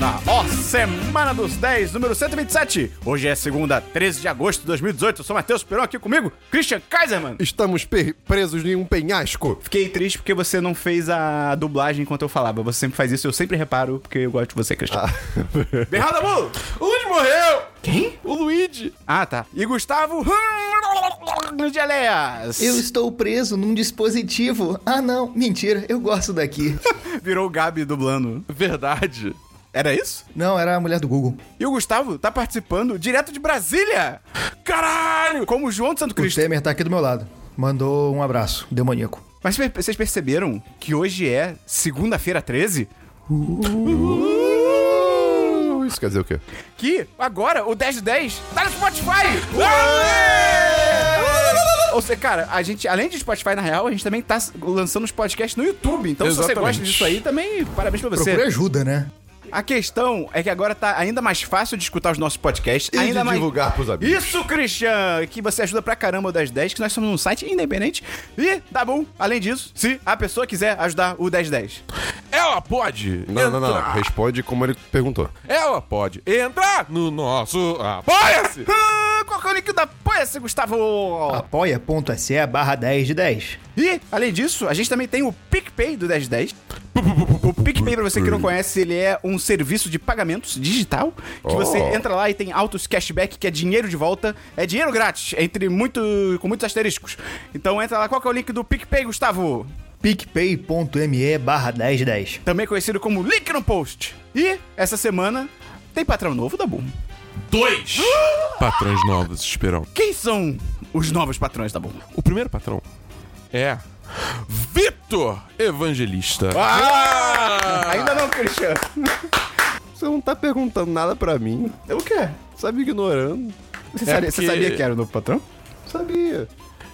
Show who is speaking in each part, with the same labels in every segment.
Speaker 1: na Ó Semana dos 10, número 127. Hoje é segunda, 13 de agosto de 2018. Eu sou Matheus Peron aqui comigo, Christian Kaiserman.
Speaker 2: Estamos per- presos em um penhasco.
Speaker 1: Fiquei triste porque você não fez a dublagem enquanto eu falava. Você sempre faz isso, eu sempre reparo, porque eu gosto de você, Christian. Berrada, Mulo!
Speaker 2: O Luigi morreu!
Speaker 1: Quem?
Speaker 2: O Luigi!
Speaker 1: Ah, tá. E Gustavo de Aleias.
Speaker 3: Eu estou preso num dispositivo. Ah, não, mentira, eu gosto daqui.
Speaker 1: Virou o Gabi dublando.
Speaker 2: Verdade.
Speaker 1: Era isso?
Speaker 3: Não, era a mulher do Google.
Speaker 1: E o Gustavo tá participando direto de Brasília! Caralho! Como o João de Santo
Speaker 3: O
Speaker 1: Cristo.
Speaker 3: Temer tá aqui do meu lado. Mandou um abraço, demoníaco.
Speaker 1: Mas per- vocês perceberam que hoje é segunda-feira 13?
Speaker 2: Isso quer dizer o quê?
Speaker 1: Que agora o 10 de 10 tá no Spotify! Ou seja, cara, a gente, além de Spotify, na real, a gente também tá lançando os podcasts no YouTube. Então, se você
Speaker 2: Exatamente.
Speaker 1: gosta disso aí, também parabéns pra você.
Speaker 3: Procure ajuda, né?
Speaker 1: A questão é que agora tá ainda mais fácil de escutar os nossos podcasts.
Speaker 2: E
Speaker 1: ainda
Speaker 2: de
Speaker 1: mais...
Speaker 2: divulgar pros amigos.
Speaker 1: Isso, Christian! Que você ajuda pra caramba o das 10, que nós somos um site independente. E tá bom, além disso, se a pessoa quiser ajudar o 1010.
Speaker 4: Ela pode
Speaker 2: Não, não, não,
Speaker 4: entrar.
Speaker 2: não. Responde como ele perguntou.
Speaker 4: Ela pode entrar no nosso apoia-se.
Speaker 1: Ah, qual que é o link da Apoia-se,
Speaker 2: Ah,
Speaker 1: Gustavo?
Speaker 3: Apoia.se barra 10 de 10.
Speaker 1: E, além disso, a gente também tem o PicPay do 1010. O PicPay, pra você que não conhece, ele é um serviço de pagamentos digital que você entra lá e tem altos cashback, que é dinheiro de volta. É dinheiro grátis, entre muito, com muitos asteriscos. Então entra lá. Qual que é o link do PicPay, Gustavo?
Speaker 3: picpay.me barra 10 de 10.
Speaker 1: Também conhecido como link no post. E, essa semana, tem patrão novo da Boom.
Speaker 4: Dois patrões novos, Esperão.
Speaker 1: Quem são os novos patrões da Boom?
Speaker 4: O primeiro patrão é Vitor Evangelista.
Speaker 1: Ainda não, Christian.
Speaker 2: Você não tá perguntando nada pra mim.
Speaker 1: O quê?
Speaker 2: Você me ignorando.
Speaker 1: Você, sabia, você
Speaker 4: porque-
Speaker 1: sabia que era o novo patrão?
Speaker 2: Sabia.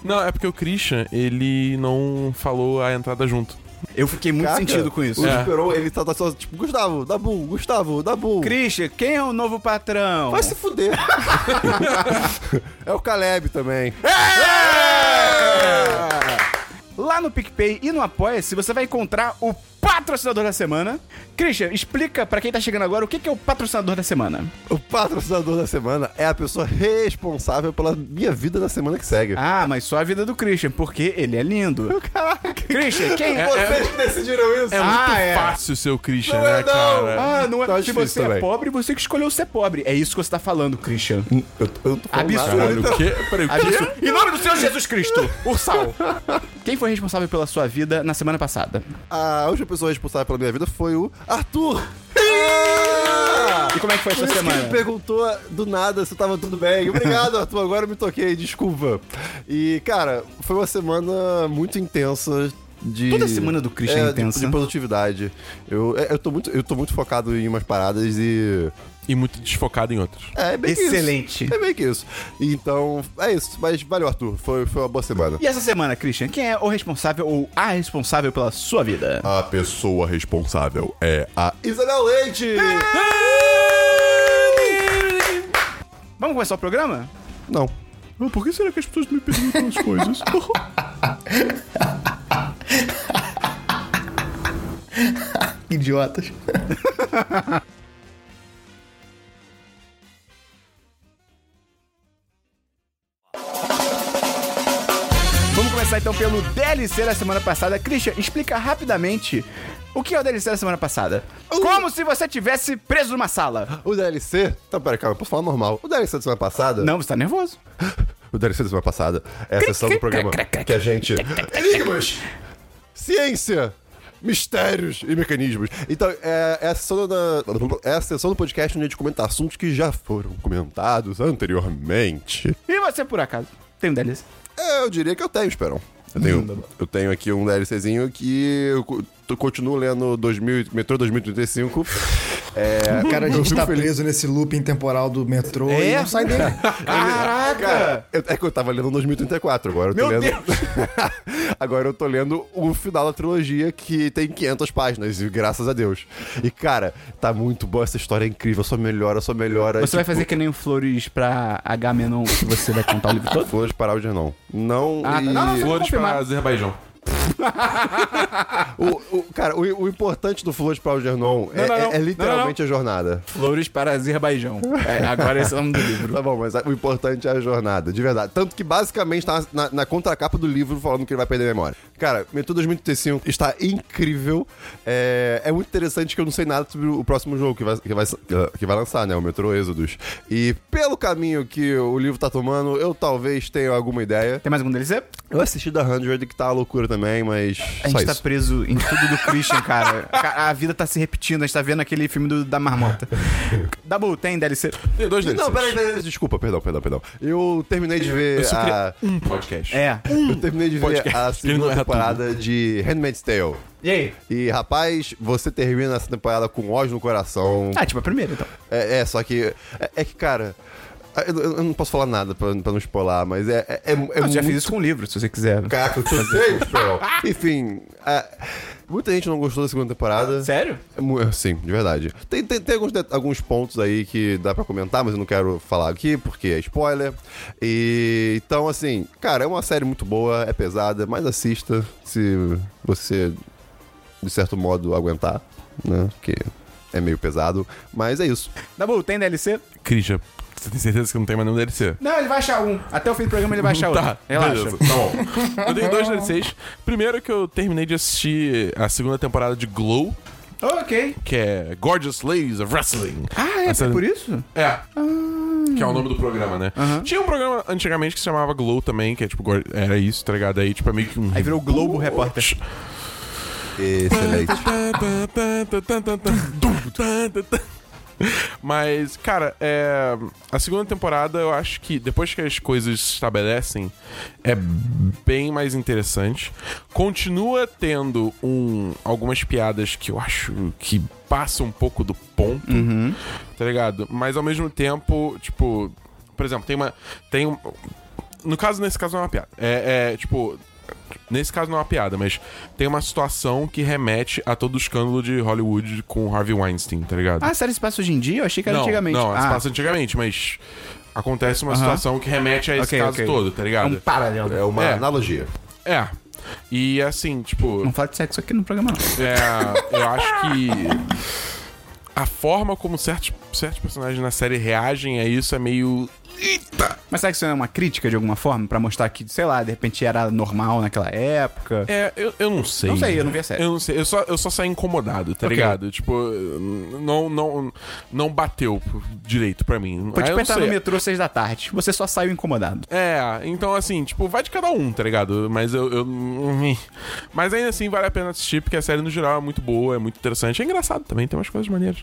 Speaker 4: Não, é porque o Christian, ele não falou a entrada junto.
Speaker 1: Eu fiquei muito
Speaker 2: Caca,
Speaker 1: sentido com isso.
Speaker 2: O
Speaker 4: É.
Speaker 2: Esperon, ele tá, tá só tipo, Gustavo, dá bom, Gustavo, dá bom.
Speaker 1: Christian, quem é o novo patrão?
Speaker 2: Vai se fuder. é o Caleb também.
Speaker 1: É! Lá no PicPay e no Apoia-se, você vai encontrar o patrocinador da semana. Christian, explica pra quem tá chegando agora o que que é o patrocinador da semana.
Speaker 2: O patrocinador da semana é a pessoa responsável pela minha vida na semana que segue.
Speaker 1: Ah, mas só a vida do Christian, porque ele é lindo.
Speaker 2: Caraca,
Speaker 1: Christian, quem é?
Speaker 2: vocês que decidiram isso.
Speaker 4: É muito
Speaker 1: Ah, é.
Speaker 4: fácil ser o Christian,
Speaker 2: Não
Speaker 4: né,
Speaker 2: é não.
Speaker 4: cara?
Speaker 1: Ah, não é.
Speaker 2: Tá
Speaker 1: se
Speaker 2: difícil
Speaker 1: você é
Speaker 2: também.
Speaker 1: pobre, você que escolheu ser pobre. É isso que você tá falando, Christian.
Speaker 2: Eu, eu tô falando
Speaker 1: Absurdo.
Speaker 2: nada.
Speaker 4: Caralho, o quê? Peraí, o quê?
Speaker 1: Absurdo. Em nome do Senhor Jesus Cristo, Ursal. Quem foi responsável pela sua vida na semana passada?
Speaker 2: A última pessoa responsável pela minha vida foi o Arthur.
Speaker 1: E como é que foi
Speaker 2: Por
Speaker 1: essa
Speaker 2: isso que
Speaker 1: semana?
Speaker 2: ele perguntou do nada se tava tudo bem. Obrigado, Arthur. Agora eu me toquei, desculpa. E, cara, foi uma semana muito intensa. De,
Speaker 1: Toda semana do Christian é
Speaker 2: de-
Speaker 1: intensa.
Speaker 2: De, produtividade. Eu, é, eu, tô muito, eu tô muito focado em umas paradas e.
Speaker 4: E muito desfocado em outros.
Speaker 2: É, é bem
Speaker 1: Excelente.
Speaker 2: Que isso. É bem que isso. Então, é isso. Mas valeu, Arthur. Foi, foi uma boa semana.
Speaker 1: E essa semana, Christian, quem é o responsável ou a responsável pela sua vida?
Speaker 2: A pessoa responsável é a Isabel Leite!
Speaker 1: É! Vamos começar o programa?
Speaker 2: Não.
Speaker 1: Por que será que as pessoas me perguntam as coisas?
Speaker 3: Idiotas.
Speaker 1: Vamos começar então pelo DLC da semana passada. Christian, explica rapidamente o que é o DLC da semana passada. Como se você tivesse preso numa sala.
Speaker 2: O DLC. Então, pera, calma, eu posso falar normal. O DLC da semana passada.
Speaker 1: Não, você tá nervoso.
Speaker 2: O DLC da semana passada é a sessão do programa que a gente. Enigmas! Ciência! Mistérios e mecanismos. Então, é, é a sessão da, é a sessão do podcast onde a gente comenta assuntos que já foram comentados anteriormente.
Speaker 1: E você, por acaso, tem um DLC?
Speaker 2: É, Eu diria que eu tenho, Esperão. Eu tenho, eu tenho aqui um DLCzinho que eu co- tô- continuo lendo 2000, Metrô 2035. É,
Speaker 3: Cara, a
Speaker 2: eu
Speaker 3: gente
Speaker 2: fico
Speaker 3: tá
Speaker 2: feliz.
Speaker 3: preso nesse looping temporal do metrô
Speaker 1: É?
Speaker 3: e não sai dele.
Speaker 1: Caraca!
Speaker 2: Eu- é que eu tava lendo 2034, agora eu tô
Speaker 1: Meu
Speaker 2: lendo. agora eu tô lendo o final da trilogia que tem 500 páginas, e graças a Deus. E cara, tá muito boa essa história, é incrível, só melhora, só melhora.
Speaker 1: Você vai fazer que nem o Flores pra H Menon, que você vai contar o livro todo?
Speaker 2: Flores para o Não. Não
Speaker 1: Ah, tá.
Speaker 2: e...
Speaker 1: Não, não, não.
Speaker 4: Flores
Speaker 1: confirmar.
Speaker 4: para Azerbaijão.
Speaker 2: O, o- cara, o, o importante do Flores para o Gernon é,
Speaker 1: não,
Speaker 2: é-
Speaker 1: não.
Speaker 2: é literalmente a jornada.
Speaker 1: Flores para Azerbaijão. É, agora esse é o nome do livro.
Speaker 2: Tá bom, mas o importante é a jornada, de verdade. Tanto que basicamente tá na, na contracapa do livro falando que ele vai perder a memória. Cara, Metrô 2035 está incrível. É, é muito interessante que eu não sei nada sobre o próximo jogo que vai, que vai, que vai lançar, né? O Metrô Êxodos. E pelo caminho que o livro tá tomando, eu talvez tenha alguma ideia.
Speaker 1: Tem mais algum DLC?
Speaker 2: Eu assisti da 100, que tá uma loucura também, mas.
Speaker 1: A
Speaker 2: só
Speaker 1: gente tá
Speaker 2: isso.
Speaker 1: preso em tudo do Christian, cara. Ca- A vida tá se repetindo, a gente tá vendo aquele filme do- da marmota. Dabu, tem DLC?
Speaker 4: Tem dois deles.
Speaker 2: Não, peraí, peraí, desculpa, perdão, perdão, perdão. Eu terminei de ver
Speaker 4: só queria
Speaker 2: a.
Speaker 4: um podcast.
Speaker 1: É.
Speaker 2: Eu terminei de ver
Speaker 4: Podcast,
Speaker 2: a
Speaker 4: ele não é
Speaker 2: segunda
Speaker 4: erra
Speaker 2: temporada de Handmaid's Tale.
Speaker 1: E aí?
Speaker 2: E, rapaz, você termina essa temporada com ódio no coração.
Speaker 1: Ah, tipo a primeira, então.
Speaker 2: É, é, só que. É, é que, cara. Eu, eu- eu não posso falar nada pra, pra não spoiler, mas é. é, é, é
Speaker 1: Eu já
Speaker 2: muito-
Speaker 1: fiz isso com um livro, se você quiser.
Speaker 2: Caraca, eu sei, Fel. Enfim, a- muita gente não gostou da segunda temporada.
Speaker 1: Sério?
Speaker 2: É mu- Sim, de verdade. Tem, tem, tem alguns, de- alguns pontos aí que dá pra comentar, mas eu não quero falar aqui porque é spoiler. E então, assim, cara, é uma série muito boa, é pesada, mas assista se você, de certo modo, aguentar, né? Porque é meio pesado. Mas é isso.
Speaker 1: Dabu, tem DLC?
Speaker 4: Christian, você tem certeza que não tem mais nenhum DLC?
Speaker 1: Não, ele vai achar um. Até o fim do programa ele vai achar outro.
Speaker 4: Tá,
Speaker 1: Relaxa.
Speaker 4: beleza. Tá bom. Eu tenho dois DLCs. Primeiro que eu terminei de assistir a segunda temporada de Glow,
Speaker 1: Ok.
Speaker 4: que é Gorgeous Ladies of Wrestling.
Speaker 1: Ah, é
Speaker 4: Essa-
Speaker 1: por isso?
Speaker 4: É. Que é o nome do programa, né? Tinha um programa antigamente que se chamava Glow também, que é tipo, gor- era isso, tá ligado? Aí, tipo, é meio que um.
Speaker 1: Aí virou Globo Repórter.
Speaker 2: Excelente.
Speaker 4: Mas, cara, é, a segunda temporada eu acho que depois que as coisas se estabelecem, é bem mais interessante. Continua tendo um, algumas piadas que eu acho que passam um pouco do ponto, tá ligado? Mas ao mesmo tempo, tipo, por exemplo, tem uma. Tem um, no caso, nesse caso não é uma piada. É, é, tipo. Nesse caso não é uma piada, mas tem uma situação que remete a todo o escândalo de Hollywood com o Harvey Weinstein, tá ligado?
Speaker 1: Ah, a série se passa hoje em dia? Eu achei que era
Speaker 4: não,
Speaker 1: antigamente.
Speaker 4: Não, é um se
Speaker 1: ah,
Speaker 4: passa antigamente, mas acontece uma
Speaker 1: Aham.
Speaker 4: situação que remete a esse
Speaker 1: Ok,
Speaker 4: caso
Speaker 1: ok.
Speaker 4: todo, tá
Speaker 1: é
Speaker 4: ligado?
Speaker 1: um paralelo.
Speaker 2: É uma
Speaker 4: É.
Speaker 2: analogia.
Speaker 4: É. E assim, tipo.
Speaker 1: Não fala de sexo aqui no programa, não.
Speaker 4: É, eu acho que a forma como certos, certos personagens na série reagem a isso é meio.
Speaker 1: Mas será que isso não é uma crítica de alguma forma? Pra mostrar que, sei lá, de repente era normal naquela época?
Speaker 4: É, eu, eu não sei.
Speaker 1: Não sei, eu não vi a série.
Speaker 4: Eu não sei, eu só, eu só saí incomodado, tá
Speaker 1: Ok.
Speaker 4: ligado? Tipo, não, não, não bateu direito pra mim.
Speaker 1: Pode
Speaker 4: Aí eu não
Speaker 1: despertar
Speaker 4: sei.
Speaker 1: no metrô seis da tarde. Você só saiu incomodado.
Speaker 4: É, então assim, tipo, vai de cada um, tá ligado? Mas eu, eu. Mas ainda assim vale a pena assistir, porque a série no geral é muito boa, é muito interessante. É engraçado também, tem umas coisas maneiras.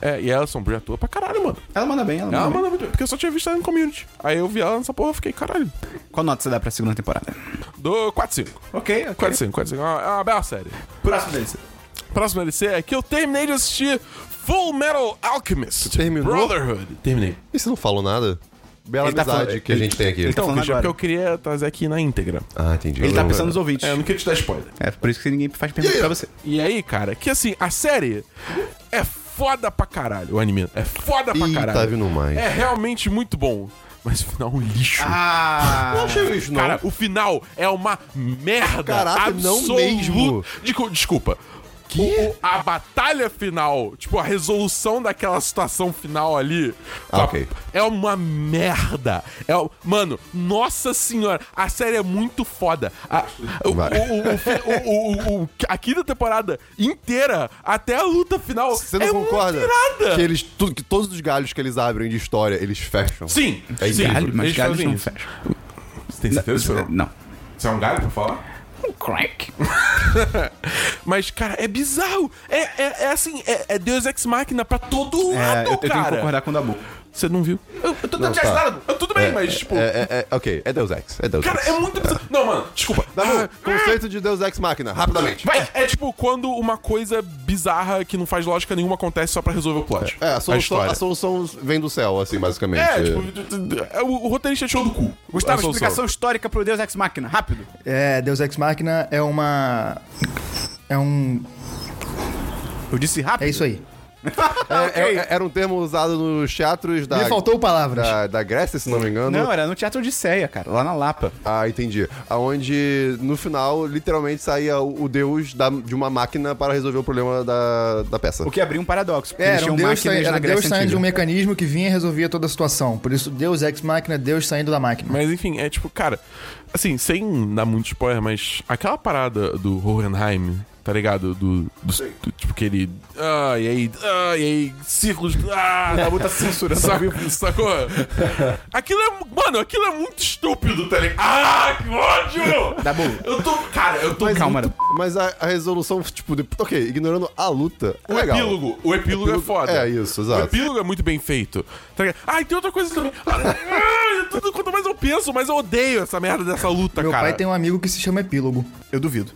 Speaker 4: É, e ela sombria atua pra caralho, mano.
Speaker 1: Ela manda bem, ela é manda
Speaker 4: Ela
Speaker 1: bem.
Speaker 4: manda muito. Porque eu só tinha visto ela no community. Aí eu vi ela nessa porra e fiquei, caralho.
Speaker 1: Qual nota você dá pra segunda temporada?
Speaker 4: Do 4-5.
Speaker 1: Ok, ok.
Speaker 4: 4-5, 4-5. É uma- é uma bela série.
Speaker 1: Próximo DLC.
Speaker 4: Próximo LC é que eu terminei de assistir Full Metal Alchemist.
Speaker 2: Tu terminou?
Speaker 4: Brotherhood. Terminei.
Speaker 2: E você não falou nada? Bela
Speaker 1: Ele tá
Speaker 2: amizade
Speaker 1: falando-
Speaker 2: que a gente tem aqui.
Speaker 1: ele tá-
Speaker 4: Então,
Speaker 1: falando
Speaker 4: Christian,
Speaker 1: agora.
Speaker 4: porque eu queria trazer aqui na íntegra.
Speaker 2: Ah, entendi.
Speaker 1: Ele tá
Speaker 2: Eu-
Speaker 1: pensando nos ouvintes.
Speaker 4: É, eu não queria te dar spoiler.
Speaker 1: É, por isso que ninguém faz pergunta pra você.
Speaker 4: E aí, cara, que assim, a série é foda pra caralho, o anime. É foda pra
Speaker 2: Ih,
Speaker 4: caralho.
Speaker 2: tá vindo mais.
Speaker 4: É realmente muito bom. Mas o final é um lixo.
Speaker 1: Ah!
Speaker 2: Não achei isso, não.
Speaker 4: Cara, o final é uma merda.
Speaker 2: Caraca, não
Speaker 4: absoluta.
Speaker 2: mesmo.
Speaker 4: Descul- Desculpa. Que? a batalha final, tipo, a resolução daquela situação final ali.
Speaker 2: Ah, ok.
Speaker 4: É uma merda. É, o- mano, nossa senhora, a série é muito foda. A, o,
Speaker 2: Vai.
Speaker 4: o- o- o- o- o- a quinta temporada inteira, até a luta final.
Speaker 2: Você não
Speaker 4: é
Speaker 2: concorda
Speaker 4: muito irada.
Speaker 2: que eles tu- que todos os galhos que eles abrem de história, eles fecham?
Speaker 4: Sim,
Speaker 2: É
Speaker 4: sim.
Speaker 2: incrível.
Speaker 1: Galho, mas
Speaker 4: Eles
Speaker 1: galho
Speaker 4: fazem
Speaker 1: não
Speaker 4: isso.
Speaker 1: fecha.
Speaker 4: Você tem certeza? que você não-
Speaker 1: Não.
Speaker 4: Você é um galho pra falar?
Speaker 1: Um crack.
Speaker 4: Mas, cara, é bizarro. É, é, é assim, é, é Deus Ex Machina pra todo
Speaker 1: É,
Speaker 4: lado,
Speaker 1: eu, eu tenho que
Speaker 4: cara.
Speaker 1: concordar com o Dabu.
Speaker 4: Você não viu? Eu, eu tô
Speaker 2: Não,
Speaker 4: tentando te
Speaker 2: tá.
Speaker 4: ajudar. Eu- Tudo bem, mas, tipo...
Speaker 2: É, é, é, ok, é Deus Ex. É Deus
Speaker 4: Cara,
Speaker 2: Ex.
Speaker 4: é muito bizarro. Não, mano, desculpa.
Speaker 2: Dabu,
Speaker 4: Ah,
Speaker 2: conceito de Deus Ex Máquina, rapidamente.
Speaker 4: Vai! É tipo quando uma coisa bizarra que não faz lógica nenhuma acontece só pra resolver o plot.
Speaker 2: É, a solução,
Speaker 4: história.
Speaker 2: a solução vem do céu, assim, basicamente.
Speaker 4: É, tipo, é, o, o roteirista show do cu.
Speaker 1: Gustavo,
Speaker 4: A solução.
Speaker 1: explicação histórica pro Deus Ex Machina. Rápido.
Speaker 3: É, Deus Ex Machina é uma. É um.
Speaker 1: Eu disse rápido.
Speaker 3: É isso aí.
Speaker 4: ah,
Speaker 2: É, é- é- era um termo usado nos teatros da,
Speaker 3: Me faltou palavras.
Speaker 2: da, da Grécia, se não me engano.
Speaker 1: Não, era no Teatro Odisseia, cara, lá na Lapa.
Speaker 2: Ah, entendi. Aonde, no final, literalmente saía o o deus da- de uma máquina para resolver o problema da, da peça.
Speaker 1: O que abriu um paradoxo, porque
Speaker 3: É,
Speaker 1: eles
Speaker 3: era
Speaker 1: tinham
Speaker 3: um Deus,
Speaker 1: máquinas
Speaker 3: sa... era
Speaker 1: na
Speaker 3: Deus
Speaker 1: Grécia
Speaker 3: saindo de
Speaker 1: Antiga.
Speaker 3: um mecanismo que vinha e resolvia toda a situação. Por isso, Deus ex máquina, Deus saindo da máquina.
Speaker 4: Mas enfim, é tipo, cara, assim, sem dar muito spoiler, mas aquela parada do Hohenheim, tá ligado? Do, do- do- tipo que ele. Ah, e aí. Ah, e aí. Círculos. Ah, tá muito censurando. Saco, sacou? Aquilo é. mu- Mano, aquilo é muito estúpido, tá ligado? Ah, que ódio!
Speaker 1: Dabu.
Speaker 4: Eu tô. Cara, eu tô.
Speaker 1: Mas Calma,
Speaker 4: muito-
Speaker 2: Mas a, a resolução, tipo, de, ok, ignorando a luta, é
Speaker 4: O
Speaker 2: legal.
Speaker 4: epílogo, o epílogo é foda.
Speaker 2: É isso,
Speaker 4: O
Speaker 2: exato.
Speaker 4: epílogo é muito bem feito. Tá ligado? Ah, e tem outra coisa também. Ah, tudo- quanto mais eu penso, mais eu odeio essa merda dessa luta,
Speaker 3: Meu
Speaker 4: cara.
Speaker 3: pai tem um amigo que se chama Epílogo.
Speaker 1: eu duvido.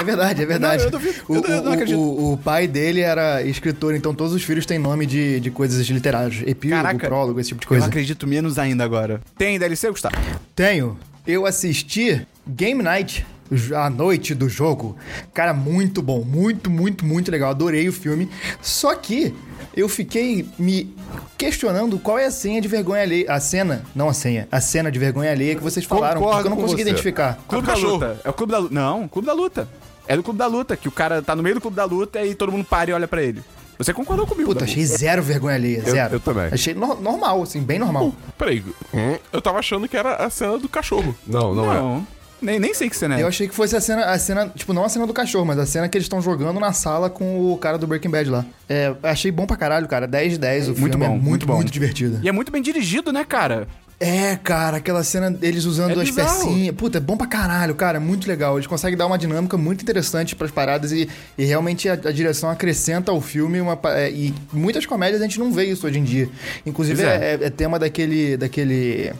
Speaker 3: É verdade, é verdade.
Speaker 2: Não, eu duvido.
Speaker 3: O,
Speaker 2: Eu não- eu não
Speaker 3: o-
Speaker 2: acredito.
Speaker 3: o- o pai dele era escritor, então todos os filhos têm nome de, de coisas literárias. Epílogo,
Speaker 1: Caraca.
Speaker 3: prólogo, esse tipo de
Speaker 1: Eu
Speaker 3: coisa.
Speaker 1: acredito menos ainda agora. Tem DLC, Gustavo?
Speaker 3: Tenho. Eu assisti Game Night, j- a noite do jogo. Cara, muito bom. Muito, muito, muito legal. Adorei o filme. Só que eu fiquei me questionando qual é a senha de vergonha alheia. A cena, não a senha, a cena de vergonha alheia que vocês falaram,
Speaker 2: Concordo
Speaker 3: porque eu não
Speaker 2: com
Speaker 3: consegui
Speaker 2: você.
Speaker 3: identificar.
Speaker 1: Clube da
Speaker 4: Cachorro.
Speaker 1: Luta. É o Clube da Luta. Não, Clube da Luta. É do Clube da Luta, que o cara tá no meio do Clube da Luta e todo mundo para e olha pra ele. Você concordou comigo,
Speaker 3: Puta,
Speaker 1: Dabu.
Speaker 3: achei zero vergonha alheia, zero.
Speaker 2: eu também.
Speaker 3: Achei no- normal, assim, bem normal.
Speaker 4: Uh, Peraí, hum, eu tava achando que era a cena do cachorro. Ah,
Speaker 2: Não, não, é.
Speaker 1: Não, nem, nem sei que cena é.
Speaker 3: Eu achei que fosse a cena, a cena, tipo, não a cena do cachorro, mas a cena que eles estão jogando na sala com o cara do Breaking Bad lá. É, achei bom pra caralho, cara. 10 de 10, o
Speaker 1: Muito
Speaker 3: filme
Speaker 1: bom,
Speaker 3: é muito,
Speaker 1: muito bom.
Speaker 3: muito divertido.
Speaker 1: E é muito bem dirigido, né, cara?
Speaker 3: É, cara, aquela cena deles usando
Speaker 1: É
Speaker 3: as
Speaker 1: bizarro.
Speaker 3: pecinhas. Puta, é bom pra caralho, cara. É muito legal. Eles conseguem dar uma dinâmica muito interessante pras paradas e, e realmente a, a direção acrescenta ao filme uma. pa- é, E muitas comédias a gente não vê isso hoje em dia. Inclusive,
Speaker 1: Pois
Speaker 3: é, é tema daquele, daquele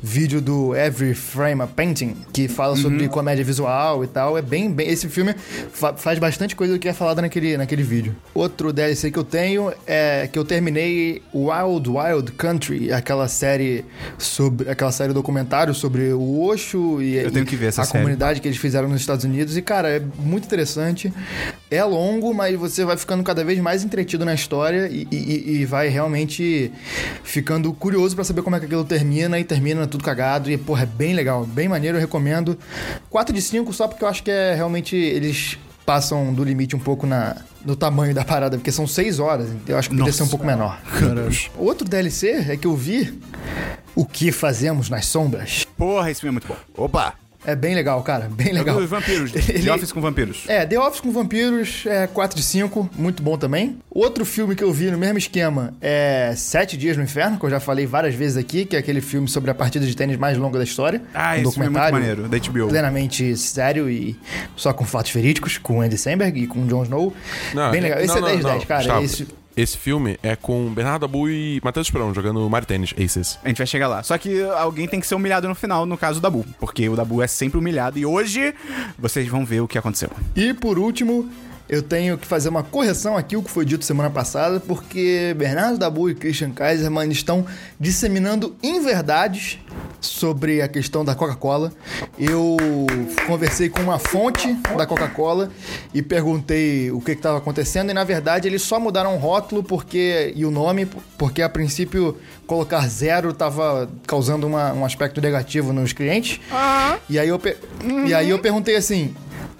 Speaker 3: vídeo do Every Frame a Painting, que fala sobre
Speaker 1: Uhum.
Speaker 3: comédia visual e tal. É bem. bem esse filme fa- faz bastante coisa do que é falado naquele, naquele vídeo. Outro DLC que eu tenho é que eu terminei Wild Wild Country, aquela série sobre. aquela série documentário sobre o Osho e,
Speaker 1: Eu tenho que ver essa
Speaker 3: a
Speaker 1: série.
Speaker 3: comunidade que eles fizeram nos Estados Unidos. E, cara, é muito interessante. É longo, mas você vai ficando cada vez mais entretido na história e, e- e vai realmente ficando curioso pra saber como é que aquilo termina. E termina tudo cagado. E, porra, é bem legal, bem maneiro, eu recomendo. 4 de 5 só porque eu acho que é realmente eles passam do limite um pouco na, no tamanho da parada, porque são 6 horas. Eu acho que podia ser um pouco menor. Outro DLC é que eu vi O que Fazemos nas Sombras.
Speaker 1: Porra, esse filme é muito bom.
Speaker 2: Opa!
Speaker 3: É bem legal, cara. Bem
Speaker 1: É
Speaker 3: legal.
Speaker 1: dos vampiros.
Speaker 3: Ele-
Speaker 1: The Office com vampiros.
Speaker 3: É, The Office com Vampiros é 4 de 5, muito bom também. Outro filme que eu vi no mesmo esquema é Sete Dias no Inferno, que eu já falei várias vezes aqui, que é aquele filme sobre a partida de tênis mais longa da história. Um
Speaker 1: Ah, esse filme é muito maneiro, da HBO.
Speaker 3: Plenamente sério e só com fatos verídicos, com Andy Samberg e com Jon Snow.
Speaker 4: Não,
Speaker 3: bem legal. Esse
Speaker 4: não, não,
Speaker 3: é 10
Speaker 4: não,
Speaker 3: 10, cara.
Speaker 4: Gustavo,
Speaker 3: esse...
Speaker 4: esse filme é com Bernardo Abu e Matheus Esperão jogando Mario Tennis Aces.
Speaker 1: A gente vai chegar lá. Só que alguém tem que ser humilhado no final, no caso o Dabu. Porque o Dabu é sempre humilhado. E hoje vocês vão ver o que aconteceu.
Speaker 3: E por último, eu tenho que fazer uma correção aqui o que foi dito semana passada, porque Bernardo Dabu e Christian Kaiserman estão disseminando inverdades sobre a questão da Coca-Cola. Eu conversei com uma fonte da Coca-Cola e perguntei o que estava acontecendo e na verdade eles só mudaram o rótulo porque e o nome porque a princípio colocar zero estava causando uma- um aspecto negativo nos clientes. E aí eu pe- e aí eu perguntei assim,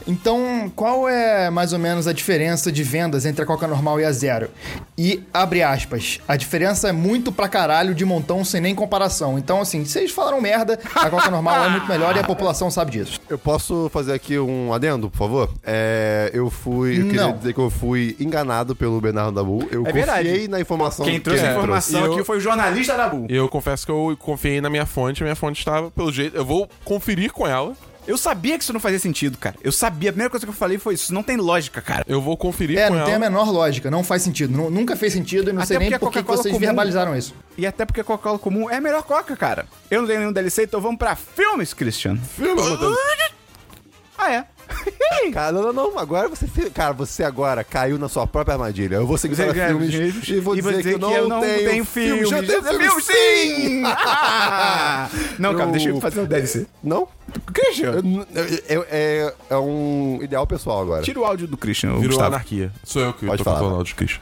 Speaker 3: então, qual é mais ou menos a diferença de vendas entre a Coca normal e a zero? E, abre aspas, a diferença é muito pra caralho de montão sem nem comparação. Então, assim, vocês falaram merda, a Coca normal é muito melhor e a população sabe disso.
Speaker 2: Eu posso fazer aqui um adendo, por favor? É, eu fui. Eu queria
Speaker 3: Não.
Speaker 2: dizer que eu fui enganado pelo Bernardo Dabu. Eu
Speaker 1: É
Speaker 2: confiei
Speaker 1: verdade.
Speaker 2: na informação
Speaker 1: Quem trouxe
Speaker 2: que
Speaker 1: a
Speaker 2: ele
Speaker 1: informação
Speaker 4: trouxe. E
Speaker 1: aqui
Speaker 4: eu-
Speaker 1: foi o jornalista Dabu.
Speaker 4: Eu confesso que eu confiei na minha fonte, a minha fonte estava pelo jeito. Eu vou conferir com ela.
Speaker 1: Eu sabia que isso não fazia sentido, cara. Eu sabia. A primeira coisa que eu falei foi isso. Não tem lógica, cara.
Speaker 4: Eu vou conferir
Speaker 3: É,
Speaker 4: com
Speaker 3: não tem a
Speaker 4: ela.
Speaker 3: menor lógica, não faz sentido. nu- Nunca fez sentido e não
Speaker 1: Até
Speaker 3: sei
Speaker 1: porque
Speaker 3: nem
Speaker 1: a
Speaker 3: por que que
Speaker 1: Coca-Cola um
Speaker 3: vocês
Speaker 1: comum-
Speaker 3: verbalizaram isso.
Speaker 1: E até porque a Coca-Cola comum é a melhor Coca, cara. Eu não tenho nenhum DLC, então vamos pra filmes, Christian.
Speaker 4: Filho da puta.
Speaker 1: Ah, é.
Speaker 2: Cara, não, não, não. Agora você. se- Cara, você agora caiu na sua própria armadilha. Eu vou seguir
Speaker 1: Você quer
Speaker 2: para filmes
Speaker 1: filmes
Speaker 2: e vou dizer, que, eu não, tenho, filme.
Speaker 1: filmes.
Speaker 2: Já tenho
Speaker 1: Já
Speaker 2: filme,
Speaker 1: viu? Sim! não, cara,
Speaker 2: Eu-
Speaker 1: deixa eu fazer um DLC.
Speaker 2: Não?
Speaker 1: Christian!
Speaker 2: Eu- eu- é, é um ideal pessoal agora.
Speaker 1: Tira o áudio do Christian,
Speaker 4: Virou
Speaker 1: Gustavo.
Speaker 4: anarquia. Sou eu que
Speaker 2: Pode
Speaker 4: tô
Speaker 2: falar.
Speaker 4: falando de Christian.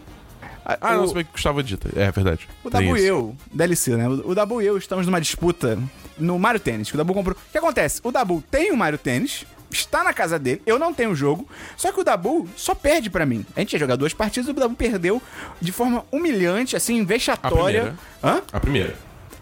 Speaker 4: Ah, não,
Speaker 1: o,
Speaker 4: se bem que Gustavo dita. É verdade.
Speaker 1: o
Speaker 4: Tem
Speaker 1: Dabu e
Speaker 4: isso.
Speaker 1: eu, DLC, né? O Dabu e eu estamos numa disputa no Mario Tênis, que o Dabu comprou. O que acontece? O Dabu tem o Mario Tênis, está na casa dele, eu não tenho o jogo, só que o Dabu só perde pra mim. A gente ia jogar duas partidas e o Dabu perdeu de forma humilhante, assim, vexatória. Hã?
Speaker 4: A primeira.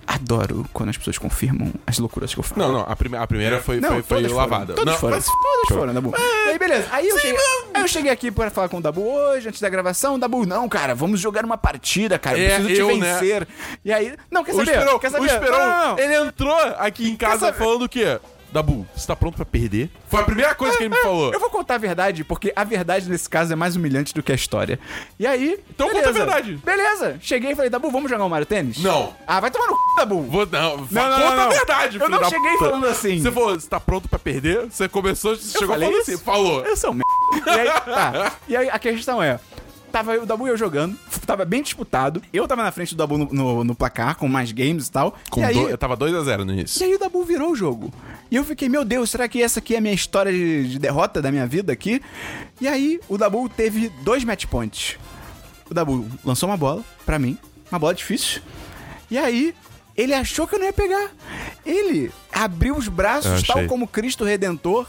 Speaker 1: Adoro quando as pessoas confirmam as loucuras que eu falo.
Speaker 4: Não, não, a, prime a primeira foi,
Speaker 1: Não,
Speaker 4: foi, foi
Speaker 1: todas
Speaker 4: lavada.
Speaker 1: Foram, todas
Speaker 4: não,
Speaker 1: foram.
Speaker 4: mas-
Speaker 1: Todas foram, Dabu.
Speaker 4: É.
Speaker 1: E aí, beleza. Aí eu, cheguei, aí eu cheguei aqui pra falar com o Dabu hoje, antes da gravação. Dabu, não, cara, vamos jogar uma partida, cara. Eu
Speaker 4: É,
Speaker 1: preciso te
Speaker 4: eu, né?
Speaker 1: vencer. E aí. Não, quer
Speaker 4: O
Speaker 1: saber?
Speaker 4: Esperon,
Speaker 1: quer saber?
Speaker 4: o
Speaker 1: Não,
Speaker 4: Esperon,
Speaker 1: não, não.
Speaker 4: ele entrou aqui em casa
Speaker 1: saber?
Speaker 4: falando o quê? Dabu, você tá pronto pra perder? Foi a primeira coisa que ele me falou.
Speaker 1: É, Eu vou contar a verdade, porque a verdade nesse caso é mais humilhante do que a história. E aí.
Speaker 4: Então conta a verdade.
Speaker 1: Beleza. Cheguei e falei, Dabu, vamos jogar um Mario Tênis?
Speaker 4: Não.
Speaker 1: Ah, vai tomar no c, Dabu.
Speaker 4: Vou, não, não,
Speaker 1: não,
Speaker 4: conta
Speaker 1: não,
Speaker 4: a
Speaker 1: não.
Speaker 4: verdade,
Speaker 1: Eu
Speaker 4: filho
Speaker 1: não
Speaker 4: da
Speaker 1: cheguei
Speaker 4: puta.
Speaker 1: falando assim.
Speaker 4: Você falou, você tá pronto pra perder? Você começou, você chegou
Speaker 1: falei
Speaker 4: falando
Speaker 1: isso?
Speaker 4: assim, falou.
Speaker 1: Eu sou um merda. E aí, tá. E aí, a questão é. Tava eu, o Dabu e eu jogando, f- tava bem disputado. Eu tava na frente do Dabu no, no- no placar, com mais games e tal.
Speaker 4: Com
Speaker 1: e, aí,
Speaker 4: do- eu tava 2x0 no
Speaker 1: e
Speaker 4: início.
Speaker 1: aí o Dabu virou o jogo. E eu fiquei, meu Deus, será que essa aqui é a minha história de, de derrota da minha vida aqui? E aí o Dabu teve dois match points. O Dabu lançou uma bola pra mim, uma bola difícil. E aí ele achou que eu não ia pegar. Ele abriu os
Speaker 4: Eu
Speaker 1: braços,
Speaker 4: achei.
Speaker 1: tal como Cristo Redentor,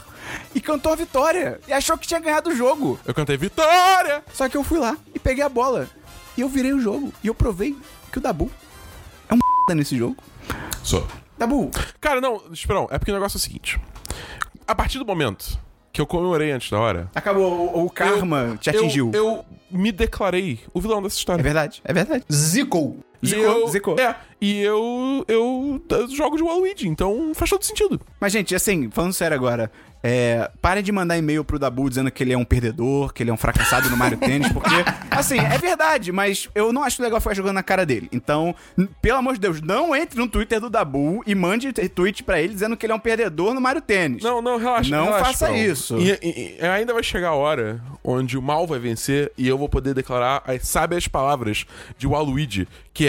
Speaker 1: e cantou a vitória. E achou que tinha ganhado o jogo.
Speaker 4: Eu cantei vitória!
Speaker 1: Só que eu fui lá e peguei a bola. E eu virei o jogo. E eu provei que o Dabu é um nesse jogo.
Speaker 4: Sou.
Speaker 1: Dabu,
Speaker 4: Cara, não, Esperão, é porque o negócio é o seguinte. A partir do momento que eu comemorei antes da hora,
Speaker 1: acabou. O, o karma
Speaker 4: eu-
Speaker 1: te atingiu.
Speaker 4: Eu, eu me declarei o vilão dessa
Speaker 1: É
Speaker 4: história.
Speaker 1: verdade, é verdade.
Speaker 3: Zico.
Speaker 1: Zicou,
Speaker 4: e eu,
Speaker 1: zicou.
Speaker 4: É, e eu, eu eh, jogo de Waluigi, então faz todo sentido.
Speaker 1: Mas, gente, assim, falando sério agora, é, parem de mandar e-mail pro Dabu dizendo que ele é um perdedor, que ele é um fracassado no Mario Tênis, porque, assim, é verdade, mas eu não acho legal ficar jogando na cara dele. Então, n- pelo amor de Deus, não entre no Twitter do Dabu e mande t- tweet pra ele dizendo que ele é um perdedor no Mario Tênis.
Speaker 4: Não, não, relaxa.
Speaker 1: Não
Speaker 4: relaxa,
Speaker 1: faça
Speaker 4: Paulo.
Speaker 1: isso.
Speaker 4: E- e- e ainda vai chegar a hora onde o mal vai vencer e eu vou poder declarar as sábias palavras de Waluigi, que é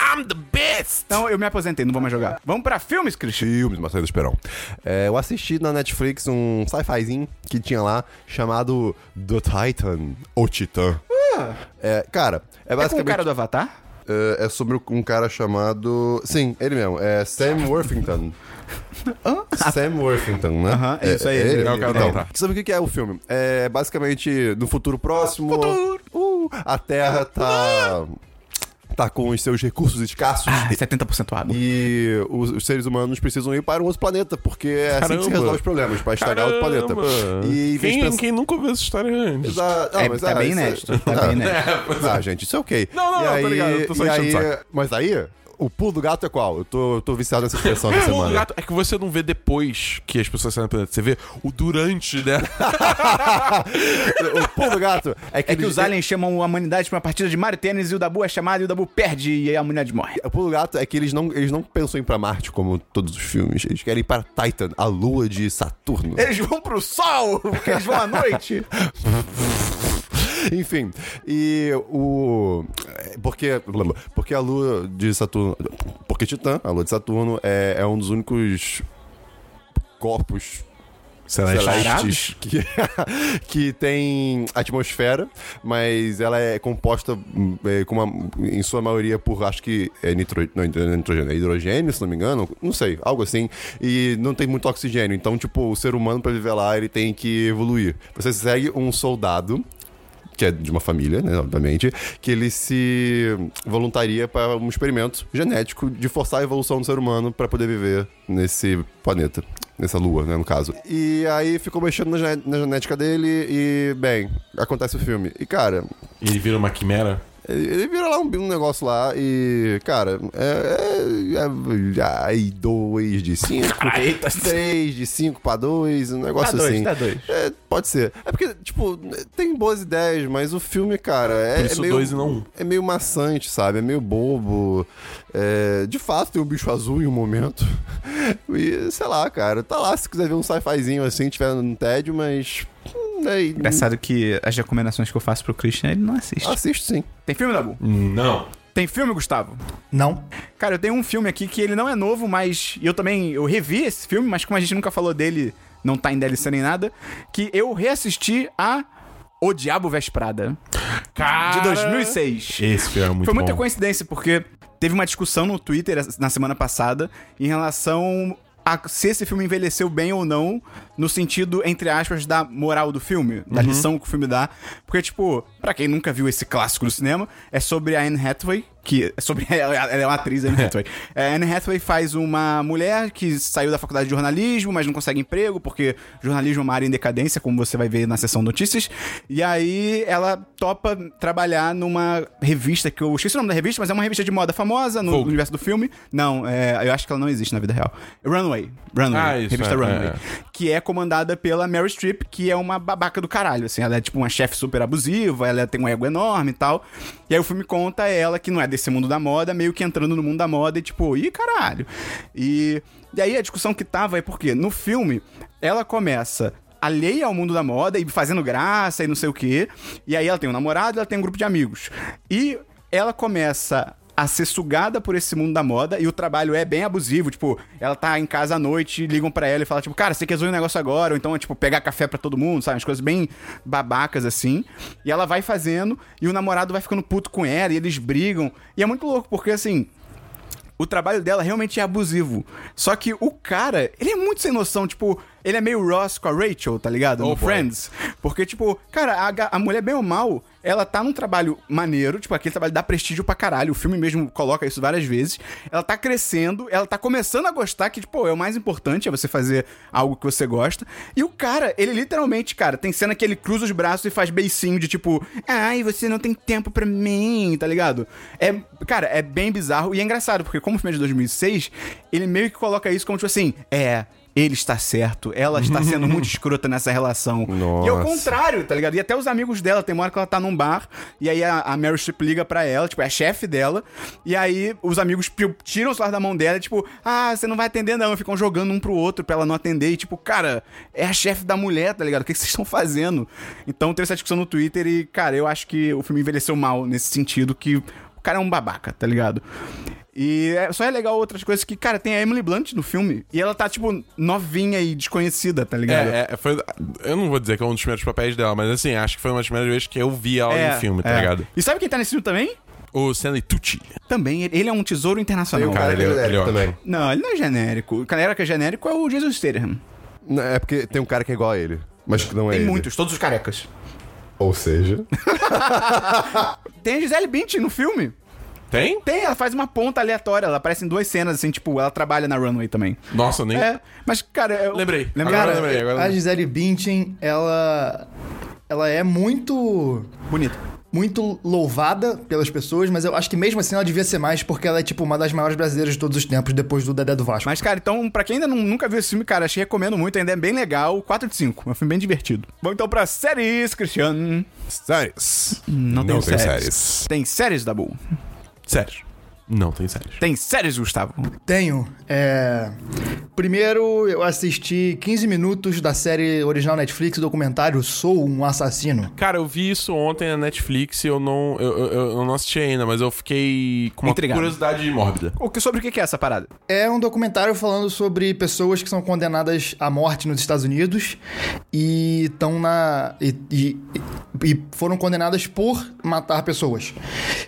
Speaker 4: I'm the best!
Speaker 1: Então, eu me aposentei, não vou mais jogar. Vamos pra filmes, Cristian?
Speaker 2: Filmes, Marcelo Esperão. É, eu assisti na Netflix um sci-fizinho que tinha lá chamado The Titan, ou Titã. É, cara,
Speaker 1: Ah. É
Speaker 2: é
Speaker 1: com o
Speaker 2: basicamente.
Speaker 1: cara do Avatar?
Speaker 2: É, é sobre um cara chamado. Sim, ele mesmo. É Sam Worthington. Sam Worthington, né?
Speaker 1: Aham, é isso aí,
Speaker 2: Ele,
Speaker 4: é o cara do
Speaker 2: então,
Speaker 4: Avatar.
Speaker 2: Sabe o que que é o filme? É basicamente no futuro próximo. uh, a Terra tá. tá com os seus recursos escassos.
Speaker 1: Ah, 70% água.
Speaker 2: E os, os seres humanos precisam ir para um outro planeta, porque é assim que se
Speaker 4: Caramba.
Speaker 2: resolve os problemas, para estragar outro planeta. E em vez de
Speaker 4: quem,
Speaker 2: pensar-
Speaker 4: quem nunca ouviu essa história antes?
Speaker 2: Exa- não,
Speaker 1: É,
Speaker 2: mas,
Speaker 1: tá bem
Speaker 2: isso é-
Speaker 1: inédito, tá bem inédito.
Speaker 4: É, pois
Speaker 2: Ah, gente, isso é ok.
Speaker 4: Não, não,
Speaker 2: E
Speaker 4: não, tô
Speaker 2: aí-
Speaker 4: ligado, eu tô só
Speaker 2: e
Speaker 4: enchendo o
Speaker 2: aí- Mas aí, o pulo do gato é qual? Eu tô, eu tô viciado nessa expressão essa
Speaker 4: O pulo
Speaker 2: semana.
Speaker 4: do gato é que você não vê depois que as pessoas saem do planeta. Você vê o durante, né?
Speaker 2: o pulo do gato é que,
Speaker 1: É que
Speaker 2: eles-
Speaker 1: os aliens chamam a humanidade pra uma partida de Mario Tênis e o Dabu é chamado e o Dabu perde e aí a humanidade morre.
Speaker 2: O pulo do gato é que eles não, eles não pensam em ir pra Marte como todos os filmes. Eles querem ir para Titan, a lua de Saturno.
Speaker 1: Eles vão pro sol, porque eles vão à noite.
Speaker 2: Enfim, e o. Porque, porque a lua de Saturno. Porque Titã, a lua de Saturno, é, é um dos únicos corpos
Speaker 4: tá
Speaker 2: celestes que, que tem atmosfera, mas ela é composta hum, é, com uma- em sua maioria por acho que é nitro, não, é nitrogênio, é hidrogênio, se não me engano, não sei, algo assim, e não tem muito oxigênio. Então, tipo, o ser humano para viver lá ele tem que evoluir. Você segue um soldado que é de uma família, né, obviamente, que ele se voluntaria para um experimento genético de forçar a evolução do ser humano para poder viver nesse planeta, nessa lua, né, no caso. E aí ficou mexendo na, gene- na genética dele e, bem, acontece o filme. E, cara,
Speaker 4: E ele vira uma quimera.
Speaker 2: Ele vira lá um, um negócio lá e, cara, é, é, é, aí 2 de 5,
Speaker 4: tá
Speaker 1: Eita.
Speaker 4: assim.
Speaker 2: 3 de 5 pra 2, um negócio
Speaker 1: Dá dois,
Speaker 2: assim.
Speaker 1: dá dois.
Speaker 2: É, pode ser. É porque, tipo, tem boas ideias, mas o filme, cara, é,
Speaker 4: Por isso
Speaker 2: é meio,
Speaker 4: dois e não um.
Speaker 2: é meio maçante, sabe? É meio bobo. É, de fato, tem um bicho azul em um momento. E, sei lá, cara, tá lá se quiser ver um sci-fizinho assim, tiver no tédio, mas... hum, é-
Speaker 1: Engraçado que as recomendações que eu faço pro Christian, ele não assiste.
Speaker 2: Assisto sim.
Speaker 1: Ah, Tem filme, Dabu?
Speaker 4: Não.
Speaker 1: Tem filme, Gustavo?
Speaker 3: Não.
Speaker 1: Cara, eu tenho um filme aqui que ele não é novo, mas eu também eu revi esse filme, mas como a gente nunca falou dele, não tá em DLC nem nada, que eu reassisti a O Diabo Vesprada,
Speaker 4: Cara...
Speaker 1: de 2006.
Speaker 4: Esse filme é muito
Speaker 1: Foi muita
Speaker 4: bom.
Speaker 1: coincidência, porque teve uma discussão no Twitter essa- na semana passada em relação a se esse filme envelheceu bem ou não, no sentido, entre aspas, da moral do filme, da
Speaker 4: Uhum.
Speaker 1: lição que o filme dá. Porque, tipo, pra quem nunca viu esse clássico do cinema, é sobre a Anne Hathaway, que é sobre. Ela ela é uma atriz, a Anne Hathaway. É, Anne Hathaway faz uma mulher que saiu da faculdade de jornalismo, mas não consegue emprego, porque jornalismo é uma área em decadência, como você vai ver na seção notícias. E aí ela topa trabalhar numa revista que eu esqueci o nome da revista, mas é uma revista de moda famosa no
Speaker 4: Vogue.
Speaker 1: universo do filme. Não, é, eu acho que ela não existe na vida real. Runway. Runway.
Speaker 4: Ah, isso,
Speaker 1: revista
Speaker 4: é,
Speaker 1: Runway.
Speaker 4: é, é.
Speaker 1: Que é comandada pela Mary Streep, que é uma babaca do caralho, assim. Ela é tipo uma chefe super abusiva, ela tem um ego enorme e tal. E aí o filme conta ela, que não é desse mundo da moda, meio que entrando no mundo da moda e tipo, ih, caralho. E, e aí a discussão que tava é porque no filme ela começa alheia ao mundo da moda e fazendo graça e não sei o quê. E aí ela tem um namorado, ela tem um grupo de amigos. E ela começa a ser sugada por esse mundo da moda e o trabalho é bem abusivo, tipo, ela tá em casa à noite, ligam pra ela e falam tipo, cara, você quer resolver um negócio agora, ou então, tipo, pegar café pra todo mundo, sabe, umas coisas bem babacas assim, e ela vai fazendo e o namorado vai ficando puto com ela e eles brigam, e é muito louco, porque assim, o trabalho dela realmente é abusivo. Só que o cara, ele é muito sem noção, tipo, ele é meio Ross com a Rachel, tá ligado? No
Speaker 4: Oh, boy.
Speaker 1: Friends. Porque, tipo, cara, a, ga- a mulher, bem ou mal, ela tá num trabalho maneiro, tipo, aquele trabalho dá prestígio pra caralho. O filme mesmo coloca isso várias vezes. Ela tá crescendo, ela tá começando a gostar, que, tipo, é o mais importante, é você fazer algo que você gosta. E o cara, ele literalmente, cara, tem cena que ele cruza os braços e faz beicinho de tipo, ai, você não tem tempo pra mim, tá ligado? É, cara, é bem bizarro e é engraçado, porque como o filme é de 2006, ele meio que coloca isso como tipo assim, é, ele está certo, ela está sendo muito escrota nessa relação. E ao
Speaker 2: Nossa.
Speaker 1: contrário, tá ligado? E até os amigos dela, tem uma hora que ela tá num bar, e aí a, a Mary Streep liga pra ela, tipo, é a chefe dela, e aí os amigos pi- tiram o celular da mão dela, e, tipo, ah, você não vai atender não, e ficam jogando um pro outro pra ela não atender, e tipo, cara, é a chefe da mulher, tá ligado? O que, que vocês estão fazendo? Então teve essa discussão no Twitter e, cara, eu acho que o filme envelheceu mal nesse sentido, que o cara é um babaca, tá ligado? E é- só é legal outras coisas que, cara, tem a Emily Blunt no filme. E ela tá, tipo, novinha e desconhecida, tá ligado?
Speaker 4: É, é, foi, eu não vou dizer que é um dos primeiros papéis dela, mas assim, acho que foi uma das primeiras vezes que eu vi ela
Speaker 1: É,
Speaker 4: no filme, tá
Speaker 1: é.
Speaker 4: ligado?
Speaker 1: E sabe quem tá nesse filme também?
Speaker 4: O Stanley Tucci.
Speaker 1: Também, ele, ele é um tesouro internacional.
Speaker 4: cara
Speaker 2: que
Speaker 4: ele é-
Speaker 2: genérico
Speaker 4: ele é ótimo.
Speaker 2: também.
Speaker 1: Não, ele não é genérico. O cara que é genérico é o Jason Statham.
Speaker 2: Não, É porque tem um cara que é igual a ele, mas que não é
Speaker 1: Tem
Speaker 2: ele.
Speaker 1: muitos, todos os carecas.
Speaker 2: Ou seja,
Speaker 1: Tem a Gisele Bündchen no filme.
Speaker 4: Tem?
Speaker 1: Tem, ela faz uma ponta aleatória. Ela aparece em duas cenas, assim, tipo, ela trabalha na runway também.
Speaker 4: Nossa, nem.
Speaker 1: É, mas, cara... Eu...
Speaker 4: Lembrei.
Speaker 1: Lembrei.
Speaker 4: Agora
Speaker 1: Cara,
Speaker 4: lembrei, agora
Speaker 3: A
Speaker 4: lembrei.
Speaker 3: Gisele Bündchen, ela... Ela é muito...
Speaker 1: Bonito.
Speaker 3: muito louvada pelas pessoas, mas eu acho que mesmo assim ela devia ser mais, porque ela é tipo uma das maiores brasileiras de todos os tempos, depois do Dedé do Vasco.
Speaker 1: Mas, cara, então, pra quem ainda não- nunca viu esse filme, cara, achei recomendo muito, ainda é bem legal. 4 de 5, é um filme bem divertido. Vamos então pra séries, Cristiano.
Speaker 4: Séries.
Speaker 1: Não tem séries.
Speaker 4: séries.
Speaker 1: Tem séries, Dabu.
Speaker 4: Séries. Não tem séries.
Speaker 1: Tem séries, Gustavo.
Speaker 3: Tenho. É... Primeiro, eu assisti 15 minutos da série original Netflix, documentário Sou um Assassino.
Speaker 4: Cara, eu vi isso ontem na Netflix e eu não, eu, eu, eu não assisti ainda, mas eu fiquei com uma
Speaker 1: Intrigado.
Speaker 4: curiosidade mórbida.
Speaker 1: O que, sobre o que que é essa parada?
Speaker 3: É um documentário falando sobre pessoas que são condenadas à morte nos Estados Unidos e estão na. E, e- e foram condenadas por matar pessoas.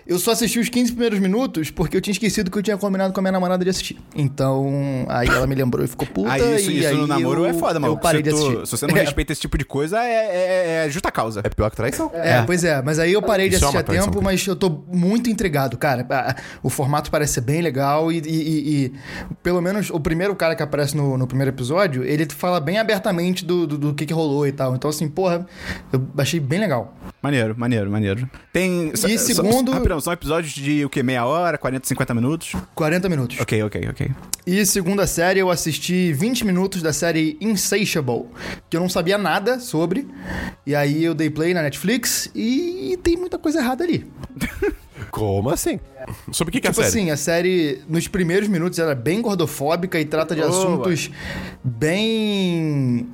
Speaker 3: Eu só assisti os 15 primeiros minutos porque eu tinha esquecido que eu tinha combinado com a minha namorada de assistir. Então, aí ela me quebrou e ficou puta.
Speaker 1: Aí Ah, isso,
Speaker 3: e
Speaker 1: isso
Speaker 3: aí
Speaker 1: no namoro
Speaker 3: eu-
Speaker 1: é foda,
Speaker 3: Eu
Speaker 1: maluco.
Speaker 3: parei
Speaker 1: se,
Speaker 3: de
Speaker 1: tu-
Speaker 3: assistir. É.
Speaker 1: se você não respeita esse tipo de coisa, é, é, é justa causa.
Speaker 2: É pior que traição.
Speaker 3: É, pois é, mas aí eu parei de
Speaker 4: Isso é
Speaker 3: assistir
Speaker 4: uma
Speaker 3: a
Speaker 4: traição,
Speaker 3: tempo,
Speaker 4: cara.
Speaker 3: mas eu tô muito intrigado, cara. Ah, O formato parece ser bem legal e, e- e- e, pelo menos o primeiro cara que aparece no, no primeiro episódio, ele fala bem abertamente do, do, do que, que rolou e tal. Então, assim, porra, eu achei bem legal.
Speaker 1: Maneiro, maneiro, maneiro. Tem. E
Speaker 3: segundo-
Speaker 1: Rapidão, são episódios de o quê? Meia hora, 40, 50 minutos?
Speaker 3: 40 minutos.
Speaker 1: Ok, ok, ok.
Speaker 3: E segunda série, eu assisti 20 minutos da série Insatiable, que eu não sabia nada sobre. E aí eu dei play na Netflix e tem muita coisa errada ali.
Speaker 2: Como assim?
Speaker 4: Sobre o que, que é a
Speaker 3: Tipo
Speaker 4: série?
Speaker 3: assim, a série, nos primeiros minutos, ela é bem gordofóbica e trata de
Speaker 1: Boa.
Speaker 3: assuntos bem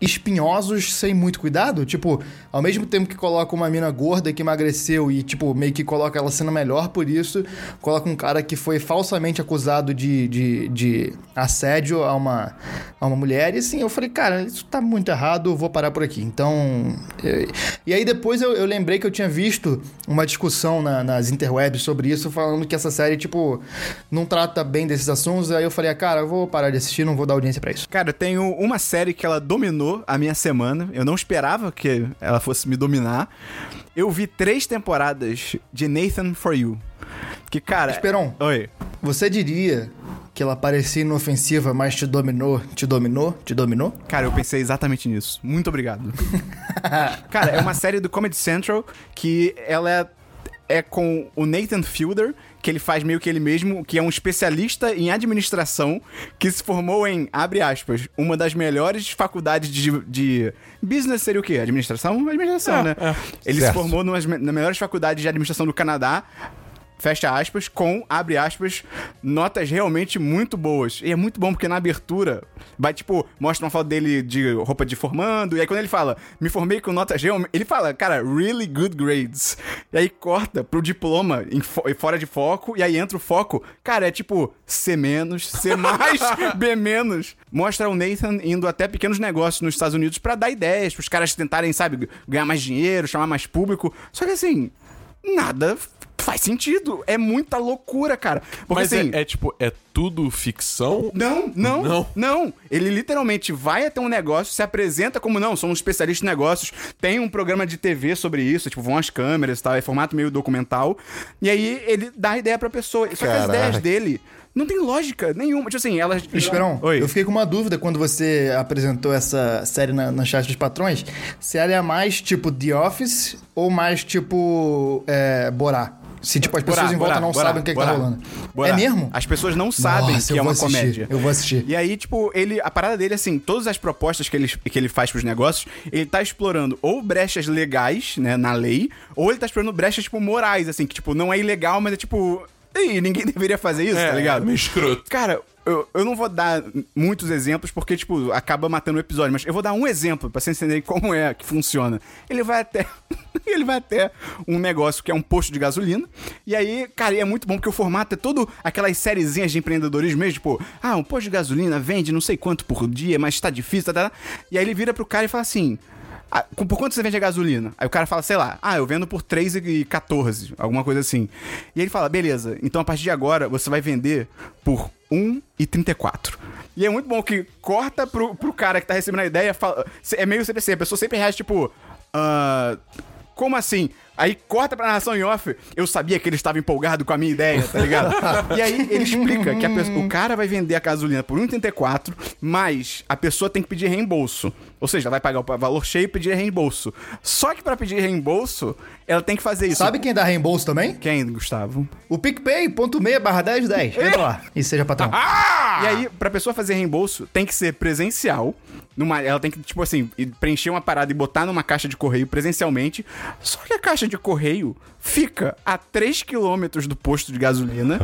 Speaker 3: espinhosos, sem muito cuidado. Tipo, ao mesmo tempo que coloca uma mina gorda que emagreceu e, tipo, meio que coloca ela sendo melhor por isso, coloca um cara que foi falsamente acusado de, de, de assédio a uma, a uma mulher. E assim, eu falei, cara, isso tá muito errado, eu vou parar por aqui. Então. eh, E aí depois eu, eu lembrei que eu tinha visto uma discussão na- nas interwebs sobre isso, falando que essa série, tipo, não trata bem desses assuntos. Aí eu falei, ah, cara, eu vou parar de assistir, não vou dar audiência pra isso.
Speaker 1: Cara, eu tenho uma série que ela dominou a minha semana. Eu não esperava que ela fosse me dominar. Eu vi três temporadas de Nathan for You. Que, cara.
Speaker 3: Esperon.
Speaker 1: Oi.
Speaker 3: Você diria que ela parecia inofensiva, mas te dominou, te dominou, te dominou?
Speaker 1: Cara, eu pensei exatamente nisso. Muito obrigado. Cara, é uma série do Comedy Central que ela é, é com o Nathan Fielder, que ele faz meio que ele mesmo, que é um especialista em administração, que se formou em, abre aspas, uma das melhores faculdades de, de business seria o quê? Administração? Administração, né? Ele
Speaker 2: Certo.
Speaker 1: se formou numas me- nas melhores faculdades de administração do Canadá. Fecha aspas, com, abre aspas, notas realmente muito boas. E é muito bom porque na abertura vai, tipo, mostra uma foto dele de roupa de formando. E aí quando ele fala, me formei com notas realmente. Ele fala, cara, really good grades. E aí corta pro diploma em fo- fora de foco. E aí entra o foco. Cara, é tipo, C menos, C mais, B menos. Mostra o Nathan indo até pequenos negócios nos Estados Unidos pra dar ideias, pros caras tentarem, sabe, ganhar mais dinheiro, chamar mais público. Só que assim, nada f- faz sentido. É muita loucura, cara. Porque
Speaker 4: Mas é-
Speaker 1: assim.
Speaker 4: é, tipo, é tudo ficção?
Speaker 1: Não, não,
Speaker 4: Não.
Speaker 1: não, Ele literalmente vai até um negócio, se apresenta como não, somos especialistas em negócios, tem um programa de TV sobre isso, tipo, vão as câmeras e tal, é formato meio documental. E aí ele dá a ideia pra pessoa. Só que as
Speaker 2: Caraca.
Speaker 1: ideias dele não tem lógica nenhuma. Tipo assim, elas.
Speaker 3: Esperão,
Speaker 1: Oi.
Speaker 3: eu fiquei com uma dúvida quando você apresentou essa série na, na chat dos patrões, se ela é mais tipo The Office ou mais tipo é, Borá. Se tipo as pessoas
Speaker 1: Bora,
Speaker 3: em volta
Speaker 1: bora,
Speaker 3: não
Speaker 1: bora,
Speaker 3: sabem o que, é que tá
Speaker 1: bora.
Speaker 3: rolando.
Speaker 1: Bora.
Speaker 3: É mesmo?
Speaker 1: As pessoas não sabem
Speaker 3: Nossa,
Speaker 1: que
Speaker 3: eu
Speaker 1: é
Speaker 3: vou
Speaker 1: uma
Speaker 3: assistir,
Speaker 1: comédia.
Speaker 3: eu vou assistir.
Speaker 1: E aí, tipo, ele, a parada dele é assim, todas as propostas que ele, que ele faz pros negócios, ele tá explorando ou brechas legais, né, na lei, ou ele tá explorando brechas, tipo, morais, assim, que, tipo, não é ilegal, mas é tipo. Ei, ninguém deveria fazer isso, tá ligado?
Speaker 4: É, meio escroto.
Speaker 1: Cara, eu, eu não vou dar muitos exemplos porque, tipo, acaba matando o episódio, mas eu vou dar um exemplo pra você entender como é que funciona. Ele vai até. ele vai até um negócio que é um posto de gasolina. E aí, cara, e é muito bom porque o formato é todo aquelas sériezinhas de empreendedorismo mesmo, tipo, ah, um posto de gasolina vende não sei quanto por dia, mas tá difícil, tá, tá, tá. E aí ele vira pro cara e fala assim. Ah, com- por quanto você vende a gasolina? Aí o cara fala, sei lá, ah, eu vendo por 3,14, alguma coisa assim. E ele fala, beleza, então a partir de agora você vai vender por 1,34. E é muito bom que corta pro, pro cara que tá recebendo a ideia, fala- é meio sempre assim, a pessoa sempre reage tipo, ah, como assim? Aí corta pra narração em off, eu sabia que ele estava empolgado com a minha ideia, tá ligado? e aí ele explica que a pessoa- o cara vai vender a gasolina por 1,34, mas a pessoa tem que pedir reembolso. Ou seja, ela vai pagar o valor cheio e pedir reembolso. Só que pra pedir reembolso, ela tem que fazer isso.
Speaker 3: Sabe quem dá reembolso também?
Speaker 1: Quem, Gustavo?
Speaker 3: O picpay.me barra 1010. Entra lá e seja patrão.
Speaker 1: Ah, E aí, pra pessoa fazer reembolso, tem que ser presencial. Numa, ela tem que, tipo assim, e- preencher uma parada e botar numa caixa de correio presencialmente. Só que a caixa de correio fica a 3 km do posto de gasolina.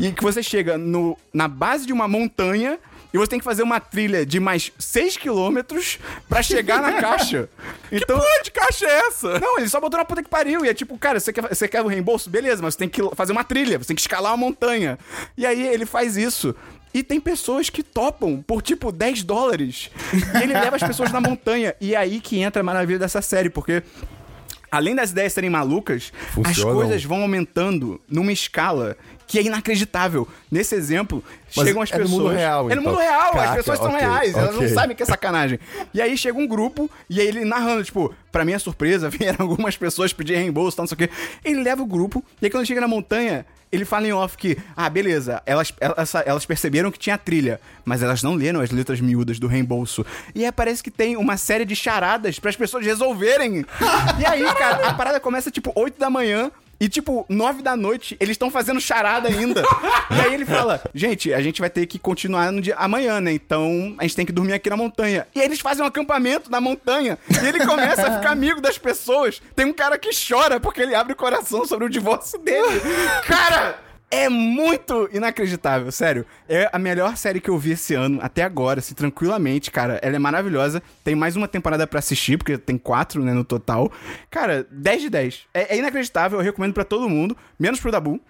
Speaker 1: e que você chega no, na base de uma montanha e você tem que fazer uma trilha de mais 6 quilômetros pra chegar na caixa. Então, que porra de caixa é essa? Não, ele só botou na puta que pariu. E é tipo, cara, você quer, você quer o reembolso? Beleza, mas você tem que fazer uma trilha, você tem que escalar uma montanha. E aí ele faz isso. E tem pessoas que topam por tipo 10 dólares. E ele leva as pessoas na montanha. E é aí que entra a maravilha dessa série, porque Além das ideias serem malucas, as
Speaker 2: Funcionam.
Speaker 1: coisas vão aumentando numa escala que é inacreditável. Nesse exemplo,
Speaker 2: Mas
Speaker 1: chegam as
Speaker 2: é no
Speaker 1: pessoas.
Speaker 2: mundo real,
Speaker 1: é no
Speaker 2: então.
Speaker 1: mundo real,
Speaker 2: Caraca,
Speaker 1: as pessoas são
Speaker 2: ok,
Speaker 1: reais, elas não
Speaker 2: ok.
Speaker 1: sabem que é sacanagem. E aí chega um grupo, e aí ele narrando, tipo, pra minha surpresa, vieram algumas pessoas pedir reembolso, tal, não sei o quê. Ele leva o grupo, e aí quando chega na montanha, ele fala em off que, ah, beleza, elas, elas, elas perceberam que tinha trilha, mas elas não leram as letras miúdas do reembolso. E aí parece que tem uma série de charadas pras pessoas resolverem. e aí, cara, a parada começa tipo 8 da manhã, e, tipo, nove da noite, eles estão fazendo charada ainda. e aí ele fala: Gente, a gente vai ter que continuar no dia amanhã, né? Então a gente tem que dormir aqui na montanha. E aí eles fazem um acampamento na montanha. E ele começa a ficar amigo das pessoas. Tem um cara que chora porque ele abre o coração sobre o divórcio dele. Cara! É muito inacreditável, sério. É a melhor série que eu vi esse ano, até agora, assim, tranquilamente, cara. Ela é maravilhosa. Tem mais uma temporada pra assistir, porque tem quatro, né, no total. Cara, 10 de 10. É, é inacreditável, eu recomendo pra todo mundo, menos pro Dabu.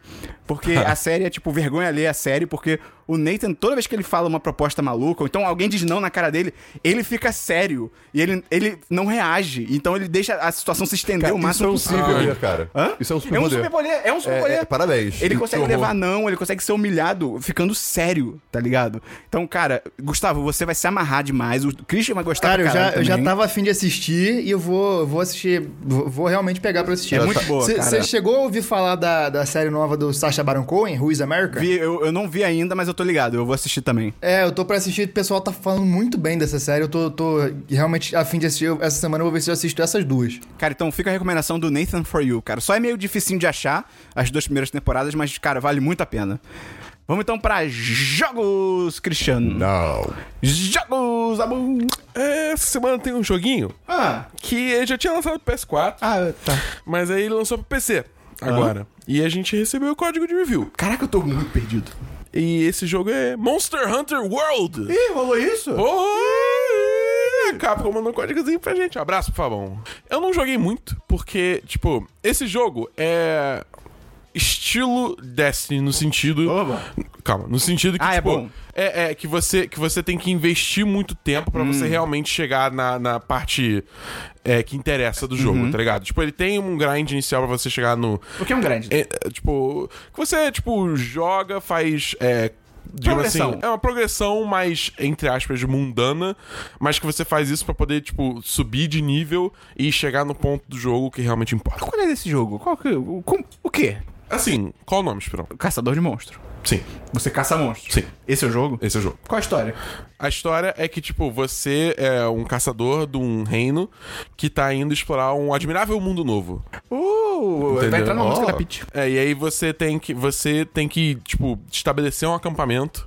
Speaker 1: Porque a série é, tipo, vergonha ler a série, porque o Nathan, toda vez que ele fala uma proposta maluca, ou então alguém diz não na cara dele, ele fica sério. E ele, ele não reage. Então ele deixa a situação se estender o
Speaker 2: isso é
Speaker 1: máximo
Speaker 2: um
Speaker 1: possível.
Speaker 2: superpoder, cara.
Speaker 1: Hã?
Speaker 2: Isso é
Speaker 1: É
Speaker 2: um
Speaker 1: um
Speaker 2: superpoder.
Speaker 1: superpoder, é um superpoder.
Speaker 2: É, é, parabéns.
Speaker 1: Ele
Speaker 2: Que
Speaker 1: consegue
Speaker 2: horror.
Speaker 1: levar não, ele consegue ser humilhado ficando sério, tá ligado? Então, cara, Gustavo, você vai se amarrar demais. O Christian vai gostar
Speaker 3: Cara,
Speaker 1: tá pra
Speaker 3: eu já,
Speaker 1: caralho
Speaker 3: eu já
Speaker 1: também.
Speaker 3: tava afim de assistir e eu vou, vou assistir, vou, vou realmente pegar pra assistir.
Speaker 1: É muito boa, cara.
Speaker 3: Você chegou a ouvir falar da, da série nova do Sacha Baron Cohen, Who is America?
Speaker 1: Vi- eu, eu não vi ainda, mas eu tô ligado, eu vou assistir também.
Speaker 3: É, eu tô pra assistir, o pessoal tá falando muito bem dessa série, eu tô, tô realmente afim de assistir, Eu- essa semana eu vou ver se eu assisto essas duas.
Speaker 1: Cara, então fica a recomendação do Nathan For You, cara. Só é meio dificinho de achar as duas primeiras temporadas, mas, cara, vale muito a pena. Vamos então pra jogos, Cristiano.
Speaker 2: Não.
Speaker 1: Jogos, Abu!
Speaker 4: É, Essa semana tem um joguinho
Speaker 1: Ah,
Speaker 4: que ele já tinha lançado pro PS4,
Speaker 1: ah, tá.
Speaker 4: mas aí ele lançou pro PC agora. E a gente recebeu o código de review.
Speaker 1: Caraca, eu tô muito perdido.
Speaker 4: E esse jogo é Monster Hunter World.
Speaker 1: Ih, rolou isso?
Speaker 4: Oi! A Capcom mandou um códigozinho pra gente. Abraço, por favor. Eu não joguei muito, porque, tipo, esse jogo é. Estilo Destiny, no sentido.
Speaker 1: Oba.
Speaker 4: Calma, no sentido que,
Speaker 1: Ah, é
Speaker 4: tipo,
Speaker 1: bom.
Speaker 4: é, é, que você que você tem que investir muito tempo pra
Speaker 1: Hum.
Speaker 4: você realmente chegar na, na parte é, que interessa do
Speaker 1: Uhum.
Speaker 4: jogo, tá ligado? Tipo, ele tem um grind inicial pra você chegar no.
Speaker 1: O que é um grande?
Speaker 4: É, é, tipo, que você, tipo, joga, faz. É, digamos
Speaker 1: Progressão.
Speaker 4: assim, é uma progressão mais, entre aspas, mundana, mas que você faz isso pra poder, tipo, subir de nível e chegar no ponto do jogo que realmente importa.
Speaker 1: Qual é desse jogo? Qual que. O, com- o quê?
Speaker 4: Assim, qual o nome, Esperão?
Speaker 1: Caçador de monstro.
Speaker 4: Sim,
Speaker 1: Você caça monstro.
Speaker 4: Sim.
Speaker 1: Esse é o jogo?
Speaker 4: esse é o jogo.
Speaker 1: Qual a história?
Speaker 4: A história é que, tipo, você é um caçador de um reino que tá indo explorar um admirável mundo novo.
Speaker 1: Uh, vai
Speaker 4: Entendeu?
Speaker 1: entrar na música
Speaker 2: Ó.
Speaker 1: da Peach.
Speaker 4: É, e aí você tem que. Você tem que, tipo, estabelecer um acampamento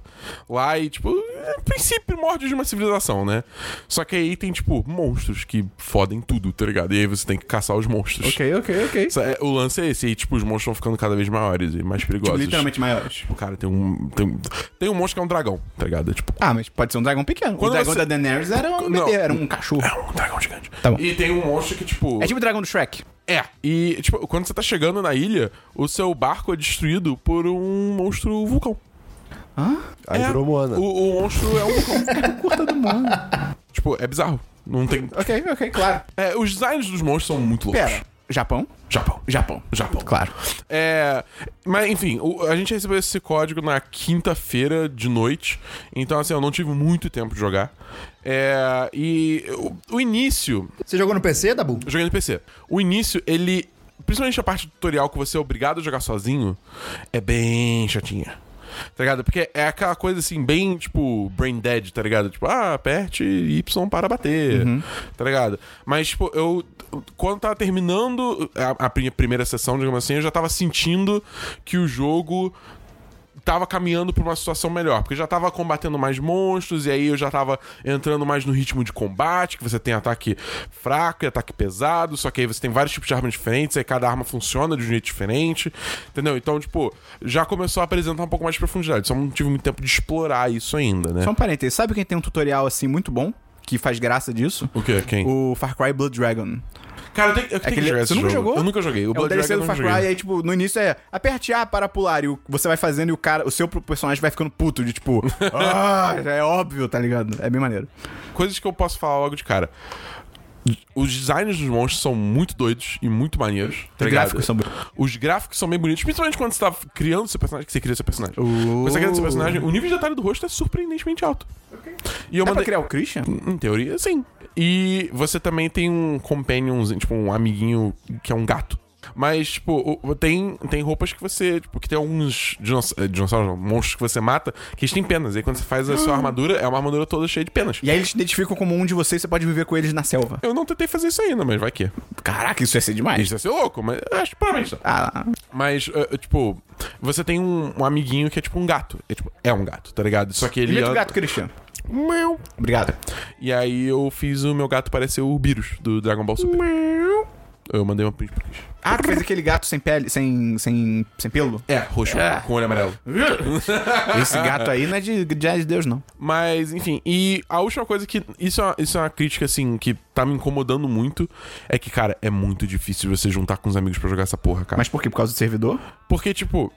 Speaker 4: lá e, tipo, é o princípio primórdio de uma civilização, né? Só que aí tem, tipo, monstros que fodem tudo, tá ligado? E aí você tem que caçar os monstros.
Speaker 1: ok, ok.
Speaker 4: Isso é- O lance é esse, e tipo, os monstros vão ficando cada vez maiores e mais perigosos.
Speaker 1: Literalmente maiores.
Speaker 4: Tipo, cara, tem um. Tem, um- tem um monstro que é um dragão, tá ligado? É, tipo,
Speaker 1: Ah, mas pode ser um dragão pequeno. o
Speaker 4: Quando
Speaker 1: dragão
Speaker 4: você-
Speaker 1: da Daenerys era um,
Speaker 4: Não.
Speaker 1: bebê, era um cachorro.
Speaker 4: é um dragão gigante.
Speaker 1: Tá bom.
Speaker 4: E tem um monstro que, tipo.
Speaker 1: É tipo o dragão do Shrek.
Speaker 4: É. E, tipo, quando você tá chegando na ilha, o seu barco é destruído por um monstro vulcão.
Speaker 2: Aí
Speaker 4: É.
Speaker 2: virou Moana.
Speaker 4: O, o monstro é um vulcão.
Speaker 1: Curta do mundo.
Speaker 4: tipo, é bizarro. Não tem.
Speaker 1: ok, ok, claro.
Speaker 4: É, os designs dos monstros são muito loucos.
Speaker 1: Pera. Japão?
Speaker 4: Japão.
Speaker 1: Japão.
Speaker 4: Japão.
Speaker 1: Claro.
Speaker 4: É. Mas, enfim, o- a gente recebeu esse código na quinta-feira de noite. Então, assim, eu não tive muito tempo de jogar. É. E o- o início
Speaker 3: Você jogou no PC, Dabu?
Speaker 4: Eu joguei no PC. O início, ele. Principalmente a parte do tutorial que você é obrigado a jogar sozinho, é bem chatinha. Tá ligado? Porque é aquela coisa assim, bem tipo, brain dead, tá ligado? Tipo, ah, aperte Y para bater, tá ligado? Mas, tipo, eu. Quando tava terminando a, a pri- primeira sessão, digamos assim, eu já tava sentindo que o jogo tava caminhando pra uma situação melhor, porque eu já tava combatendo mais monstros, e aí eu já tava entrando mais no ritmo de combate, que você tem ataque fraco e ataque pesado, só que aí você tem vários tipos de armas diferentes, aí cada arma funciona de um jeito diferente, entendeu? Então, tipo, já começou a apresentar um pouco mais de profundidade, só não tive muito tempo de explorar isso ainda, né?
Speaker 1: Só um parênteses. Sabe quem tem um tutorial assim muito bom? Que faz graça disso?
Speaker 4: O quê? Quem?
Speaker 1: O É Far Cry Blood Dragon.
Speaker 4: Cara, eu tenho, eu tenho que
Speaker 1: Aquele...
Speaker 4: jogar
Speaker 1: Você
Speaker 4: esse
Speaker 1: nunca
Speaker 4: jogo.
Speaker 1: jogou?
Speaker 4: Eu nunca joguei. O
Speaker 1: é o
Speaker 4: Blood
Speaker 1: DLC
Speaker 4: Dragon
Speaker 1: do
Speaker 4: eu
Speaker 1: Far
Speaker 4: nunca
Speaker 1: Cry,
Speaker 4: joguei.
Speaker 1: aí, tipo, no início é aperte A para pular, e o- você vai fazendo e o cara, o seu personagem vai ficando puto, de tipo, ah, já é óbvio, tá ligado? É bem maneiro.
Speaker 4: Coisas que eu posso falar logo de cara. Os designs dos monstros são muito doidos e muito maneiros. tá ligado?
Speaker 1: gráficos são bonitos. É
Speaker 4: Os gráficos são bem bonitos, principalmente quando você tá criando seu personagem, que você cria seu personagem. Quando você cria seu personagem, o nível de detalhe do rosto é surpreendentemente alto. E eu
Speaker 1: Dá É pra
Speaker 4: mandei...
Speaker 1: criar o Christian?
Speaker 4: Em teoria, sim. E você também tem um companion, tipo, um amiguinho que é um gato. Mas, tipo, o- o- tem, tem roupas que você. Tipo, que tem alguns dinoss- eh, dinossauros, não, monstros que você mata, que eles têm penas. E aí quando você faz a sua armadura, é uma armadura toda cheia de penas.
Speaker 1: E aí eles te identificam como um de vocês, você pode viver com eles na selva.
Speaker 4: Eu não tentei fazer isso ainda, mas vai que.
Speaker 1: Caraca, isso ia ser demais.
Speaker 4: Isso ia ser louco, mas acho que provavelmente não.
Speaker 1: Ah,
Speaker 4: Mas, eh, tipo, você tem um, um amiguinho que é tipo um gato. É, tipo, é um gato, tá ligado? Só que ele.
Speaker 1: Imita o
Speaker 4: anda-
Speaker 1: gato, Christian.
Speaker 4: Miau.
Speaker 1: Obrigado.
Speaker 4: E aí eu fiz o meu gato parecer o Beerus, do Dragon Ball Super. Eu mandei uma print pro Cris.
Speaker 1: Ah, tu fez aquele gato sem pele, sem, sem, sem pelo?
Speaker 4: É, roxo, com olho amarelo.
Speaker 1: Esse gato aí não é de, de Deus, não.
Speaker 4: Mas, enfim, e a última coisa que. Isso é, uma, isso é uma crítica, assim, que tá me incomodando muito. É que, cara, é muito difícil você juntar com os amigos pra jogar essa porra, cara.
Speaker 1: Mas por quê? Por causa do servidor?
Speaker 4: Porque, tipo.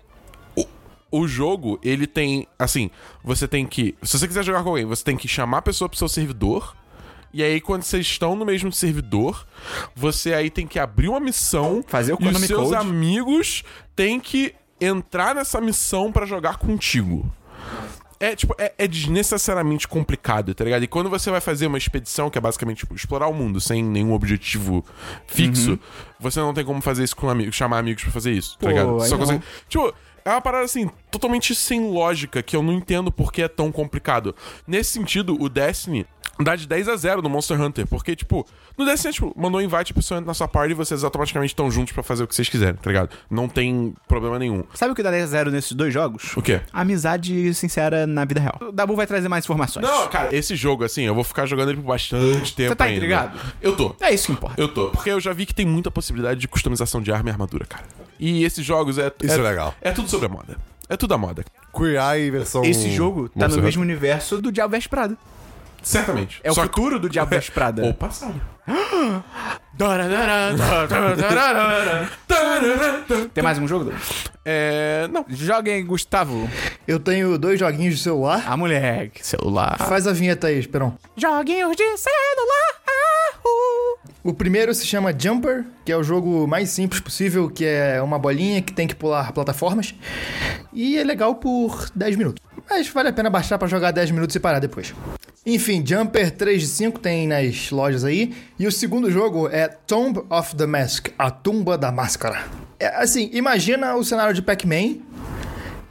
Speaker 4: o- O jogo, ele tem. Assim, você tem que. Se você quiser jogar com alguém, você tem que chamar a pessoa pro seu servidor. E aí, quando vocês estão no mesmo servidor, você aí tem que abrir uma missão.
Speaker 1: Fazer o
Speaker 4: E os
Speaker 1: Konami
Speaker 4: seus
Speaker 1: Code.
Speaker 4: amigos têm que entrar nessa missão pra jogar contigo. É, tipo, é, é desnecessariamente complicado, tá ligado? E quando você vai fazer uma expedição, que é basicamente tipo, explorar o mundo sem nenhum objetivo fixo, você não tem como fazer isso com amigos, chamar amigos pra fazer isso, tá
Speaker 1: Uhum. Pô,
Speaker 4: ligado?
Speaker 1: aí
Speaker 4: Só
Speaker 1: não.
Speaker 4: consegue- Tipo, é uma parada assim, totalmente sem lógica, que eu não entendo por que é tão complicado. Nesse sentido, o Destiny dá de 10 a 0 no Monster Hunter, porque, tipo, no Destiny, tipo, mandou um invite a pessoa entra na sua party e vocês automaticamente estão juntos pra fazer o que vocês quiserem, tá ligado? Não tem problema nenhum.
Speaker 1: Sabe o que dá 10 a 0 nesses dois jogos?
Speaker 4: O quê?
Speaker 1: Amizade sincera na vida real. O Dabu vai trazer mais informações.
Speaker 4: Não, cara, esse jogo, assim, eu vou ficar jogando ele por bastante tempo.
Speaker 1: tá
Speaker 4: ainda.
Speaker 1: intrigado?
Speaker 4: Eu tô.
Speaker 1: É isso que importa.
Speaker 4: Eu tô. Porque eu já vi que tem muita possibilidade de customização de arma e armadura, cara. E esses jogos é.
Speaker 2: Isso é legal.
Speaker 4: É tudo sobre a moda. É tudo a moda.
Speaker 2: Queer Eye versão...
Speaker 1: Esse jogo tá no
Speaker 2: Monster Hunter.
Speaker 1: mesmo universo do Diabo Veste Prada.
Speaker 4: Certamente.
Speaker 1: É o
Speaker 4: Só que-
Speaker 1: futuro do Diabo Veste Prada.
Speaker 4: Ou passado.
Speaker 1: Tem mais um jogo?
Speaker 4: É. Não.
Speaker 1: Joguem, Gustavo.
Speaker 3: Eu tenho dois joguinhos de celular.
Speaker 1: Ah, moleque. Celular.
Speaker 3: Faz a vinheta aí, Esperão.
Speaker 1: Joguinhos de celular. ah, uh.
Speaker 3: O primeiro se chama Jumper, que é o jogo mais simples possível, que é uma bolinha que tem que pular plataformas. E é legal por 10 minutos. Mas vale a pena baixar pra jogar 10 minutos e parar depois. Enfim, Jumper 3 de 5 tem nas lojas aí. E o segundo jogo é Tomb of the Mask, a tumba da máscara. É, assim, imagina o cenário de Pac-Man,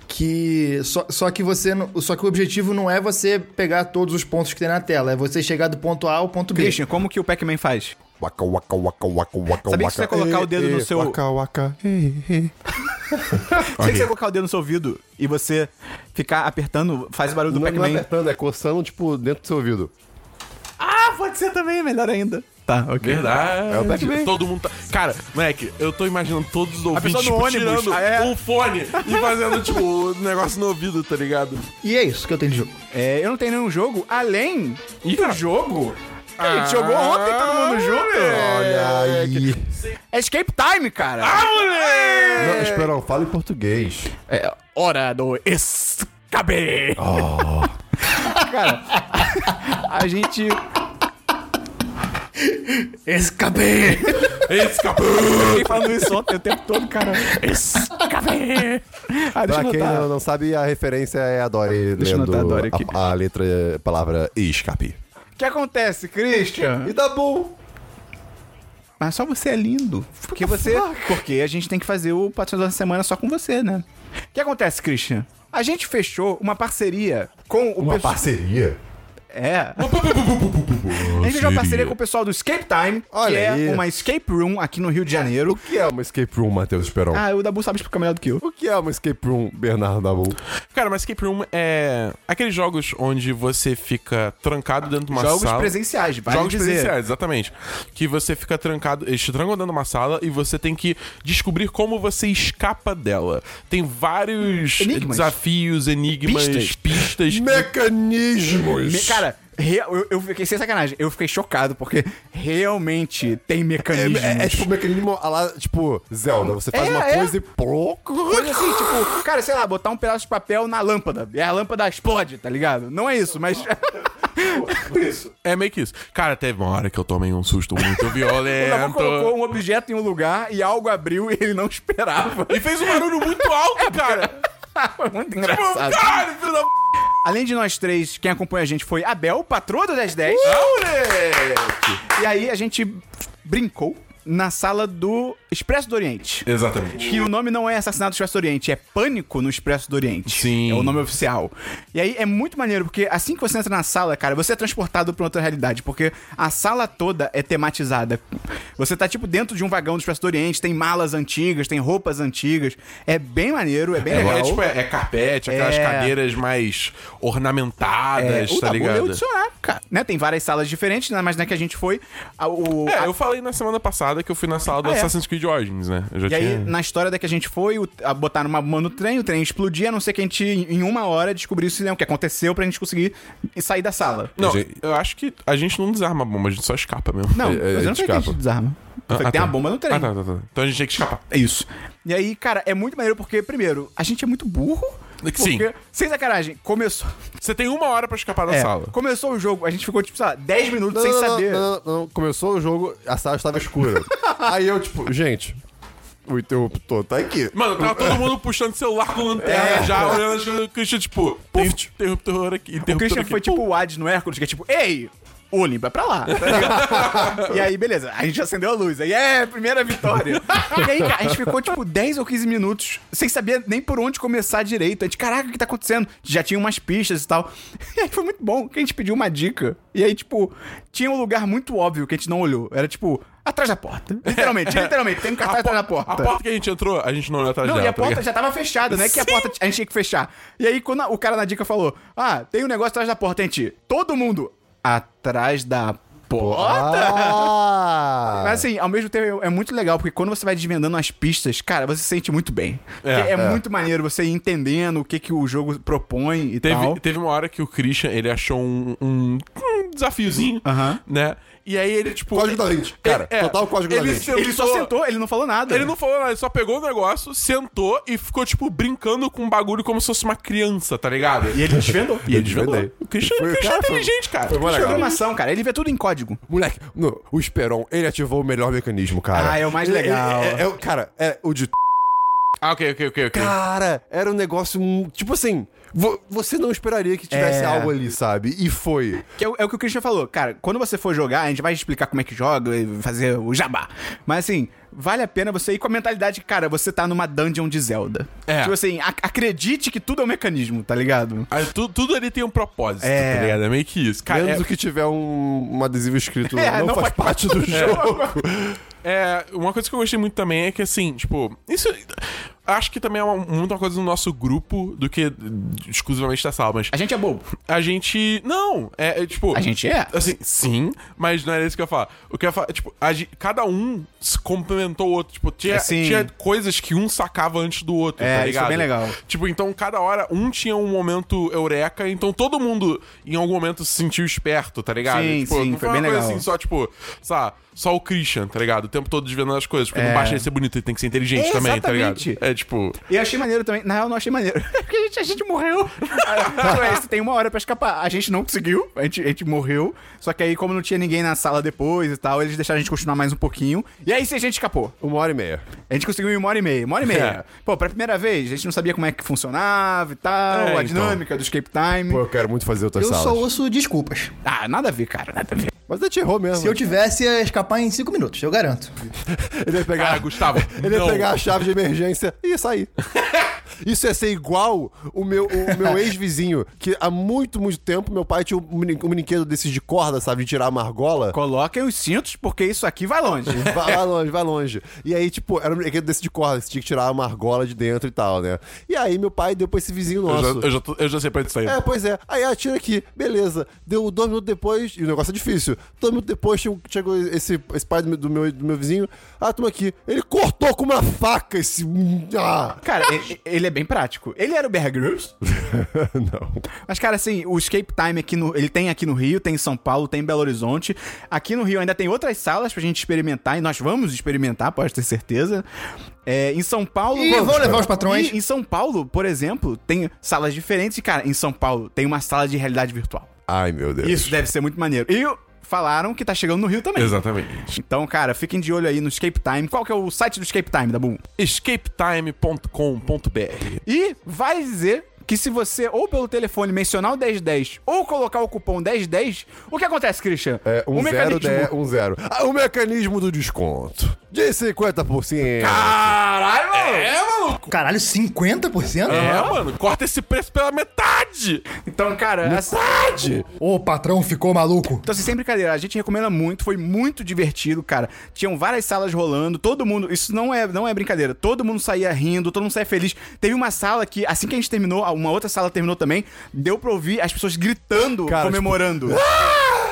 Speaker 3: que só, só que você não- só que o objetivo não é você pegar todos os pontos que tem na tela, é você chegar do ponto A ao ponto B.
Speaker 1: Christian, como que o Pac-Man faz?
Speaker 2: Waka, waka, waka, waka, waka,
Speaker 1: Sabia que
Speaker 2: waka.
Speaker 1: se você colocar o dedo
Speaker 2: Ê,
Speaker 1: no
Speaker 2: ê,
Speaker 1: seu-
Speaker 2: Waka, waka. Ê, ê, ê.
Speaker 1: Se você colocar o dedo no seu ouvido e você ficar apertando, faz o barulho do
Speaker 2: Não, não é
Speaker 1: Pac-Man.
Speaker 2: apertando, é coçando, tipo, dentro do seu ouvido.
Speaker 1: Ah, pode ser também, melhor ainda. Tá, ok.
Speaker 4: Verdade.
Speaker 2: É o Pac-Man.
Speaker 4: Todo mundo tá. Cara, moleque, eu tô imaginando todos os ouvintes
Speaker 1: pessoa no
Speaker 4: tipo,
Speaker 1: ônibus.
Speaker 4: tirando
Speaker 1: Ah, é.
Speaker 4: um fone e fazendo, tipo, o negócio no ouvido, tá ligado?
Speaker 3: E é isso que eu tenho de jogo.
Speaker 1: É, eu não tenho nenhum jogo além
Speaker 4: Ih,
Speaker 1: do
Speaker 4: cara.
Speaker 1: jogo. que
Speaker 2: Ah,
Speaker 1: A gente jogou ontem todo mundo junto.
Speaker 2: Olha aí.
Speaker 1: É Escape Time, cara.
Speaker 2: Não, Esperão, fala em português.
Speaker 1: É hora do escape. Oh. cara, a gente...
Speaker 3: Escapei!
Speaker 1: Fiquei falando isso ontem o tempo todo, cara. Escape. Ah, deixa
Speaker 2: Pra
Speaker 1: eu
Speaker 2: quem
Speaker 1: notar.
Speaker 2: não, não sabe, a referência é a Dory
Speaker 1: Deixa eu
Speaker 2: lendo
Speaker 1: anotar a Dory aqui.
Speaker 2: a, a letra, a palavra escape.
Speaker 1: O que acontece, Christian?
Speaker 2: E tá bom.
Speaker 1: Mas só você é lindo. Porque você. Porque a gente tem que fazer o Patrocinador da Semana só com você, né? O que acontece, Christian? A gente fechou uma parceria com o
Speaker 2: Uma
Speaker 1: pessoal.
Speaker 2: parceria.
Speaker 1: É. A gente fez uma parceria com o pessoal do Escape Time, que
Speaker 2: Olha
Speaker 1: é
Speaker 2: aí.
Speaker 1: uma escape room aqui no Rio de Janeiro.
Speaker 2: O que é uma escape room, Matheus Esperão?
Speaker 1: Ah, o Dabu sabe explicar melhor do que eu.
Speaker 2: O que é uma escape room, Bernardo Dabu?
Speaker 4: Cara, mas Escape Room é. Aqueles jogos onde você fica trancado dentro de uma
Speaker 1: Jogos
Speaker 4: sala.
Speaker 1: presenciais, vale
Speaker 4: Jogos
Speaker 1: dizer.
Speaker 4: presenciais, exatamente. Que você fica trancado, eles te trancam dentro de uma sala e você tem que descobrir como você escapa dela. Tem vários
Speaker 1: Enigmas.
Speaker 4: desafios, enigmas,
Speaker 1: Pistas.
Speaker 4: pistas.
Speaker 2: Mecanismos!
Speaker 1: Me- Cara, re- eu, eu fiquei sem sacanagem. Eu fiquei chocado, porque realmente tem
Speaker 2: É,
Speaker 1: mecanismos.
Speaker 2: é- é tipo mecanismo a lá, tipo, Zelda. Você faz
Speaker 1: É,
Speaker 2: uma
Speaker 1: é.
Speaker 2: coisa e pô.
Speaker 1: Coisa assim, tipo, cara, sei lá, botar um pedaço de papel na lâmpada. E a lâmpada explode, tá ligado? Não é isso, mas.
Speaker 4: É meio que isso. Cara, teve uma hora que eu tomei um susto muito
Speaker 2: É,
Speaker 1: O Dabu colocou
Speaker 4: violento.
Speaker 1: um objeto em um lugar e algo abriu e ele não esperava.
Speaker 4: E fez um barulho muito
Speaker 1: É
Speaker 4: alto, cara.
Speaker 1: Foi muito
Speaker 4: Tipo,
Speaker 1: engraçado.
Speaker 4: Caralho, filho da p.
Speaker 1: Além de nós três, quem acompanha a gente foi Abel, patroa do 1010.
Speaker 2: Uh!
Speaker 1: E aí a gente brincou na sala do Expresso do Oriente.
Speaker 4: Exatamente.
Speaker 1: Que o nome não é Assassinato do Expresso do Oriente, é Pânico no Expresso do Oriente.
Speaker 4: Sim.
Speaker 1: É o nome oficial. E aí é muito maneiro, porque assim que você entra na sala, cara, você é transportado pra outra realidade, porque a sala toda é tematizada. Você tá, tipo, dentro de um vagão do Expresso do Oriente, tem malas antigas, tem roupas antigas. É bem maneiro, é bem
Speaker 4: É,
Speaker 1: legal.
Speaker 4: é, tipo, é, é carpete, aquelas
Speaker 1: É.
Speaker 4: cadeiras mais
Speaker 1: É,
Speaker 4: ornamentadas,
Speaker 1: o
Speaker 4: tá
Speaker 1: Dabu leu o
Speaker 4: ligado?
Speaker 1: dicionário, cara. Né? Tem várias salas diferentes, né? mas na que a gente foi. a- o,
Speaker 4: É,
Speaker 1: a-
Speaker 4: eu falei na semana passada que eu fui na sala do
Speaker 1: Ah, é.
Speaker 4: Assassin's Creed Origins, né? Eu já
Speaker 1: E aí,
Speaker 4: tinha...
Speaker 1: na história da que a gente foi, o, a, botaram uma mão no trem, o trem explodia, a não ser que a gente, em uma hora, descobrisse né, o que aconteceu pra gente conseguir sair da sala.
Speaker 4: Não,
Speaker 2: A gente-
Speaker 4: eu acho que a gente não desarma a bomba, a gente só escapa mesmo.
Speaker 1: Não,
Speaker 2: É, é,
Speaker 1: mas eu não sei que a gente
Speaker 2: escapa.
Speaker 1: desarma. Foi que
Speaker 4: Ah,
Speaker 1: tem
Speaker 4: tá.
Speaker 1: uma bomba no trem.
Speaker 4: Ah, tá, tá, tá. Então a gente tem que escapar.
Speaker 1: É isso. E aí, cara, é muito maneiro porque, primeiro, a gente é muito burro. Porque,
Speaker 4: Sim.
Speaker 1: sem sacanagem, começou.
Speaker 4: Você tem uma hora pra escapar da
Speaker 1: é,
Speaker 4: sala.
Speaker 1: Começou o jogo, a gente ficou, tipo, sei lá, 10 minutos sem saber.
Speaker 2: Não, não, não. Começou o jogo, a sala estava escura. Aí eu, tipo, gente, o interruptor tá aqui.
Speaker 4: Mano, tava todo mundo puxando celular com lanterna já, olhando as coisas. O Christian, tipo, tem interruptor aqui, interruptor
Speaker 1: É. O Christian
Speaker 4: aqui.
Speaker 1: foi tipo o Hades no Hércules, que é tipo, ei, Olim, vai pra lá. tá ligado? e aí, beleza, a gente acendeu a luz. Aí, é, primeira vitória. e aí, cara, a gente ficou tipo 10 ou 15 minutos sem saber nem por onde começar direito. A gente, caraca, o que tá acontecendo? Já tinha umas pistas e tal. E aí foi muito bom, que a gente pediu uma dica. E aí, tipo, tinha um lugar muito óbvio que a gente não olhou. Era tipo, atrás da porta. Literalmente, literalmente, tem um cartaz atrás da porta.
Speaker 4: A porta que a gente entrou, a gente não olhou atrás
Speaker 1: Não,
Speaker 4: dela.
Speaker 1: e a
Speaker 4: tá
Speaker 1: porta
Speaker 4: ligado?
Speaker 1: já tava fechada, né? Que a porta a gente tinha que fechar. E aí, quando a- o cara na dica falou: Ah, tem um negócio atrás da porta, a gente. Todo mundo atrás da porta?
Speaker 2: Ah!
Speaker 1: Mas assim, ao mesmo tempo é muito legal, porque quando você vai desvendando as pistas, cara, você se sente muito bem.
Speaker 4: É,
Speaker 1: Porque É, muito maneiro você ir entendendo o que, que o jogo propõe e tal.
Speaker 4: Teve, teve uma hora que o Christian, ele achou um, um, um desafiozinho,
Speaker 1: Aham.
Speaker 4: né? E aí ele, tipo...
Speaker 2: Código da Vinci, cara.
Speaker 4: Ele- é,
Speaker 2: total código da
Speaker 4: ele
Speaker 2: Vinci.
Speaker 4: se-
Speaker 1: Ele só
Speaker 4: sentou-
Speaker 1: sentou, ele não falou nada.
Speaker 4: Ele não falou nada, ele só pegou o negócio, sentou e ficou, tipo, brincando com um bagulho como se fosse uma criança, tá ligado?
Speaker 1: E ele desvendou.
Speaker 4: E ele desvendou.
Speaker 2: desvendei.
Speaker 4: O Christian,
Speaker 2: Foi-
Speaker 4: o Christian
Speaker 2: cara,
Speaker 4: é
Speaker 2: foi-
Speaker 4: inteligente, cara.
Speaker 2: foi mó legal.
Speaker 1: Programação, cara, ele vê tudo em código.
Speaker 2: Moleque, no, o Esperon, ele ativou o melhor mecanismo, cara.
Speaker 1: Ah, é o mais
Speaker 2: Ele-
Speaker 1: legal.
Speaker 2: É, é- é o- cara, é o de.
Speaker 4: Ah, ok, ok, ok, ok.
Speaker 2: Cara, era um negócio. hum, Tipo assim, vo- você não esperaria que tivesse
Speaker 1: É.
Speaker 2: algo ali, sabe? E foi.
Speaker 1: Que é, o, é o que o Christian falou, cara. Quando você for jogar, a gente vai explicar como é que joga e fazer o jabá. Mas assim, vale a pena você ir com a mentalidade que, cara, você tá numa dungeon de Zelda.
Speaker 4: É.
Speaker 1: Tipo assim, ac- acredite que tudo é um mecanismo, tá ligado?
Speaker 4: Aí tu- tudo ali tem um propósito,
Speaker 1: É.
Speaker 4: tá ligado? É meio que isso. Cara,
Speaker 2: Menos
Speaker 4: é,
Speaker 2: o que tiver um, um adesivo escrito
Speaker 1: É,
Speaker 2: não,
Speaker 1: não
Speaker 2: faz
Speaker 1: faz
Speaker 2: parte do jogo.
Speaker 4: é, uma coisa que eu gostei muito também é que, assim, tipo... Isso... Acho que também é uma, muito uma coisa do nosso grupo do que exclusivamente da sala, mas
Speaker 1: A gente é bobo.
Speaker 4: a gente... Não, é, é, tipo...
Speaker 1: A gente é.
Speaker 4: Assim, sim, mas não era isso que eu ia falar. O que eu ia falar, é, tipo, a gen- cada um se complementou o outro. Tipo, tinha,
Speaker 1: É, Sim.
Speaker 4: tinha coisas que um sacava antes do outro,
Speaker 1: É,
Speaker 4: tá
Speaker 1: isso é
Speaker 4: ligado?
Speaker 1: bem legal.
Speaker 4: Tipo, então cada hora um tinha um momento eureka, então todo mundo em algum momento se sentiu esperto, tá ligado?
Speaker 1: Sim,
Speaker 4: tipo,
Speaker 1: sim,
Speaker 4: não
Speaker 1: foi
Speaker 4: foi uma
Speaker 1: bem
Speaker 4: coisa
Speaker 1: legal.
Speaker 4: assim, só tipo, sei lá, só o Christian, tá ligado? O tempo todo desvendando as coisas. Porque não basta ele ser bonito, ele tem que ser inteligente
Speaker 1: É,
Speaker 4: também, tá ligado?
Speaker 1: exatamente.
Speaker 4: É tipo.
Speaker 1: E eu achei maneiro também. Na real, eu não achei maneiro. Porque a gente, a gente morreu. Então é, Você tem uma hora pra escapar. A gente não conseguiu. A gente, a gente morreu. Só que aí, como não tinha ninguém na sala depois e tal, eles deixaram a gente continuar mais um pouquinho. E aí, se a gente escapou.
Speaker 2: Uma hora e meia.
Speaker 1: A gente conseguiu em uma hora e meia. Uma hora e meia.
Speaker 4: É.
Speaker 1: Pô, pra primeira vez, a gente não sabia como é que funcionava e tal,
Speaker 4: É,
Speaker 1: a
Speaker 4: então.
Speaker 1: dinâmica do escape time.
Speaker 2: Pô, eu quero muito fazer outras
Speaker 3: Eu
Speaker 2: salas.
Speaker 3: só ouço desculpas.
Speaker 1: Ah, nada a ver, cara. Nada a ver.
Speaker 2: Mas a gente errou mesmo.
Speaker 3: Se eu tivesse, ia escapar em cinco minutos, eu garanto.
Speaker 2: Ele ia pegar.
Speaker 4: Cara, Gustavo,
Speaker 2: Ele ia
Speaker 4: não.
Speaker 2: pegar a chave de emergência e ia sair. Isso ia ser igual o meu, o meu ex-vizinho, que há muito, muito tempo meu pai tinha um, brin- um brinquedo desses de corda, sabe? De tirar a margola.
Speaker 1: Coloquem os cintos, porque isso aqui vai longe.
Speaker 2: Vai, vai longe, vai longe. E aí, tipo, era um brinquedo desse de corda, que você tinha que tirar a margola de dentro e tal, né? E aí meu pai deu pra esse vizinho
Speaker 4: Eu
Speaker 2: nosso.
Speaker 4: já, eu, já tô- eu já sei pra onde tá sair.
Speaker 2: É, pois é. Aí atira aqui, beleza. Deu dois minutos depois, e o negócio é difícil. Dois minutos depois chegou, chegou esse, esse pai do meu, do, meu, do meu vizinho. Ah, toma aqui. Ele cortou com uma faca esse. Ah!
Speaker 1: Cara, e- e- ele, é bem prático. Ele era o Bear Grylls.
Speaker 2: Não.
Speaker 1: Mas, cara, assim, o escape time aqui no. Ele tem aqui no Rio, tem em São Paulo, tem em Belo Horizonte. Aqui no Rio ainda tem outras salas pra gente experimentar, e nós vamos experimentar, pode ter certeza. É, em São Paulo.
Speaker 3: E vão levar os patrões.
Speaker 1: E em São Paulo, por exemplo, tem salas diferentes. E, cara, em São Paulo tem uma sala de realidade virtual.
Speaker 2: Ai, meu Deus.
Speaker 1: Isso deve ser muito maneiro. E falaram que tá chegando no Rio também.
Speaker 4: Exatamente.
Speaker 1: Então, cara, fiquem de olho aí no Escape Time. Qual que é o site do Escape Time, Dabu?
Speaker 4: escapetime.com.br
Speaker 1: E vale dizer que se você ou pelo telefone mencionar o 1010 ou colocar o cupom 1010, o que acontece, Christian?
Speaker 2: É, um
Speaker 1: o
Speaker 2: zero, né? um zero. Ah, o mecanismo do desconto. De 50%.
Speaker 4: Caralho, mano! É, maluco!
Speaker 3: Caralho, 50%?
Speaker 4: É, mano, corta esse preço pela metade!
Speaker 1: Então, cara, assim-
Speaker 4: Metade!
Speaker 3: Ô, patrão, ficou maluco.
Speaker 1: Então, assim, sem brincadeira, a gente recomenda muito, foi muito divertido, cara. Tinham várias salas rolando, todo mundo. Isso não é, não é brincadeira. Todo mundo saía rindo, todo mundo saía feliz. Teve uma sala que, assim que a gente terminou, uma outra sala terminou também, deu pra ouvir as pessoas gritando,
Speaker 2: Cara,
Speaker 1: comemorando.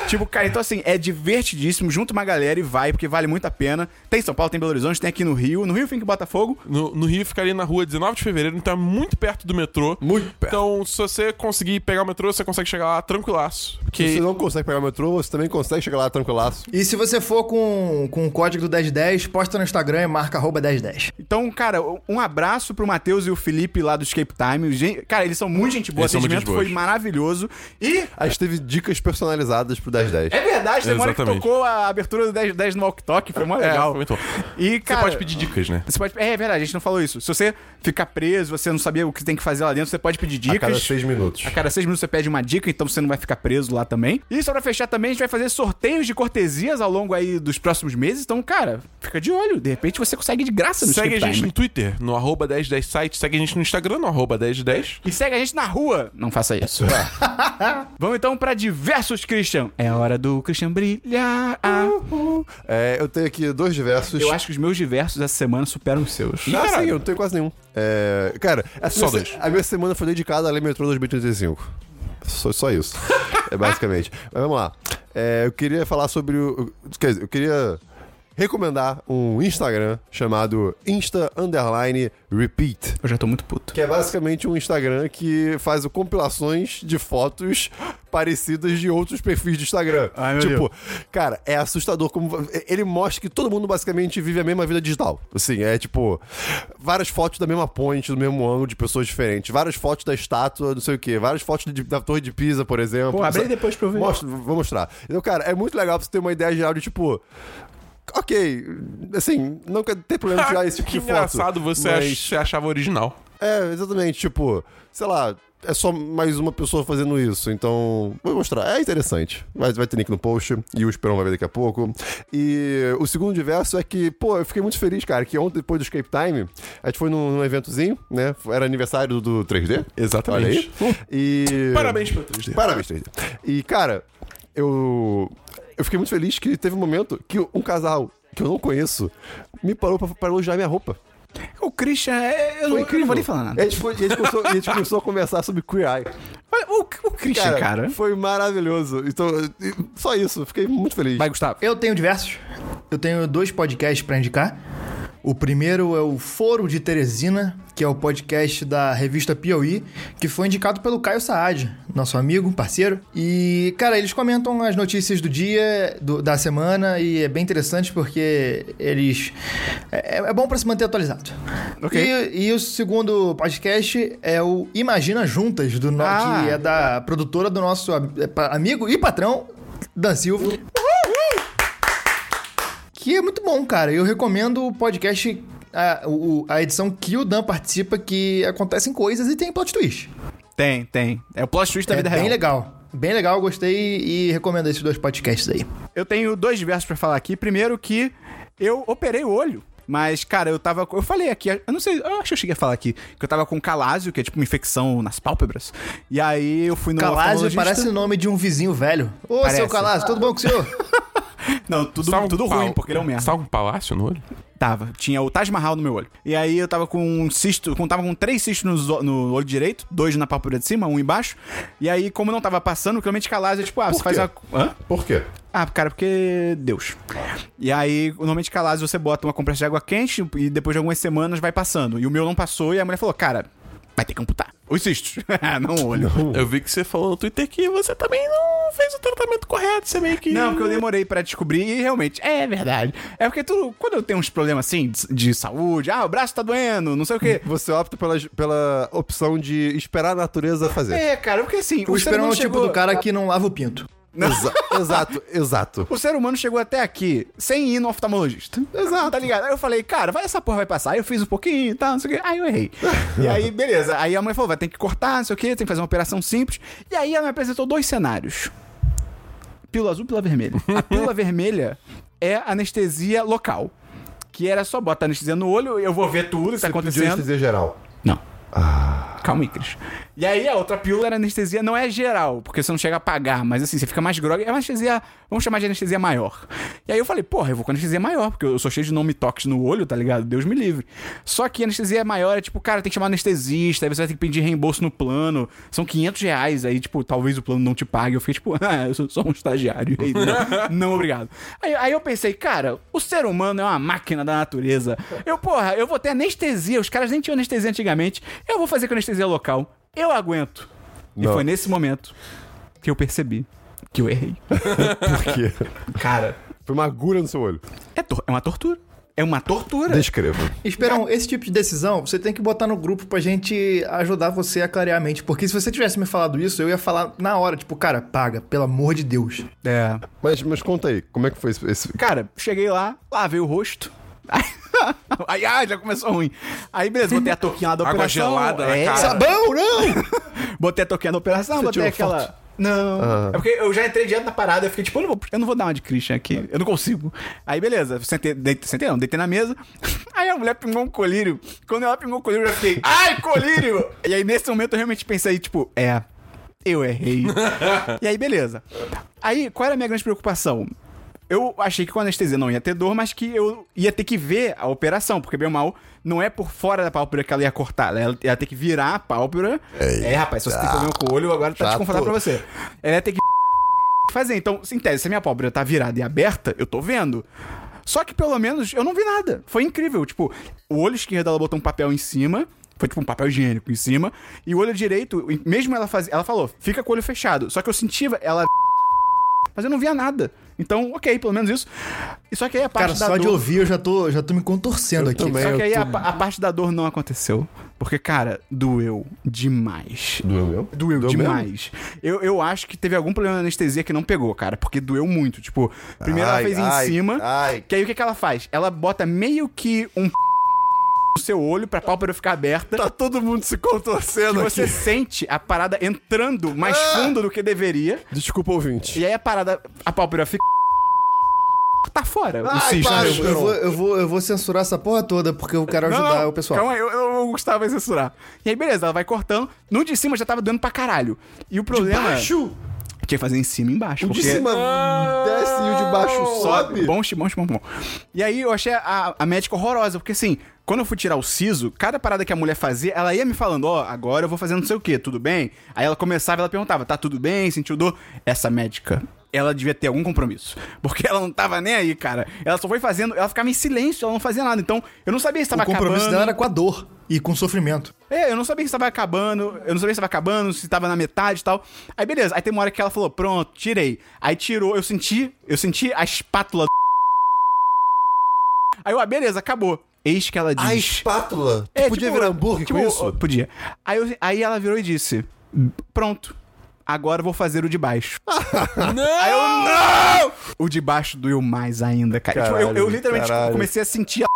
Speaker 1: Tipo, cara, então assim, é divertidíssimo. Junta uma galera e vai, porque vale muito a pena. Tem em São Paulo, tem em Belo Horizonte, tem aqui no Rio. No Rio fica em Botafogo.
Speaker 4: No, no Rio fica ali na rua 19 de fevereiro, então é muito perto do metrô.
Speaker 2: Muito perto.
Speaker 4: Então, se você conseguir pegar o metrô, você consegue chegar lá tranquilaço.
Speaker 2: Se você
Speaker 4: Porque
Speaker 2: não consegue pegar o metrô, você também consegue chegar lá tranquilaço.
Speaker 3: E se você for com, com o código do 1010, posta no Instagram e marca arroba 1010.
Speaker 1: Então, cara, um abraço pro Matheus e o Felipe lá do Escape Time. Gen- Cara, eles são muito gente boa. O
Speaker 4: Eles são muito
Speaker 1: atendimento
Speaker 4: gente boa.
Speaker 1: foi maravilhoso. E
Speaker 2: A gente teve dicas personalizadas pro 1010.
Speaker 1: É verdade, tem uma hora que
Speaker 4: Exatamente.
Speaker 1: tocou a abertura do 10, 10 no Walk Talk, foi mó
Speaker 4: É,
Speaker 1: legal.
Speaker 4: foi muito bom.
Speaker 1: E, cara,
Speaker 4: você pode pedir dicas, né?
Speaker 1: você pode- É, é verdade, a gente não falou isso. Se você ficar preso, você não sabia o que tem que fazer lá dentro, você pode pedir dicas.
Speaker 2: A cada seis minutos.
Speaker 1: A cada seis minutos você pede uma dica, então você não vai ficar preso lá também. E só pra fechar também, a gente vai fazer sorteios de cortesias ao longo aí dos próximos meses. Então, cara, fica de olho. De repente você consegue de graça no
Speaker 4: Segue a
Speaker 1: Escape
Speaker 4: gente
Speaker 1: Time.
Speaker 4: no Twitter, no arroba 1010 site. Segue a gente no Instagram, no arroba 1010.
Speaker 1: E segue a gente na rua. Não faça isso. Vamos então pra diversos, Christian. É hora do Christian brilhar. Ah.
Speaker 2: É, eu tenho aqui dois diversos.
Speaker 1: Eu acho que os meus diversos essa semana superam os seus.
Speaker 2: Não,
Speaker 4: Caralho.
Speaker 2: Ah, sim, eu não tenho quase nenhum. É, cara, essa
Speaker 4: Só
Speaker 2: minha
Speaker 4: dois.
Speaker 2: se- a minha semana foi dedicada à Lei Metrô 2035. Só, só isso. é basicamente. Mas vamos lá. É, eu queria falar sobre o. Quer dizer, eu queria recomendar um Instagram chamado Insta Underline Repeat.
Speaker 1: Eu já tô muito puto.
Speaker 2: Que é basicamente um Instagram que faz compilações de fotos parecidas de outros perfis de Instagram.
Speaker 1: Ai, meu
Speaker 2: tipo, cara, é assustador como. Ele mostra que todo mundo basicamente vive a mesma vida digital. Assim, é tipo, várias fotos da mesma ponte, do mesmo ângulo, de pessoas diferentes, várias fotos da estátua, não sei o quê, várias fotos de- da torre de Pisa, por exemplo.
Speaker 1: Pô, abre aí depois pra eu ver.
Speaker 2: Mostra, vou mostrar. Então, cara, é muito legal pra você ter uma ideia geral de tipo. Ok, assim, não tem problema tirar esse tipo
Speaker 4: Ah, que
Speaker 2: de foto.
Speaker 4: engraçado você
Speaker 2: mas-
Speaker 4: ach- achava original.
Speaker 2: é, exatamente, tipo, sei lá, é só mais uma pessoa fazendo isso, então vou mostrar. É interessante. Vai, vai ter link no post e o Esperão vai ver daqui a pouco. E o segundo diverso é que, pô, eu fiquei muito feliz, cara, que ontem, depois do Escape Time, a gente foi num, num eventozinho, né? Era aniversário do 3D. Olha aí.
Speaker 4: Exatamente.
Speaker 2: E.
Speaker 4: Parabéns pelo 3D.
Speaker 2: Parabéns, 3D. E, cara, eu. Eu fiquei muito feliz que teve um momento que um casal que eu não conheço me parou pra, pra elogiar minha roupa.
Speaker 1: O Christian, é, eu, não- eu não vou nem falar nada.
Speaker 2: E a gente, foi- e a gente começou, e a gente começou a conversar sobre Queer Eye.
Speaker 1: Olha, o, o Christian, cara.
Speaker 2: Foi maravilhoso. Então, e- só isso. Fiquei muito feliz.
Speaker 1: Vai, Gustavo.
Speaker 3: Eu tenho diversos. Eu tenho dois podcasts pra indicar. O primeiro é o Foro de Teresina, que é o podcast da revista Piauí, que foi indicado pelo Caio Saad, nosso amigo, parceiro. E, cara, eles comentam as notícias do dia, do- da semana, e é bem interessante porque eles. É, é bom pra se manter atualizado.
Speaker 1: Ok.
Speaker 3: E, e o segundo podcast é o Imagina Juntas, do no...
Speaker 1: Ah.
Speaker 3: que é da produtora do nosso am- é, pa- amigo e patrão, Dan Silva. Que é muito bom, cara. Eu recomendo o podcast, a, o- a edição que o Dan participa, que acontecem coisas e tem plot twist.
Speaker 1: Tem, tem. É o plot twist da
Speaker 3: É
Speaker 1: vida
Speaker 3: bem
Speaker 1: real.
Speaker 3: legal. Bem legal, gostei e recomendo esses dois podcasts aí.
Speaker 1: Eu tenho dois diversos pra falar aqui. Primeiro que eu operei o olho. Mas, cara, eu tava. Eu falei aqui, eu não sei, eu acho que eu cheguei a falar aqui, que eu tava com calásio, que é tipo uma infecção nas pálpebras. E aí eu fui no.
Speaker 3: Calásio
Speaker 1: oftalmologista.
Speaker 3: parece o nome de um vizinho velho. Ô,
Speaker 1: Parece.
Speaker 3: seu Calásio, tudo bom com o senhor?
Speaker 1: Não, tudo,
Speaker 4: Você tava com
Speaker 1: tudo ruim,
Speaker 4: pal-
Speaker 1: porque ele é um merda.
Speaker 4: Você tava com palácio no olho?
Speaker 1: Tava. Tinha o Taj Mahal no meu olho. E aí eu tava com um cisto, com, tava com três cistos nos o- no, olho direito, dois na pálpebra de cima, um embaixo. E aí, como não tava passando, realmente calásio é tipo, ah, você faz a.
Speaker 2: quê?
Speaker 1: Hã?
Speaker 2: Por quê?
Speaker 1: Ah, cara, porque Deus. E aí, normalmente calásio você bota uma compressa de água quente e depois de algumas semanas vai passando. E o meu não passou e a mulher falou, cara. Vai ter que amputar. Os cistos. não o olho.
Speaker 4: Eu vi que você falou no Twitter que você também não fez o tratamento correto, você meio que.
Speaker 1: Não, porque eu demorei pra descobrir e realmente, é verdade. É porque tu, quando eu tenho uns problemas assim de, de saúde, ah, o braço tá doendo, não sei o quê.
Speaker 2: Você opta pela, pela opção de esperar a natureza fazer.
Speaker 1: É, cara, porque assim,
Speaker 3: O
Speaker 1: ser humano
Speaker 3: esperão é o tipo
Speaker 1: chegou-
Speaker 3: do cara que não lava o pinto.
Speaker 2: Exa- exato, exato.
Speaker 1: O ser humano chegou até aqui sem ir no oftalmologista. Exato. Tá ligado? Aí eu falei, cara, vai essa porra vai passar. Aí eu fiz um pouquinho e tal, não sei o quê. Aí eu errei. e aí, beleza. Aí a mãe falou, vai ter que cortar, não sei o quê, tem que fazer uma operação simples. E aí ela me apresentou dois cenários. Pílula azul e pílula vermelha. A pílula vermelha é anestesia local. Que era só botar anestesia no olho, eu vou ver tudo que tá
Speaker 2: Pediu
Speaker 1: acontecendo.
Speaker 2: anestesia geral.
Speaker 1: Não. Calma aí, Cris. E aí a outra pílula era anestesia, não é geral, porque você não chega a pagar, mas assim, você fica mais grogue. É uma anestesia, vamos chamar de anestesia maior. E aí eu falei, porra, eu vou com anestesia maior, porque eu sou cheio de nome tox no olho, tá ligado? Deus me livre. Só que anestesia maior é tipo, cara, tem que chamar anestesista, aí você vai ter que pedir reembolso no plano, são 500 reais, aí tipo, talvez o plano não te pague. Eu fiquei tipo, ah, eu sou só um estagiário. E aí, não, não, obrigado. Aí, aí eu pensei, cara, o ser humano é uma máquina da natureza. Eu, porra, eu vou ter anestesia, os caras nem tinham anestesia antigamente, eu vou fazer com anestesia local. Eu aguento. E
Speaker 2: Não.
Speaker 1: foi nesse momento que eu percebi que eu errei.
Speaker 2: Porque
Speaker 1: Cara,
Speaker 2: foi uma agulha no seu olho.
Speaker 1: é, tor- é uma tortura. É uma tortura.
Speaker 2: Descreva.
Speaker 3: Esperão, esse tipo de decisão você tem que botar no grupo pra gente ajudar você a clarear a mente. Porque se você tivesse me falado isso, eu ia falar na hora, tipo, cara, paga, pelo amor de Deus.
Speaker 1: É.
Speaker 2: Mas, mas conta aí, como é que foi esse. esse-
Speaker 1: Cara, cheguei lá, lavei o rosto. Aí, ai, já começou ruim. Aí, beleza, botei a touquinha lá da
Speaker 4: Água
Speaker 1: operação.
Speaker 4: gelada na
Speaker 1: é,
Speaker 4: cara.
Speaker 3: Sabão, não!
Speaker 1: Botei a touquinha da operação, botei
Speaker 2: tirou
Speaker 1: aquela.
Speaker 2: foto?
Speaker 1: Não. É porque eu já entrei direto na parada, eu fiquei tipo, eu não vou, eu não vou dar uma de Christian aqui, eu não consigo. Aí, beleza, sentei, deitei, sentei não, deitei na mesa. Aí a mulher pingou um colírio. Quando ela pingou o colírio, eu já fiquei, ai, colírio! e aí, nesse momento, eu realmente pensei, tipo, é, eu errei. e aí, beleza. Aí, qual era a minha grande preocupação? Eu achei que com anestesia não ia ter dor, mas que eu ia ter que ver a operação, porque bem ou mal, não é por fora da pálpebra que ela ia cortar, ela ia ter que virar a pálpebra. É, rapaz, se você tem problema com o olho, agora tá
Speaker 2: Já
Speaker 1: desconfortável
Speaker 2: tô-
Speaker 1: pra você. Ela ia ter que fazer. Então, em tese, se a minha pálpebra tá virada e aberta, eu tô vendo. Só que pelo menos eu não vi nada. Foi incrível. Tipo, o olho esquerdo ela botou um papel em cima. Foi tipo um papel higiênico em cima. E o olho direito, mesmo ela fazia. Ela falou, fica com o olho fechado. Só que eu sentia ela. Mas eu não via nada. Então, ok, pelo menos isso. E Só que aí a parte
Speaker 3: Cara,
Speaker 1: da
Speaker 3: só de
Speaker 1: dor-
Speaker 3: ouvir eu já tô, já tô me contorcendo aqui. né,
Speaker 2: também.
Speaker 1: Só que aí
Speaker 2: eu
Speaker 1: a, pa- a parte da dor não aconteceu. Porque, cara, doeu demais.
Speaker 2: Doeu mesmo?
Speaker 1: Doeu,
Speaker 2: Doeu
Speaker 1: demais. Eu, eu acho que teve algum problema na anestesia que não pegou, cara. Porque doeu muito. Tipo, primeiro ela
Speaker 2: Ai,
Speaker 1: fez em
Speaker 2: ai,
Speaker 1: cima.
Speaker 2: ai.
Speaker 1: Que aí o que, que ela faz? Ela bota meio que um p... no seu olho pra pálpebra ficar aberta.
Speaker 2: Tá todo mundo se
Speaker 1: e
Speaker 2: contorcendo aqui.
Speaker 1: você sente a parada entrando mais fundo do que deveria.
Speaker 2: Desculpa, ouvinte.
Speaker 1: E aí a parada, a pálpebra fica. Tá fora. o cisto.
Speaker 3: Cara,
Speaker 2: para,
Speaker 3: eu, eu vou, eu, vou, eu vou censurar essa porra toda porque eu quero
Speaker 1: Não,
Speaker 3: ajudar
Speaker 1: não,
Speaker 3: o pessoal.
Speaker 1: Calma aí, eu, eu, o Gustavo vai censurar. E aí, beleza, ela vai cortando. No de cima já tava doendo pra caralho. E o problema.
Speaker 2: Baixo!
Speaker 1: Tinha que fazer em cima e embaixo.
Speaker 2: O de
Speaker 1: porque Ah!
Speaker 2: cima desce e o de baixo sobe.
Speaker 1: Sobe. Bom, chi- bom, chi- bom, bom. E aí eu achei a, a médica horrorosa, porque assim, quando eu fui tirar o siso, cada parada que a mulher fazia, ela ia me falando, ó, agora eu vou fazer não sei o que, tudo bem? Aí ela começava, ela perguntava, tá tudo bem? Sentiu dor? Essa médica. Ela devia ter algum compromisso. Porque ela não tava nem aí, cara. Ela só foi fazendo. Ela ficava em silêncio, ela não fazia nada. Então, eu não sabia se tava
Speaker 3: O compromisso
Speaker 1: acabando.
Speaker 3: dela era com a dor e com o sofrimento.
Speaker 1: É, eu não sabia se tava acabando, eu não sabia se tava acabando, se tava na metade e tal. Aí beleza, aí tem uma hora que ela falou, pronto, tirei. Aí tirou, eu senti, eu senti a espátula do... Aí eu, ah, beleza, acabou. Eis que ela diz...
Speaker 2: A espátula. Tu
Speaker 1: É,
Speaker 2: podia
Speaker 1: tipo,
Speaker 2: virar hambúrguer
Speaker 1: tipo,
Speaker 2: com isso?
Speaker 1: Podia. Aí, eu- aí ela virou e disse, pronto, agora eu vou fazer o de baixo.
Speaker 4: Não!
Speaker 1: Aí eu, não! O de baixo doeu mais ainda, cara. Tipo, eu, eu
Speaker 2: Caralho,
Speaker 1: literalmente
Speaker 2: caralho.
Speaker 1: comecei a sentir a...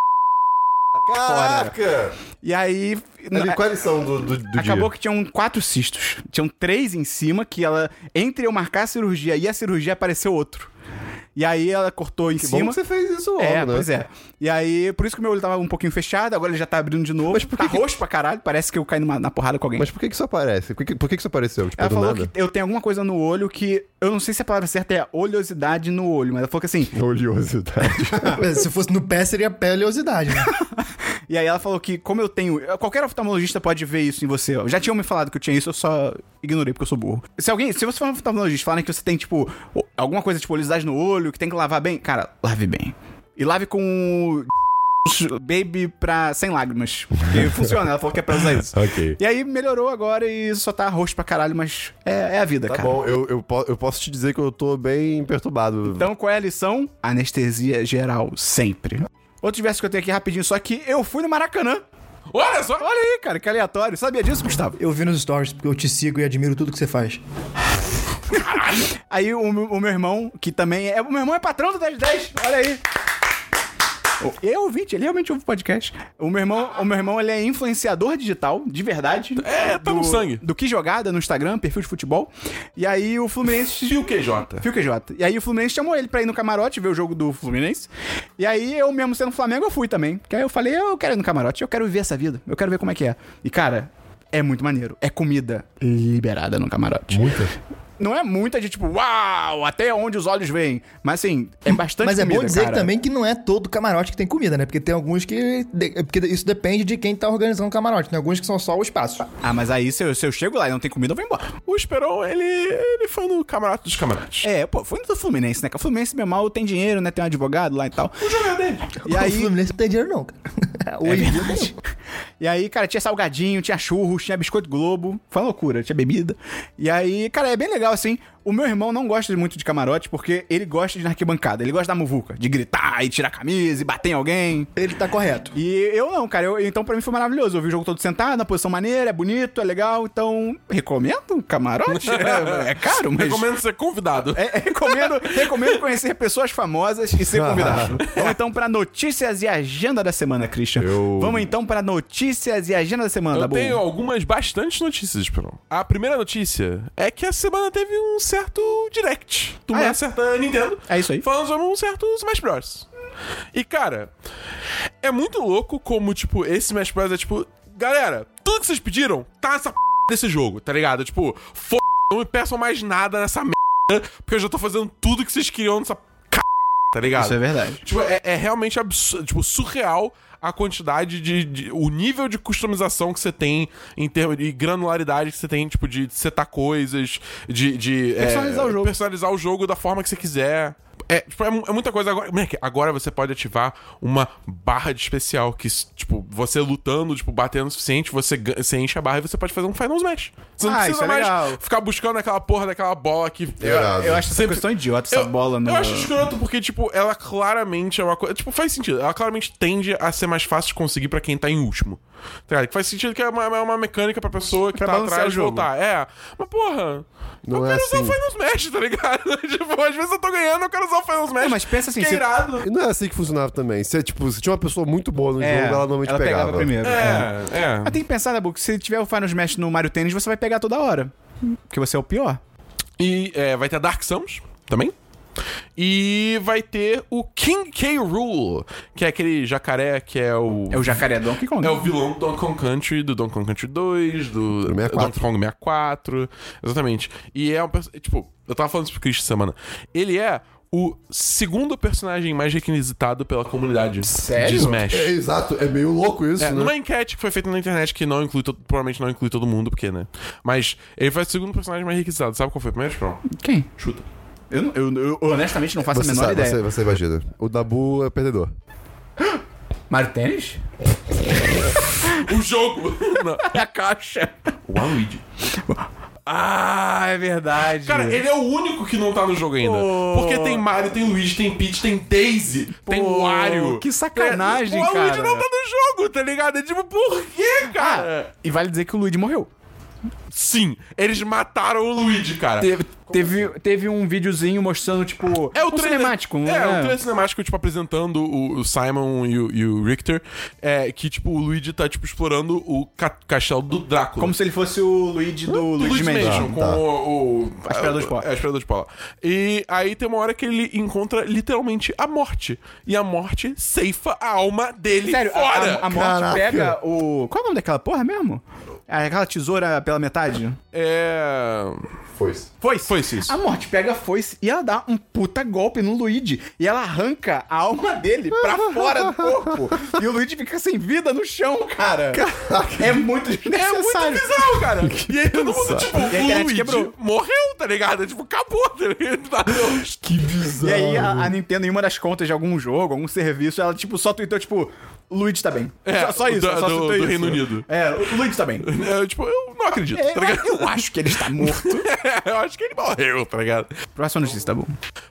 Speaker 1: né?
Speaker 2: Caraca!
Speaker 1: E aí...
Speaker 2: Ali, qual é a lição do, do, do
Speaker 1: Acabou
Speaker 2: dia?
Speaker 1: que tinham quatro cistos. Tinham três em cima que ela, entre eu marcar a cirurgia e a cirurgia, apareceu outro. E aí ela cortou em
Speaker 2: Que bom
Speaker 1: cima.
Speaker 2: que você fez isso logo,
Speaker 1: é,
Speaker 2: né?
Speaker 1: pois é. E aí, por isso que meu olho tava um pouquinho fechado, agora ele já tá abrindo de novo.
Speaker 2: Mas por que
Speaker 1: tá
Speaker 2: que-
Speaker 1: roxo pra caralho, parece que eu caí numa, na porrada com alguém.
Speaker 2: Mas por que que isso aparece? Por que, por que que isso apareceu? Tipo,
Speaker 1: Ela
Speaker 2: do
Speaker 1: falou
Speaker 2: nada?
Speaker 1: que eu tenho alguma coisa no olho que. Eu não sei se a palavra certa é oleosidade no olho, mas ela falou que assim.
Speaker 2: Oleosidade.
Speaker 3: Se fosse no pé, seria peleosidade, né?
Speaker 1: E aí ela falou que, como eu tenho. Qualquer oftalmologista pode ver isso em você. ó. Já tinham me falado que eu tinha isso, eu só ignorei porque eu sou burro. Se alguém. Se você for um oftalmologista e falarem que você tem, tipo, o- alguma coisa, tipo, oleosidade no olho, que tem que lavar bem, cara, lave bem. E lave com. o Baby pra sem lágrimas. Que funciona, ela falou que é pra usar isso.
Speaker 2: Ok.
Speaker 1: E aí melhorou agora e só tá roxo pra caralho, mas é, é a vida,
Speaker 2: Tá
Speaker 1: cara.
Speaker 2: bom, eu, eu, po- eu posso te dizer que eu tô bem perturbado.
Speaker 1: Então, qual é a lição? Anestesia geral, sempre. Outro verso que eu tenho aqui rapidinho, só que eu fui no Maracanã.
Speaker 4: Olha só!
Speaker 1: Olha aí, cara, que aleatório. Sabia disso, Gustavo?
Speaker 3: Eu vi nos stories, porque eu te sigo e admiro tudo que você faz.
Speaker 1: Aí o, meu- o meu irmão, que também é. O meu irmão é patrão do 1010, olha aí. O- Oh, Eu ouvinte, ele realmente ouve podcast. O meu irmão, o meu irmão ele é influenciador digital, de verdade.
Speaker 4: É, tá
Speaker 1: do,
Speaker 4: no sangue.
Speaker 1: Do que jogada no Instagram, perfil de futebol. E aí o Fluminense.
Speaker 4: Fio QJ.
Speaker 1: Fio QJ. E aí o Fluminense chamou ele pra ir no camarote ver o jogo do Fluminense. E aí eu mesmo sendo Flamengo, eu fui também. Porque aí eu falei, eu quero ir no camarote, eu quero viver essa vida. Eu quero ver como é que é. E cara, é muito maneiro. É comida liberada no camarote. Muita? Não é muita de tipo, uau, até onde os olhos veem. Mas assim, é bastante
Speaker 3: Mas é
Speaker 1: comida,
Speaker 3: bom dizer
Speaker 1: cara.
Speaker 3: também que não é todo camarote que tem comida, né? Porque tem alguns que. de- Porque isso depende de quem tá organizando o camarote. Tem alguns que são só o espaço.
Speaker 1: Ah, mas aí se eu, se eu chego lá e não tem comida, eu vou embora.
Speaker 4: O Esperon, ele, ele foi no camarote dos camarotes.
Speaker 1: É, pô, foi do Fluminense, né? Que o Fluminense, meu mal, tem dinheiro, né? Tem um advogado lá e tal.
Speaker 4: O jogo é dele.
Speaker 1: E
Speaker 3: O
Speaker 1: aí,
Speaker 3: Fluminense não tem dinheiro, não, cara.
Speaker 1: É
Speaker 3: Hoje em dia não.
Speaker 1: verdade. E aí, cara, tinha salgadinho, tinha churros, tinha biscoito Globo. Foi uma loucura, tinha bebida. E aí, cara, é bem legal assim. O meu irmão não gosta muito de camarote porque ele gosta de ir na arquibancada, ele gosta da muvuca, de gritar e tirar a camisa e bater em alguém.
Speaker 3: Ele tá correto.
Speaker 1: E eu não, cara. Eu- então, pra mim foi maravilhoso. Eu vi o jogo todo sentado, na posição maneira, é bonito, é legal. Então, recomendo camarote. É, é caro, mas.
Speaker 4: Recomendo ser convidado.
Speaker 1: É, é, recomendo, recomendo conhecer pessoas famosas e ser convidado. Vamos então para notícias e agenda da semana, Christian.
Speaker 2: Eu-
Speaker 1: Vamos então para notícias e agenda da semana,
Speaker 4: Eu
Speaker 1: Dabu.
Speaker 4: tenho algumas bastantes notícias, Esperon. A primeira notícia é que a semana teve um certo direct de uma
Speaker 1: Ah, é?
Speaker 4: certa Nintendo.
Speaker 1: É isso aí.
Speaker 4: Falando sobre um certo Smash Bros. E, cara, é muito louco como, tipo, esse Smash Bros é tipo... Galera, tudo que vocês pediram tá nessa p... desse jogo, tá ligado? Tipo, f***, não me peçam mais nada nessa merda, porque eu já tô fazendo tudo que vocês queriam nessa c... tá ligado?
Speaker 1: Isso é verdade.
Speaker 4: Tipo, é, é realmente absu- tipo, surreal a quantidade de, de- o nível de customização que você tem em termos de granularidade que você tem, tipo, de setar coisas, de. de, é,
Speaker 1: Personalizar o jogo.
Speaker 4: Personalizar o jogo da forma que você quiser. É, tipo, é, mu- é muita coisa agora. Moleque, agora você pode ativar uma barra de especial que, s- tipo, você lutando, tipo, batendo o suficiente, você, gan- você enche a barra e você pode fazer um Final Smash. Você não
Speaker 1: Ah,
Speaker 4: precisa
Speaker 1: isso é
Speaker 4: mais
Speaker 1: legal.
Speaker 4: ficar buscando aquela porra daquela bola
Speaker 2: É
Speaker 4: que.
Speaker 2: Irado.
Speaker 1: Eu acho essa
Speaker 4: Sempre-
Speaker 1: questão idiota, essa bola é. no.
Speaker 4: Eu acho escroto porque, tipo, ela claramente é uma coisa. Tipo, faz sentido. Ela claramente tende a ser mais fácil de conseguir pra quem tá em último. Tá ligado? Que Faz sentido que é uma, é uma mecânica pra pessoa que
Speaker 1: Pra
Speaker 4: tá
Speaker 1: balancear
Speaker 4: atrás
Speaker 1: o jogo.
Speaker 4: voltar. É. Mas, porra.
Speaker 2: Não
Speaker 4: eu
Speaker 2: é
Speaker 4: quero usar o
Speaker 2: assim.
Speaker 4: Final Smash, tá ligado? tipo, às vezes eu tô ganhando, eu quero usar o Final Smash.
Speaker 1: É, mas pensa assim,
Speaker 4: Que é
Speaker 1: se-
Speaker 4: irado.
Speaker 2: E não é assim que funcionava também. Se, tipo, se tinha uma pessoa muito boa no
Speaker 1: É,
Speaker 2: jogo, ela normalmente
Speaker 1: ela pegava, primeiro.
Speaker 4: É, é.
Speaker 1: Mas tem que pensar, Dabu, que se tiver o Final Smash no Mario Tênis, você vai pegar toda hora. Porque você é o pior.
Speaker 4: E é, vai ter a Dark Samus também. E vai ter o King K. Rule, que é aquele jacaré que é o.
Speaker 1: É o jacaré do Donkey Kong.
Speaker 4: É o vilão do Donkey Kong Country, do Donkey Kong Country 2,
Speaker 2: Do
Speaker 4: do,
Speaker 2: 64.
Speaker 4: Donkey Kong 64. Exatamente. E é um perso- Tipo, eu tava falando isso pro Chris essa semana. Ele é o segundo personagem mais requisitado pela comunidade de
Speaker 1: Sério?
Speaker 4: Smash.
Speaker 2: É, exato, é meio louco isso,
Speaker 4: É,
Speaker 2: né?
Speaker 4: numa enquete que foi feita na internet que não inclui todo, provavelmente não inclui todo mundo, porque, né? Mas ele foi o segundo personagem mais requisitado. Sabe qual foi o primeiro? Pronto.
Speaker 1: Quem?
Speaker 4: Chuta.
Speaker 1: Eu, não- eu- eu honestamente não faço
Speaker 2: Você
Speaker 1: a menor
Speaker 2: sabe,
Speaker 1: ideia.
Speaker 2: você, você imagina. O Dabu é perdedor.
Speaker 1: Mario Tênis?
Speaker 4: O jogo! não, é a caixa. O Waluigi.
Speaker 1: Ah, é verdade.
Speaker 4: Cara, ele é o único que não tá no jogo ainda.
Speaker 1: Pô.
Speaker 4: Porque tem Mario, tem Luigi, tem Peach, tem Daisy, tem Wario.
Speaker 1: que sacanagem,
Speaker 4: O Luigi
Speaker 1: cara. Ah,
Speaker 4: não tá no jogo, tá ligado? É tipo, por quê, cara?
Speaker 1: E vale dizer que o Luigi morreu.
Speaker 4: Sim, eles mataram o Luigi, cara.
Speaker 1: Teve, teve, teve um videozinho mostrando, tipo.
Speaker 4: É o
Speaker 1: um
Speaker 4: trailer,
Speaker 1: cinemático,
Speaker 4: É, o trailer cinemático, tipo, apresentando o, o Simon e o, e o Richter. É, que, tipo, o Luigi tá, tipo, explorando o ca- castelo do Drácula.
Speaker 1: Como se ele fosse o Luigi do Luigi Hum? Mansion.
Speaker 4: com
Speaker 2: Tá.
Speaker 4: o, o...
Speaker 1: Aspirador de pó.
Speaker 4: É, aspirador de pó. E aí tem uma hora que ele encontra literalmente a morte. E a morte ceifa a alma dele
Speaker 1: Sério, a-
Speaker 4: fora.
Speaker 1: a, a morte
Speaker 2: Caraca.
Speaker 1: pega o. Qual é o nome daquela porra mesmo? Aquela tesoura pela metade?
Speaker 4: É...
Speaker 2: Foi isso.
Speaker 4: Foi. Foi isso.
Speaker 1: A morte pega a foice e ela dá um puta golpe no Luigi. E ela arranca a alma dele pra fora do corpo. E o Luigi fica sem vida no chão, cara. É muito
Speaker 4: É muito
Speaker 1: desnecessário.
Speaker 4: bizarro, cara. E aí todo mundo,
Speaker 2: Bizarro.
Speaker 4: tipo,
Speaker 1: E a internet
Speaker 4: o Luigi
Speaker 1: quebrou.
Speaker 4: morreu, tá ligado? Tipo, acabou, tá ligado?
Speaker 2: Que
Speaker 1: E
Speaker 2: bizarro.
Speaker 1: aí a, a Nintendo, em uma das contas de algum jogo, algum serviço, ela tipo só tweetou, tipo, Luigi tá bem.
Speaker 4: É,
Speaker 1: só, só isso.
Speaker 4: do-
Speaker 1: só
Speaker 4: do-
Speaker 1: citei
Speaker 4: do
Speaker 1: isso.
Speaker 4: Reino Unido.
Speaker 1: É, o Luigi tá bem.
Speaker 4: Eu, tipo, eu não acredito,
Speaker 1: É,
Speaker 4: tá ligado? É,
Speaker 1: eu, eu acho que ele está morto.
Speaker 4: eu acho que ele morreu, tá ligado?
Speaker 1: Próxima notícia, tá bom.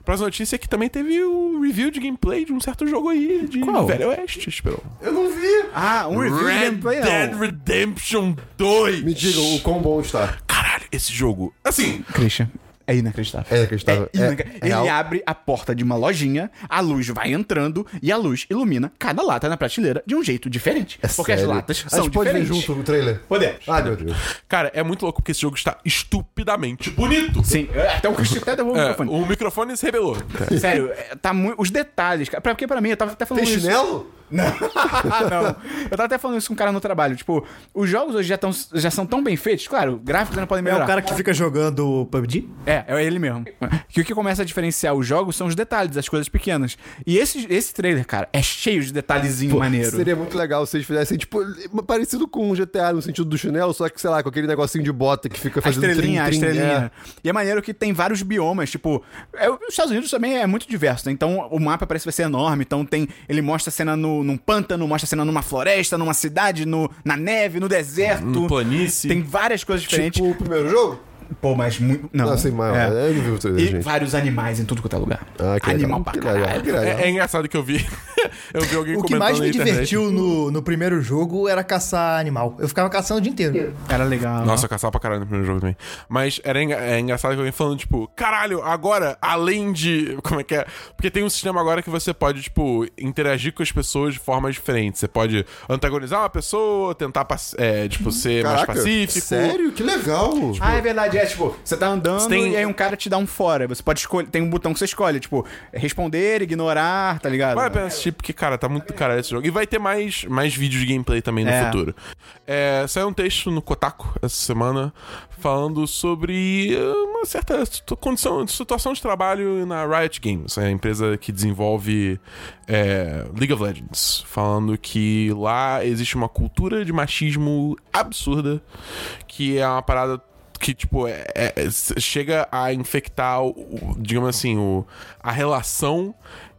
Speaker 4: Próxima notícia é que também teve o review de gameplay de um certo jogo aí de
Speaker 1: Qual?
Speaker 4: Velho Oeste, esperou.
Speaker 2: Eu não vi!
Speaker 1: Ah, um review de
Speaker 4: Red
Speaker 1: gameplay, não.
Speaker 4: Dead Redemption 2!
Speaker 2: Me diga o quão bom está.
Speaker 4: Caralho, esse jogo. Assim,
Speaker 1: Christian, é inacreditável.
Speaker 2: É inacreditável. É,
Speaker 1: Inacre-
Speaker 2: é
Speaker 1: ele
Speaker 2: real.
Speaker 1: abre a porta de uma lojinha, a luz vai entrando e a luz ilumina cada lata na prateleira de um jeito diferente.
Speaker 2: É
Speaker 1: porque
Speaker 2: sério.
Speaker 1: as latas
Speaker 2: A
Speaker 1: são
Speaker 2: gente pode ver
Speaker 1: diferentes.
Speaker 2: junto o trailer?
Speaker 1: Podemos.
Speaker 2: Ai, meu Deus.
Speaker 4: cara, é muito louco porque esse jogo está estupidamente bonito.
Speaker 1: Sim, é, até o Christian até derrubou o
Speaker 4: É,
Speaker 1: microfone.
Speaker 4: o microfone se rebelou.
Speaker 1: Sério, é, tá muito. Os detalhes, cara. Pra- Porque pra mim, eu tava até falando
Speaker 2: Tem
Speaker 1: isso.
Speaker 2: chinelo?
Speaker 1: Ah, não. Eu tava até falando isso com um cara no trabalho. Tipo, os jogos hoje já, tão, já são tão bem feitos, claro, gráficos não podem
Speaker 5: É
Speaker 1: melhorar.
Speaker 5: o cara que fica jogando PUBG?
Speaker 1: É, é ele mesmo. Que o que começa a diferenciar os jogos são os detalhes, as coisas pequenas. E esse, esse trailer, cara, é cheio de detalhezinho maneiro.
Speaker 2: Seria muito legal se eles fizessem, tipo, parecido com o GTA no sentido do chinelo, só que, sei lá, com aquele negocinho de bota que fica
Speaker 1: A
Speaker 2: fazendo
Speaker 1: estrelinha, a
Speaker 2: trim, trim,
Speaker 1: estrelinha. E é maneiro que tem vários biomas, tipo. é, os Estados Unidos também é muito diverso, né? Então o mapa parece que vai ser enorme. Então tem. Ele mostra a cena no, num pântano, mostra a cena numa floresta, numa cidade, no, na neve, no deserto.
Speaker 4: No planície.
Speaker 1: Tem várias coisas
Speaker 2: é.
Speaker 1: diferentes.
Speaker 2: Tipo o primeiro jogo?
Speaker 1: Pô, mas muito. Não,
Speaker 2: Não, assim, mas
Speaker 1: é.
Speaker 2: eu não vi o trailer,
Speaker 1: E
Speaker 2: gente.
Speaker 1: vários animais em tudo quanto é lugar.
Speaker 2: Ah, que legal.
Speaker 1: Animal pra
Speaker 2: Que legal, que
Speaker 1: caralho.
Speaker 2: legal.
Speaker 4: É, é engraçado que eu vi. eu vi alguém
Speaker 5: O que
Speaker 4: comentando
Speaker 5: mais
Speaker 4: na
Speaker 5: me
Speaker 4: internet.
Speaker 5: divertiu no, no primeiro jogo era caçar animal. Eu ficava caçando o dia inteiro.
Speaker 1: Era legal.
Speaker 4: Nossa, eu caçava pra caralho no primeiro jogo também. Mas era enga- é engraçado que alguém falando, tipo, caralho, agora, além de. Como é que é? Porque tem um sistema agora que você pode, tipo, interagir com as pessoas de formas diferentes. Você pode antagonizar uma pessoa, tentar, paci- é, tipo, ser mais pacífico.
Speaker 2: sério? Que legal!
Speaker 1: Ah, é verdade, é tipo, você tá andando
Speaker 4: Tem-
Speaker 1: e aí um cara te dá um fora. Você pode escolher, tem um botão que você escolhe, tipo, responder, ignorar, tá ligado?
Speaker 4: Vale a pena assistir, porque, cara, tá muito do caralho esse jogo. E vai ter mais, mais vídeos de gameplay também no
Speaker 1: É.
Speaker 4: futuro. É, saiu um texto no Kotaku essa semana falando sobre eh, uma certa situ- condição, situação de trabalho na Riot Games, a empresa que desenvolve eh, League of Legends. Falando que lá existe uma cultura de machismo absurda, que é uma parada que, tipo, é- é- é- s- chega a infectar, o- o- digamos assim, o, a relação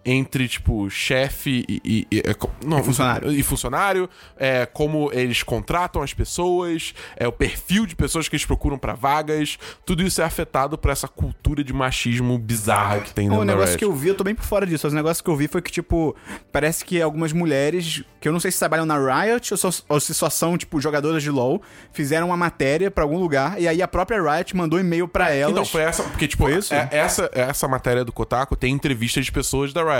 Speaker 4: entre, tipo, chefe e, e- e- é co- não,
Speaker 1: funcionário.
Speaker 4: E funcionário, é, como eles contratam as pessoas, é, o perfil de pessoas que eles procuram pra vagas. Tudo isso é afetado por essa cultura de machismo bizarra que tem
Speaker 1: O
Speaker 4: dentro da
Speaker 1: negócio
Speaker 4: Riot.
Speaker 1: que eu vi, eu tô bem por fora disso. Mas o negócio que eu vi foi que, tipo, parece que algumas mulheres, que eu não sei se trabalham na Riot ou, só- ou se só são, tipo, jogadoras de LoL, fizeram uma matéria pra algum lugar e aí a própria Riot mandou e-mail pra elas.
Speaker 4: Então, foi essa. Porque, tipo,
Speaker 1: isso?
Speaker 4: é- essa, essa matéria do Kotaku tem entrevistas de pessoas da Riot.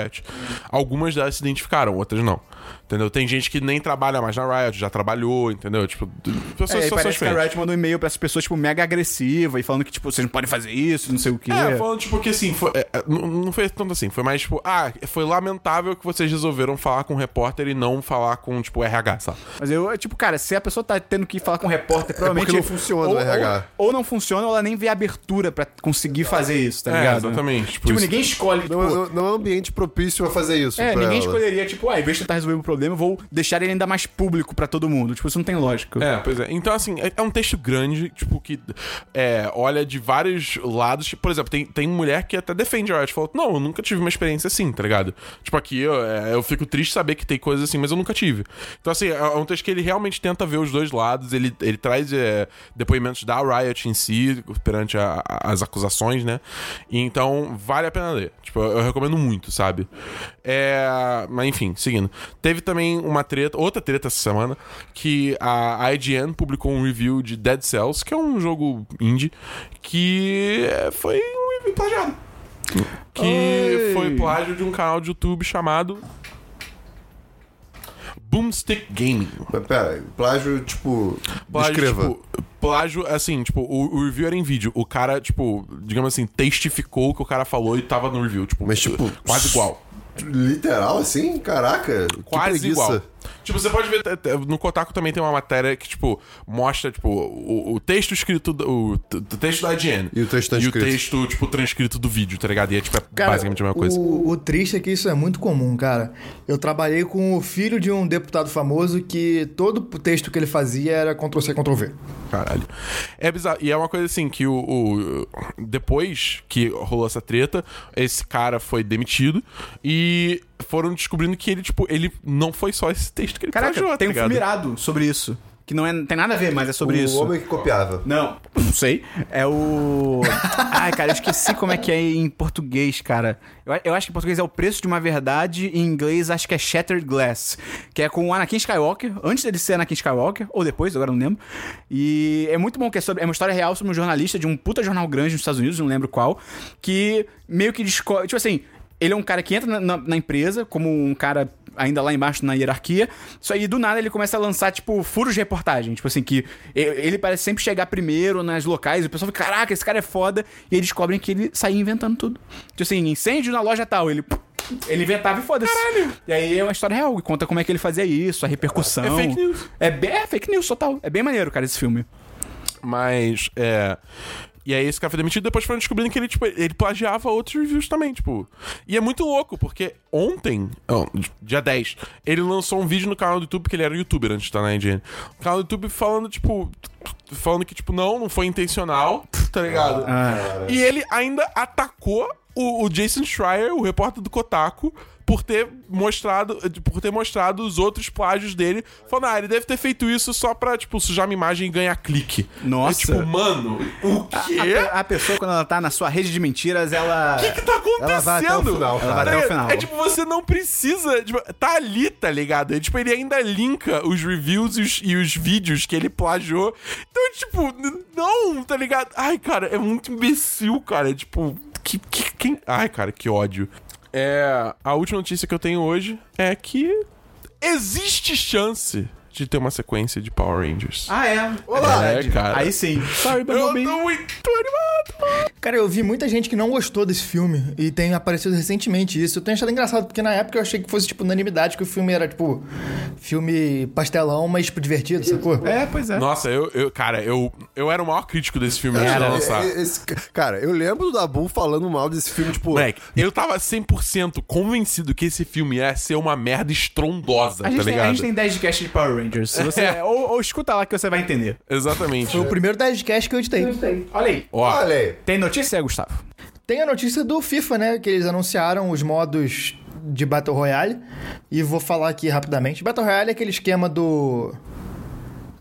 Speaker 4: Algumas delas se identificaram, outras não. Entendeu? Tem gente que nem trabalha mais na Riot, já trabalhou, entendeu? Tipo, d- pessoas
Speaker 1: É,
Speaker 4: é,
Speaker 1: e
Speaker 4: situações
Speaker 1: parece que a
Speaker 4: diferentes.
Speaker 1: Riot mandou e-mail pra essas pessoas, tipo, mega agressiva e falando que, tipo, vocês não podem fazer isso, não sei o quê.
Speaker 4: É, falando, tipo, que assim, foi- é, é, não não foi tanto assim, foi mais, tipo, ah, foi lamentável que vocês resolveram falar com o repórter e não falar com, tipo, o RH, sabe?
Speaker 1: Mas eu, é, tipo, cara, se a pessoa tá tendo que falar com o
Speaker 4: É,
Speaker 1: repórter, provavelmente.
Speaker 2: porque não funciona o
Speaker 1: ou,
Speaker 2: RH.
Speaker 1: Ou, ou não funciona, ou ela nem vê abertura pra conseguir fazer isso, tá
Speaker 4: É,
Speaker 1: ligado?
Speaker 4: exatamente,
Speaker 1: Tipo,
Speaker 4: tipo isso.
Speaker 1: ninguém escolhe. Tipo,
Speaker 2: Não, não- não é um ambiente propício a fazer isso.
Speaker 1: é,
Speaker 2: pra
Speaker 1: ninguém
Speaker 2: ela.
Speaker 1: escolheria, tipo, ah, em vez de tentar resolver o problema, eu vou deixar ele ainda mais público pra todo mundo. Tipo, isso não tem lógica.
Speaker 4: É, pois é. Então, assim, é, é um texto grande, tipo, que é, olha de vários lados. Tipo, por exemplo, tem, tem mulher que até defende a Riot. Falou, não, eu nunca tive uma experiência assim, tá ligado? Tipo, aqui eu, é, eu fico triste saber que tem coisas assim, mas eu nunca tive. Então, assim, é um texto que ele realmente tenta ver os dois lados. Ele, ele traz é, depoimentos da Riot em si, perante a- a- as acusações, né? E, então, vale a pena ler. Tipo, eu, eu recomendo muito, sabe? É, mas, enfim, seguindo. Teve também uma treta, outra treta essa semana, que a IGN publicou um review de Dead Cells, que é um jogo indie, que é, foi um review plagiado. Que
Speaker 1: Oi.
Speaker 4: foi plágio de um canal de YouTube chamado. Boomstick Gaming.
Speaker 2: Mas pera, plágio, tipo.
Speaker 4: Plágio,
Speaker 2: descreva.
Speaker 4: tipo, plágio, assim, tipo, o, o review era em vídeo. O cara, tipo, digamos assim, textificou o que o cara falou e tava no review. Tipo,
Speaker 2: Mas, tipo,
Speaker 4: quase igual.
Speaker 2: Literal assim? Caraca. que
Speaker 4: Quase
Speaker 2: preguiça.
Speaker 4: igual. Tipo, você pode ver. t- t- No Kotaku também tem uma matéria que, tipo, mostra, tipo, o, o texto escrito. do- O, t- o texto da IGN.
Speaker 2: E o texto tá
Speaker 4: E o
Speaker 2: transcrito.
Speaker 4: texto, tipo, transcrito do vídeo, tá ligado? E é, tipo, é
Speaker 5: Cara,
Speaker 4: basicamente a mesma coisa.
Speaker 5: O, o triste é que isso é muito comum, cara. Eu trabalhei com o filho de um deputado famoso que todo o texto que ele fazia era Ctrl-C, Ctrl-V.
Speaker 4: Caralho. É bizarro. E é uma coisa assim que o, o- Depois que rolou essa treta, esse cara foi demitido. E foram descobrindo que ele, tipo, ele não foi só esse texto que ele
Speaker 1: Caraca,
Speaker 4: plagiou, tá
Speaker 1: tem um
Speaker 4: ligado?
Speaker 1: filme irado sobre isso. Que não é, tem nada a ver, mas é sobre
Speaker 2: o
Speaker 1: isso.
Speaker 2: homem que copiava.
Speaker 1: Não, não sei. É o. Ai, cara, eu esqueci como é que é em português, cara. Eu, eu acho que em português é o preço de uma verdade, em inglês acho que é Shattered Glass. Que é com o Anakin Skywalker, antes dele ser Anakin Skywalker, ou depois, agora eu não lembro. E é muito bom que é sobre. É uma história real sobre um jornalista de um puta jornal grande nos Estados Unidos, não lembro qual, que meio que descobre. Tipo assim, ele é um cara que entra na, na- na empresa, como um cara ainda lá embaixo na hierarquia. Só aí do nada ele começa a lançar, tipo, furos de reportagem. Tipo assim, que e- ele parece sempre chegar primeiro nas locais. E o pessoal fica, caraca, esse cara é foda. E eles descobrem que ele saía inventando tudo. Tipo assim, incêndio na loja tal. Ele. Ele inventava e foda-se. E aí é uma história real. E conta como é que ele fazia isso, a repercussão.
Speaker 4: É fake news.
Speaker 1: É, bem, é fake news total. É bem maneiro, cara, esse filme.
Speaker 4: Mas, é. E aí esse cara foi demitido, depois foram descobrindo que ele, tipo, ele plagiava outros reviews também, tipo. E é muito louco, porque ontem, ó, dia 10, ele lançou um vídeo no canal do YouTube, porque ele era youtuber antes de estar na IGN. No canal do YouTube falando, tipo. Falando que, tipo, não, não foi intencional, tá ligado?
Speaker 1: Ah,
Speaker 4: E ele ainda atacou o, o Jason Schreier, o repórter do Kotaku, por ter mostrado, por ter mostrado os outros plágios dele, falando, ah, ele deve ter feito isso só pra, tipo, sujar minha imagem e ganhar clique.
Speaker 1: Nossa.
Speaker 4: É, tipo, mano, o quê?
Speaker 1: A, pe- a pessoa, quando ela tá na sua rede de mentiras, ela.
Speaker 4: O que que tá acontecendo?
Speaker 2: Ela vai até o final, cara.
Speaker 1: Ela vai até o
Speaker 4: ligado?
Speaker 1: final.
Speaker 4: É tipo, você não precisa. tipo, tá ali, tá ligado? É, tipo, ele ainda linka os reviews e os, e os vídeos que ele plagiou. Então, tipo, n- não, tá ligado? Ai, cara, é muito imbecil, cara. É, tipo, que, que- quem. Ai, cara, que ódio. É. A última notícia que eu tenho hoje é que existe chance de ter uma sequência de Power Rangers.
Speaker 1: Ah, é.
Speaker 4: Olá.
Speaker 1: É
Speaker 4: É,
Speaker 1: verdade.
Speaker 4: cara.
Speaker 1: Aí sim. Sorry,
Speaker 4: eu tô muito animado!
Speaker 3: Cara, eu vi muita gente que não gostou desse filme e tem aparecido recentemente isso. Eu tenho achado engraçado, porque na época eu achei que fosse, tipo, unanimidade, que o filme era, tipo, filme pastelão, mas, tipo, divertido, sacou?
Speaker 1: É, pois é.
Speaker 4: Nossa, eu, eu- cara, eu, eu era o maior crítico desse filme antes de
Speaker 1: Cara,
Speaker 4: lançar.
Speaker 2: E- e- é, esse ca- cara, eu lembro do Dabu falando mal desse filme, tipo.
Speaker 4: Moleque, eu tava 100% convencido que esse filme ia ser uma merda estrondosa,
Speaker 1: A gente,
Speaker 4: tá
Speaker 1: tem, a
Speaker 4: ligado?
Speaker 1: gente tem 10 de cast de Power Rangers. Se você-
Speaker 4: É.
Speaker 1: ou, ou escuta lá que você vai entender.
Speaker 4: Exatamente.
Speaker 3: Foi o primeiro Dashcast que eu editei.
Speaker 1: Olha aí.
Speaker 4: Ó,
Speaker 2: Olha aí.
Speaker 1: Tem
Speaker 4: É,
Speaker 1: notícia, Gustavo?
Speaker 3: Tem a notícia do FIFA, né? Que eles anunciaram os modos de Battle Royale. E vou falar aqui rapidamente. Battle Royale é aquele esquema do.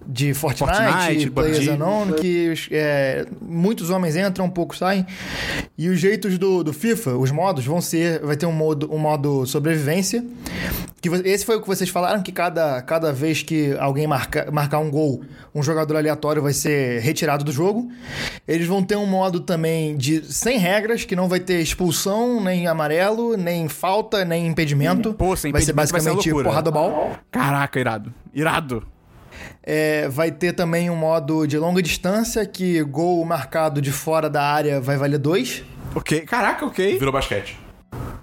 Speaker 3: De Fortnite,
Speaker 1: Fortnite,
Speaker 3: Players
Speaker 1: PUBG.
Speaker 3: Unknown, que os, é, muitos homens entram, poucos saem. E os jeitos do, do FIFA, os modos, vão ser. Vai ter um modo, um modo sobrevivência. Que, vo- esse foi o que vocês falaram, que cada, cada vez que alguém marca, marcar um gol, um jogador aleatório vai ser retirado do jogo. Eles vão ter um modo também de sem regras, que não vai ter expulsão, nem amarelo, nem falta, nem impedimento.
Speaker 1: Pô, sem
Speaker 3: vai ser
Speaker 1: impedimento vai ser uma
Speaker 3: basicamente
Speaker 1: loucura.
Speaker 3: porrada bal.
Speaker 1: Caraca, irado. Irado.
Speaker 3: É, vai ter também um modo de longa distância, que gol marcado de fora da área vai valer dois.
Speaker 1: Ok. Caraca, ok.
Speaker 4: virou basquete.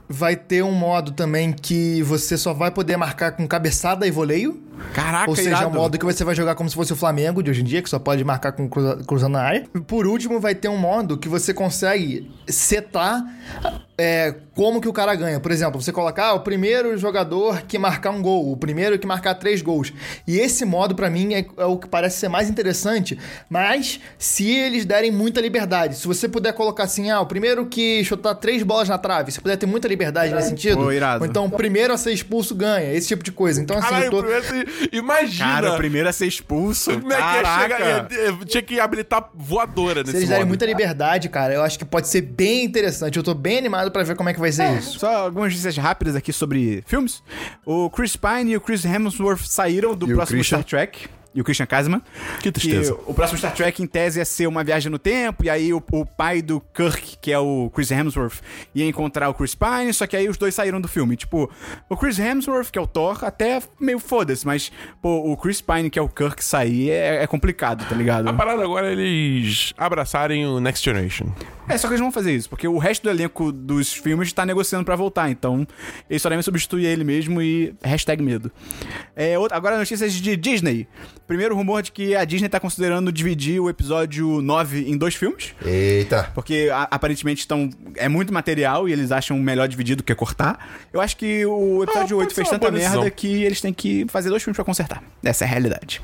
Speaker 3: Vai ter um modo também que você só vai poder marcar com cabeçada e voleio.
Speaker 1: Caraca,
Speaker 3: Ou seja, é
Speaker 1: irado.
Speaker 3: um modo que você vai jogar como se fosse o Flamengo de hoje em dia, que só pode marcar com cruza- cruzando na área. E Por último, vai ter um modo que você consegue setar é, como que o cara ganha. Por exemplo, você colocar ah, o primeiro jogador que marcar um gol, o primeiro que marcar três gols. E esse modo, pra mim, é, é o que parece ser mais interessante, mas se eles derem muita liberdade. Se você puder colocar assim, ah, o primeiro que chutar três bolas na trave, se puder ter muita liberdade nesse sentido.
Speaker 1: Pô, irado.
Speaker 3: ou então, o primeiro a ser expulso ganha, esse tipo de coisa. Então, assim,
Speaker 4: Caralho,
Speaker 3: eu tô...
Speaker 4: primeiro você- imagina.
Speaker 1: Cara, o primeiro a ser expulso.
Speaker 4: Como é que ia
Speaker 1: Caraca.
Speaker 4: chegar? Ia- ia- Tinha que habilitar voadora nesse
Speaker 3: Se eles derem
Speaker 4: modo.
Speaker 3: muita liberdade, cara, eu acho que pode ser bem interessante. Eu tô bem animado pra ver como é que vai ser isso.
Speaker 1: Só algumas notícias rápidas aqui sobre filmes. O Chris Pine e o Chris Hemsworth saíram do
Speaker 2: E o
Speaker 1: próximo
Speaker 2: Christian-
Speaker 1: Star Trek. E o Christian Kasman.
Speaker 4: Que tristeza.
Speaker 1: o próximo Star Trek, em tese, ia ser uma viagem no tempo. E aí o, o pai do Kirk, que é o Chris Hemsworth, ia encontrar o Chris Pine. Só que aí os dois saíram do filme. Tipo, o Chris Hemsworth, que é o Thor, até meio foda-se. Mas, pô, o Chris Pine, que é o Kirk, sair é, é complicado, tá ligado?
Speaker 4: A parada agora é eles abraçarem o Next Generation.
Speaker 1: É, só que eles vão fazer isso, porque o resto do elenco dos filmes tá negociando pra voltar, então eles só devem substituir ele mesmo e hashtag medo. É, outra- agora notícias de Disney. Primeiro rumor de que a Disney tá considerando dividir o episódio 9 em dois filmes.
Speaker 2: Eita.
Speaker 1: Porque a- aparentemente estão. É muito material e eles acham melhor dividir do que cortar. Eu acho que o
Speaker 4: Ah, pode
Speaker 1: episódio 8
Speaker 4: ser
Speaker 1: fez
Speaker 4: uma
Speaker 1: tanta
Speaker 4: boa decisão.
Speaker 1: merda que eles têm que fazer dois filmes pra consertar. Essa é a realidade.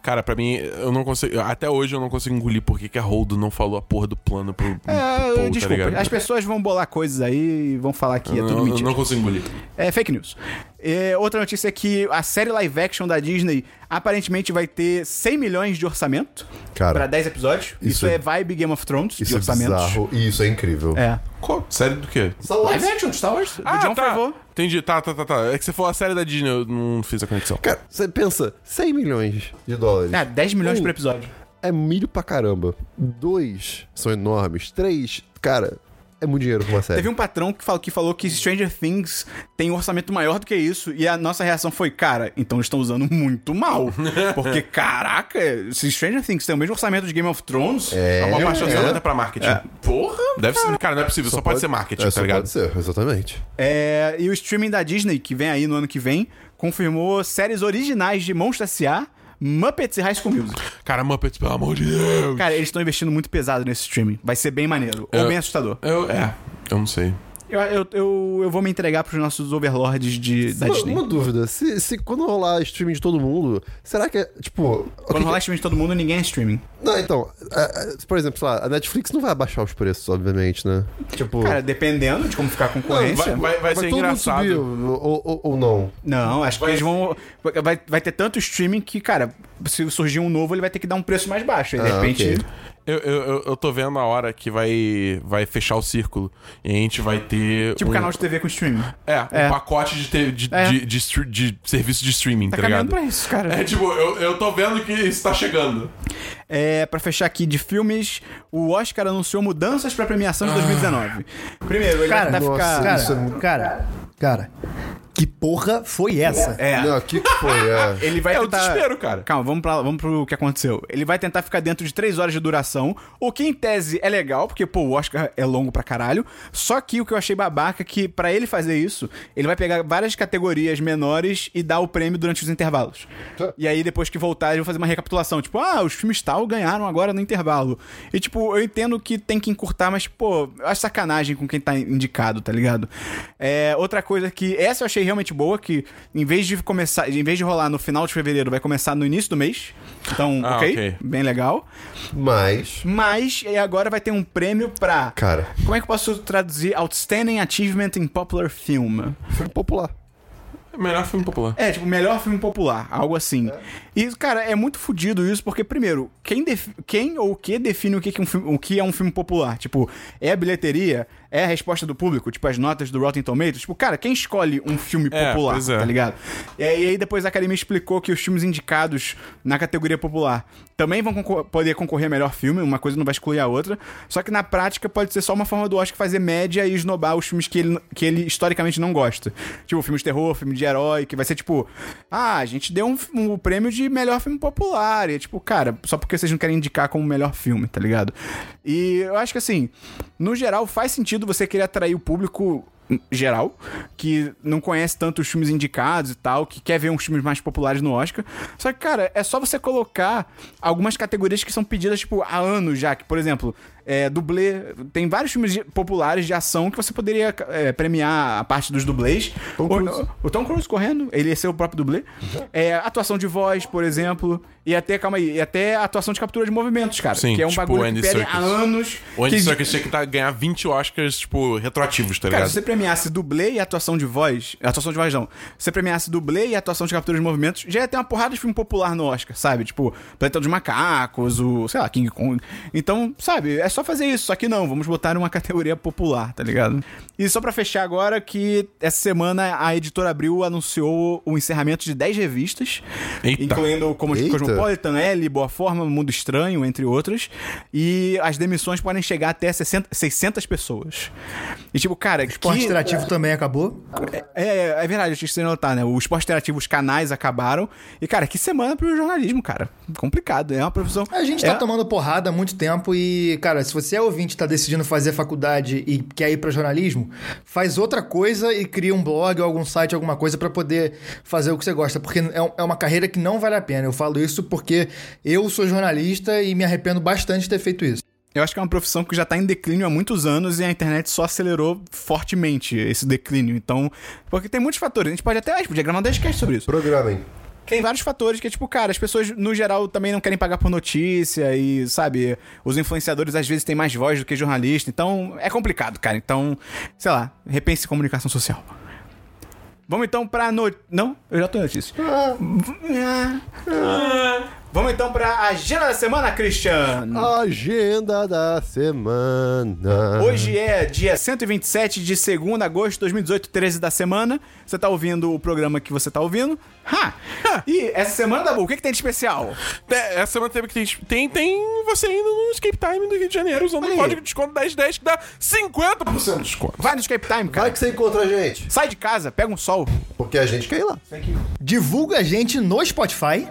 Speaker 4: Cara, pra mim, eu não consigo. Até hoje eu não consigo engolir porque que a Holdo não falou a porra do plano pro. pro
Speaker 1: É,
Speaker 4: Paul, tá
Speaker 1: desculpa,
Speaker 4: ligado?
Speaker 1: as pessoas vão bolar coisas aí e vão falar que é tudo
Speaker 4: não,
Speaker 1: mentira.
Speaker 4: não consigo engolir.
Speaker 1: É fake news. É, outra notícia é que a série live action da Disney aparentemente vai ter 100 milhões de orçamento
Speaker 2: Cara,
Speaker 1: pra 10 episódios. Isso,
Speaker 2: isso é-
Speaker 1: é vibe Game of Thrones de
Speaker 2: Isso é
Speaker 1: orçamentos.
Speaker 2: bizarro e isso é incrível.
Speaker 1: É.
Speaker 4: Qual? Série do quê?
Speaker 1: Live action de Star Wars, do John
Speaker 4: tá.
Speaker 1: Favreau.
Speaker 4: Entendi, tá, tá, tá, tá. É que você falou a série da Disney, eu não fiz a conexão.
Speaker 2: Cara, você pensa, 100 milhões de dólares.
Speaker 1: É, 10 milhões
Speaker 2: Um,
Speaker 1: por episódio.
Speaker 2: É milho pra caramba. Dois são enormes. Três, cara, é muito dinheiro pra uma série.
Speaker 1: Teve um patrão que falou, que falou que Stranger Things tem um orçamento maior do que isso, e a nossa reação foi, cara, então estão usando muito mal. Porque, caraca, se Stranger Things tem o mesmo orçamento de Game of Thrones,
Speaker 4: É uma parte
Speaker 2: é.
Speaker 4: orçada pra marketing.
Speaker 1: porra!
Speaker 4: Deve ser, cara, não é possível, só, pode, ser marketing,
Speaker 2: é,
Speaker 4: tá
Speaker 2: só
Speaker 4: ligado?
Speaker 2: Pode ser, exatamente.
Speaker 1: É, e o streaming da Disney, que vem aí no ano que vem, confirmou séries originais de Monstro S.A., Muppets e High School Music.
Speaker 4: Cara, Muppets, pelo amor de Deus.
Speaker 1: Cara, eles estão investindo muito pesado nesse streaming. Vai ser bem maneiro. Ou
Speaker 4: Eu-
Speaker 1: bem assustador.
Speaker 4: Eu, é, eu não sei.
Speaker 1: Eu, eu, eu, eu vou me entregar pros nossos overlords de, da
Speaker 2: Uma,
Speaker 1: Disney.
Speaker 2: uma dúvida, se, se quando rolar streaming de todo mundo, será que é, tipo... o que
Speaker 1: Quando rolar streaming de todo mundo, ninguém é streaming.
Speaker 2: que- Não, então, é, é, por exemplo, sei lá, a Netflix não vai abaixar os preços, obviamente, né? Tipo...
Speaker 1: Cara, dependendo de como ficar a
Speaker 4: Vai,
Speaker 1: concorrência.
Speaker 4: vai- vai
Speaker 2: vai
Speaker 4: ser
Speaker 2: todo mundo
Speaker 4: engraçado.
Speaker 2: subir, ou, ou, ou não?
Speaker 1: Não, acho que eles vão. Vai, vai ter tanto streaming que, cara, se surgir um novo, ele vai ter que dar um preço mais baixo. Aí, de
Speaker 2: Ah,
Speaker 1: repente.
Speaker 2: ok.
Speaker 4: Eu, eu, eu- eu tô vendo a hora que vai, vai fechar o círculo e a gente vai ter.
Speaker 1: Tipo
Speaker 4: um,
Speaker 1: canal de TV com streaming.
Speaker 4: É, um
Speaker 1: É.
Speaker 4: pacote de, te- de,
Speaker 1: É.
Speaker 4: de, de stre- de serviço de streaming, tá,
Speaker 1: Tá
Speaker 4: ligado?
Speaker 1: caminhando pra isso, cara.
Speaker 4: É tipo, eu, eu tô vendo que isso tá chegando.
Speaker 1: É, para fechar aqui de filmes, o Oscar anunciou mudanças pra premiação de 2019. Ah. Primeiro, ele
Speaker 5: Cara,
Speaker 1: vai tentar
Speaker 5: nossa,
Speaker 1: ficar.
Speaker 5: cara,
Speaker 2: isso é muito-
Speaker 5: cara, cara, que porra foi essa?
Speaker 1: É.
Speaker 2: Não, o que que foi? É...
Speaker 1: Ele vai
Speaker 4: É o
Speaker 1: tentar...
Speaker 4: desespero, cara.
Speaker 1: Calma, vamos, pra, vamos pro que aconteceu. Ele vai tentar ficar dentro de 3 horas de duração, o que em tese é legal, porque, pô, o Oscar é longo pra caralho. Só que o que eu achei babaca é que, pra ele fazer isso, ele vai pegar várias categorias menores e dar o prêmio durante os intervalos. E aí, depois que voltar, eles vão fazer uma recapitulação. Tipo, ah, os filmes tal ganharam agora no intervalo. E, tipo, eu entendo que tem que encurtar, mas, pô, eu acho sacanagem com quem tá indicado, tá ligado? É, outra coisa que essa eu achei realmente boa, que em vez de começar, em vez de rolar no final de fevereiro, vai começar no início do mês. Então,
Speaker 4: Ah,
Speaker 1: ok,
Speaker 4: ok.
Speaker 1: bem legal.
Speaker 2: Mas...
Speaker 1: Mas e agora vai ter um prêmio pra.
Speaker 2: Cara,
Speaker 1: Como é que eu posso traduzir Outstanding Achievement in Popular Film?
Speaker 2: filme popular.
Speaker 4: É o melhor filme popular.
Speaker 1: É, tipo, melhor filme popular, algo assim. E, cara, é muito fodido isso, porque, primeiro, quem, defi- quem ou o que define o que, que um filme- o que é um filme popular? Tipo, é a bilheteria? É a resposta do público? Tipo, as notas do Rotten Tomatoes? Tipo, cara, quem escolhe um filme
Speaker 4: É,
Speaker 1: popular,
Speaker 4: pois é.
Speaker 1: tá ligado? E aí, e aí depois a academia explicou que os filmes indicados na categoria popular também vão concor- poder concorrer a melhor filme, uma coisa não vai excluir a outra. Só que na prática pode ser só uma forma do Oscar fazer média e esnobar os filmes que ele, que ele historicamente não gosta. Tipo, filme de terror, filme de herói, que vai ser tipo, ah, a gente deu um, f- um prêmio de melhor filme popular. E é tipo, cara, só porque vocês não querem indicar como melhor filme, tá ligado? E eu acho que assim, no geral faz sentido você querer atrair o público geral, que não conhece tanto os filmes indicados e tal, que quer ver uns filmes mais populares no Oscar. Só que, cara, é só você colocar algumas categorias que são pedidas, tipo, há anos já, que, por exemplo, é, dublê. Tem vários filmes de- populares de ação que você poderia é, premiar a parte dos dublês. Ou- o Tom Cruise correndo, ele ia ser o próprio dublê. É, atuação de voz, por exemplo. E até, calma aí, e até atuação de captura de movimentos, cara.
Speaker 4: Sim,
Speaker 1: que é um
Speaker 4: tipo
Speaker 1: bagulho
Speaker 4: Andy
Speaker 1: que pede há
Speaker 4: Serkis.
Speaker 1: anos.
Speaker 4: O Andy
Speaker 1: que-
Speaker 4: Serkis tinha que tá- ganhar 20 Oscars, tipo, retroativos, tá
Speaker 1: Cara,
Speaker 4: ligado?
Speaker 1: se você premiasse dublê e atuação de voz. Atuação de voz não. Se você premiasse dublê e atuação de captura de movimentos, já ia ter uma porrada de filme popular no Oscar, sabe? Tipo, Planeta dos Macacos, o, sei lá, King Kong. Então, sabe, é só fazer isso. Só que não, vamos botar uma categoria popular, tá ligado? E só pra fechar agora, que essa semana a editora Abril anunciou o encerramento de 10 revistas,
Speaker 4: Eita.
Speaker 1: incluindo como
Speaker 2: Eita.
Speaker 1: Cosmopolitan, L, é Boa Forma, um Mundo Estranho, entre outras. E as demissões podem chegar até 60, 600 pessoas. E tipo, cara,
Speaker 5: Esporte
Speaker 1: que-
Speaker 5: interativo também acabou.
Speaker 1: é, é verdade, eu tinha que se notar, né? O esporte interativo, os canais acabaram. E, cara, que semana pro jornalismo, cara. Complicado, é uma profissão.
Speaker 5: A gente
Speaker 1: é,
Speaker 5: tá tomando porrada há muito tempo e, cara, se você é ouvinte e tá decidindo fazer faculdade e quer ir pra jornalismo, faz outra coisa e cria um blog ou algum site, alguma coisa pra poder fazer o que você gosta, porque é um- é uma carreira que não vale a pena. Eu falo isso porque eu sou jornalista e me arrependo bastante de ter feito isso.
Speaker 1: Eu acho que é uma profissão que já tá em declínio há muitos anos e a internet só acelerou fortemente esse declínio. Então, porque tem muitos fatores. A gente pode até. A gente podia gravar um 10 sobre isso.
Speaker 2: Programem.
Speaker 1: Tem vários fatores que é tipo, cara, as pessoas no geral também não querem pagar por notícia e, sabe, os influenciadores às vezes têm mais voz do que jornalista. Então, é complicado, cara. Então, sei lá, repense comunicação social. Vamos então pra no... Não? Eu já tô em notícia. Vamos então pra agenda da semana, Christian.
Speaker 2: Agenda da semana.
Speaker 1: Hoje é dia 127 de 2 de agosto de 2018, 13 da semana. Você tá ouvindo o programa que você tá ouvindo. Ha! E essa semana, Dabu, o que, que tem de especial?
Speaker 4: Te- é, Essa semana teve que ter- tem, tem você indo no Escape Time do Rio de Janeiro usando
Speaker 1: Aí.
Speaker 4: o código de desconto 1010 que dá 50% de desconto.
Speaker 1: Vai no Escape Time, cara.
Speaker 2: Vai É que você encontra a gente,
Speaker 1: Sai de casa, pega um sol.
Speaker 2: porque a gente quer ir lá.
Speaker 5: Divulga a gente no Spotify.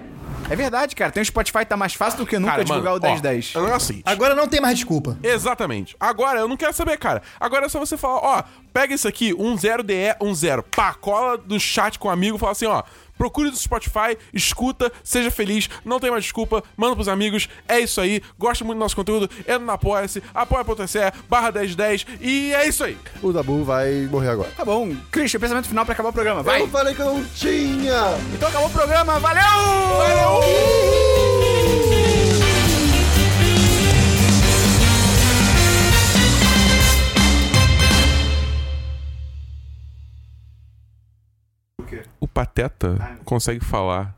Speaker 1: É verdade, cara. Tem o Spotify, tá mais fácil do que nunca
Speaker 4: Cara,
Speaker 1: divulgar
Speaker 4: mano,
Speaker 1: o 1010.
Speaker 4: Ó, é o negócio seguinte.
Speaker 5: Agora não tem mais desculpa.
Speaker 4: Exatamente. Agora, eu não quero saber, cara. Agora é só você falar, ó, pega isso aqui, 10DE10, um zero. pá, cola do chat com um amigo, fala assim, ó, procure do Spotify, escuta, seja feliz, não tem mais desculpa, manda pros amigos, é isso aí, gosta muito do nosso conteúdo, entra na Apoia-se, apoia.se, barra 1010, e é isso aí.
Speaker 2: O Dabu vai morrer agora.
Speaker 1: Tá bom. Christian, pensamento final pra acabar o programa. Vai.
Speaker 2: Eu falei que eu não tinha!
Speaker 1: Então acabou o programa. Valeu! Valeu!
Speaker 4: O Pateta consegue falar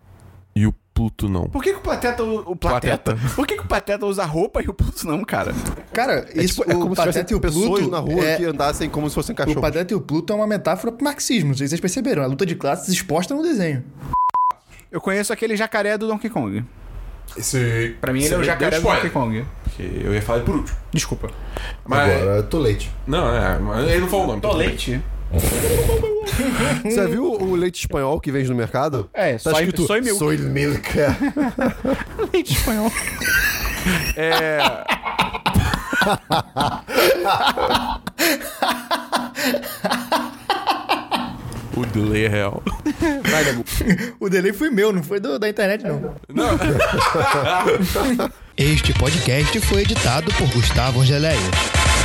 Speaker 4: e o Pluto não.
Speaker 1: Por que, que o Pateta... u- O Plateta?
Speaker 4: Plateta.
Speaker 1: Por que, que o Pateta usa roupa e o Pluto não, cara?
Speaker 5: Cara, isso,
Speaker 2: Tipo, é como
Speaker 5: o
Speaker 2: se
Speaker 5: Pateta e
Speaker 2: tivessem
Speaker 5: o
Speaker 2: pessoas
Speaker 5: Pluto
Speaker 2: na rua
Speaker 5: é-
Speaker 2: que andassem como se fossem
Speaker 5: O
Speaker 2: cachorros.
Speaker 5: Pateta e o Pluto é uma metáfora pro marxismo, não sei se vocês perceberam. A luta de classes exposta no desenho.
Speaker 1: Eu conheço aquele jacaré do Donkey Kong.
Speaker 4: Esse...
Speaker 1: Pra mim, ele é o jacaré do Donkey Kong.
Speaker 4: Eu ia falar por último.
Speaker 1: Desculpa.
Speaker 4: Mas...
Speaker 2: Agora, tô leite.
Speaker 4: Não, é, mas ele não falou o nome.
Speaker 1: Tô leite?
Speaker 2: Você viu o leite espanhol que vende no mercado?
Speaker 1: É,
Speaker 2: tá
Speaker 1: soy-
Speaker 2: escrito,
Speaker 1: soy milk.
Speaker 2: Soy milk. é.
Speaker 1: Leite espanhol.
Speaker 4: É... o delay é real.
Speaker 5: O delay foi meu, não foi do- da internet, não.
Speaker 4: Não,
Speaker 6: Este podcast foi editado por Gustavo Angeléia.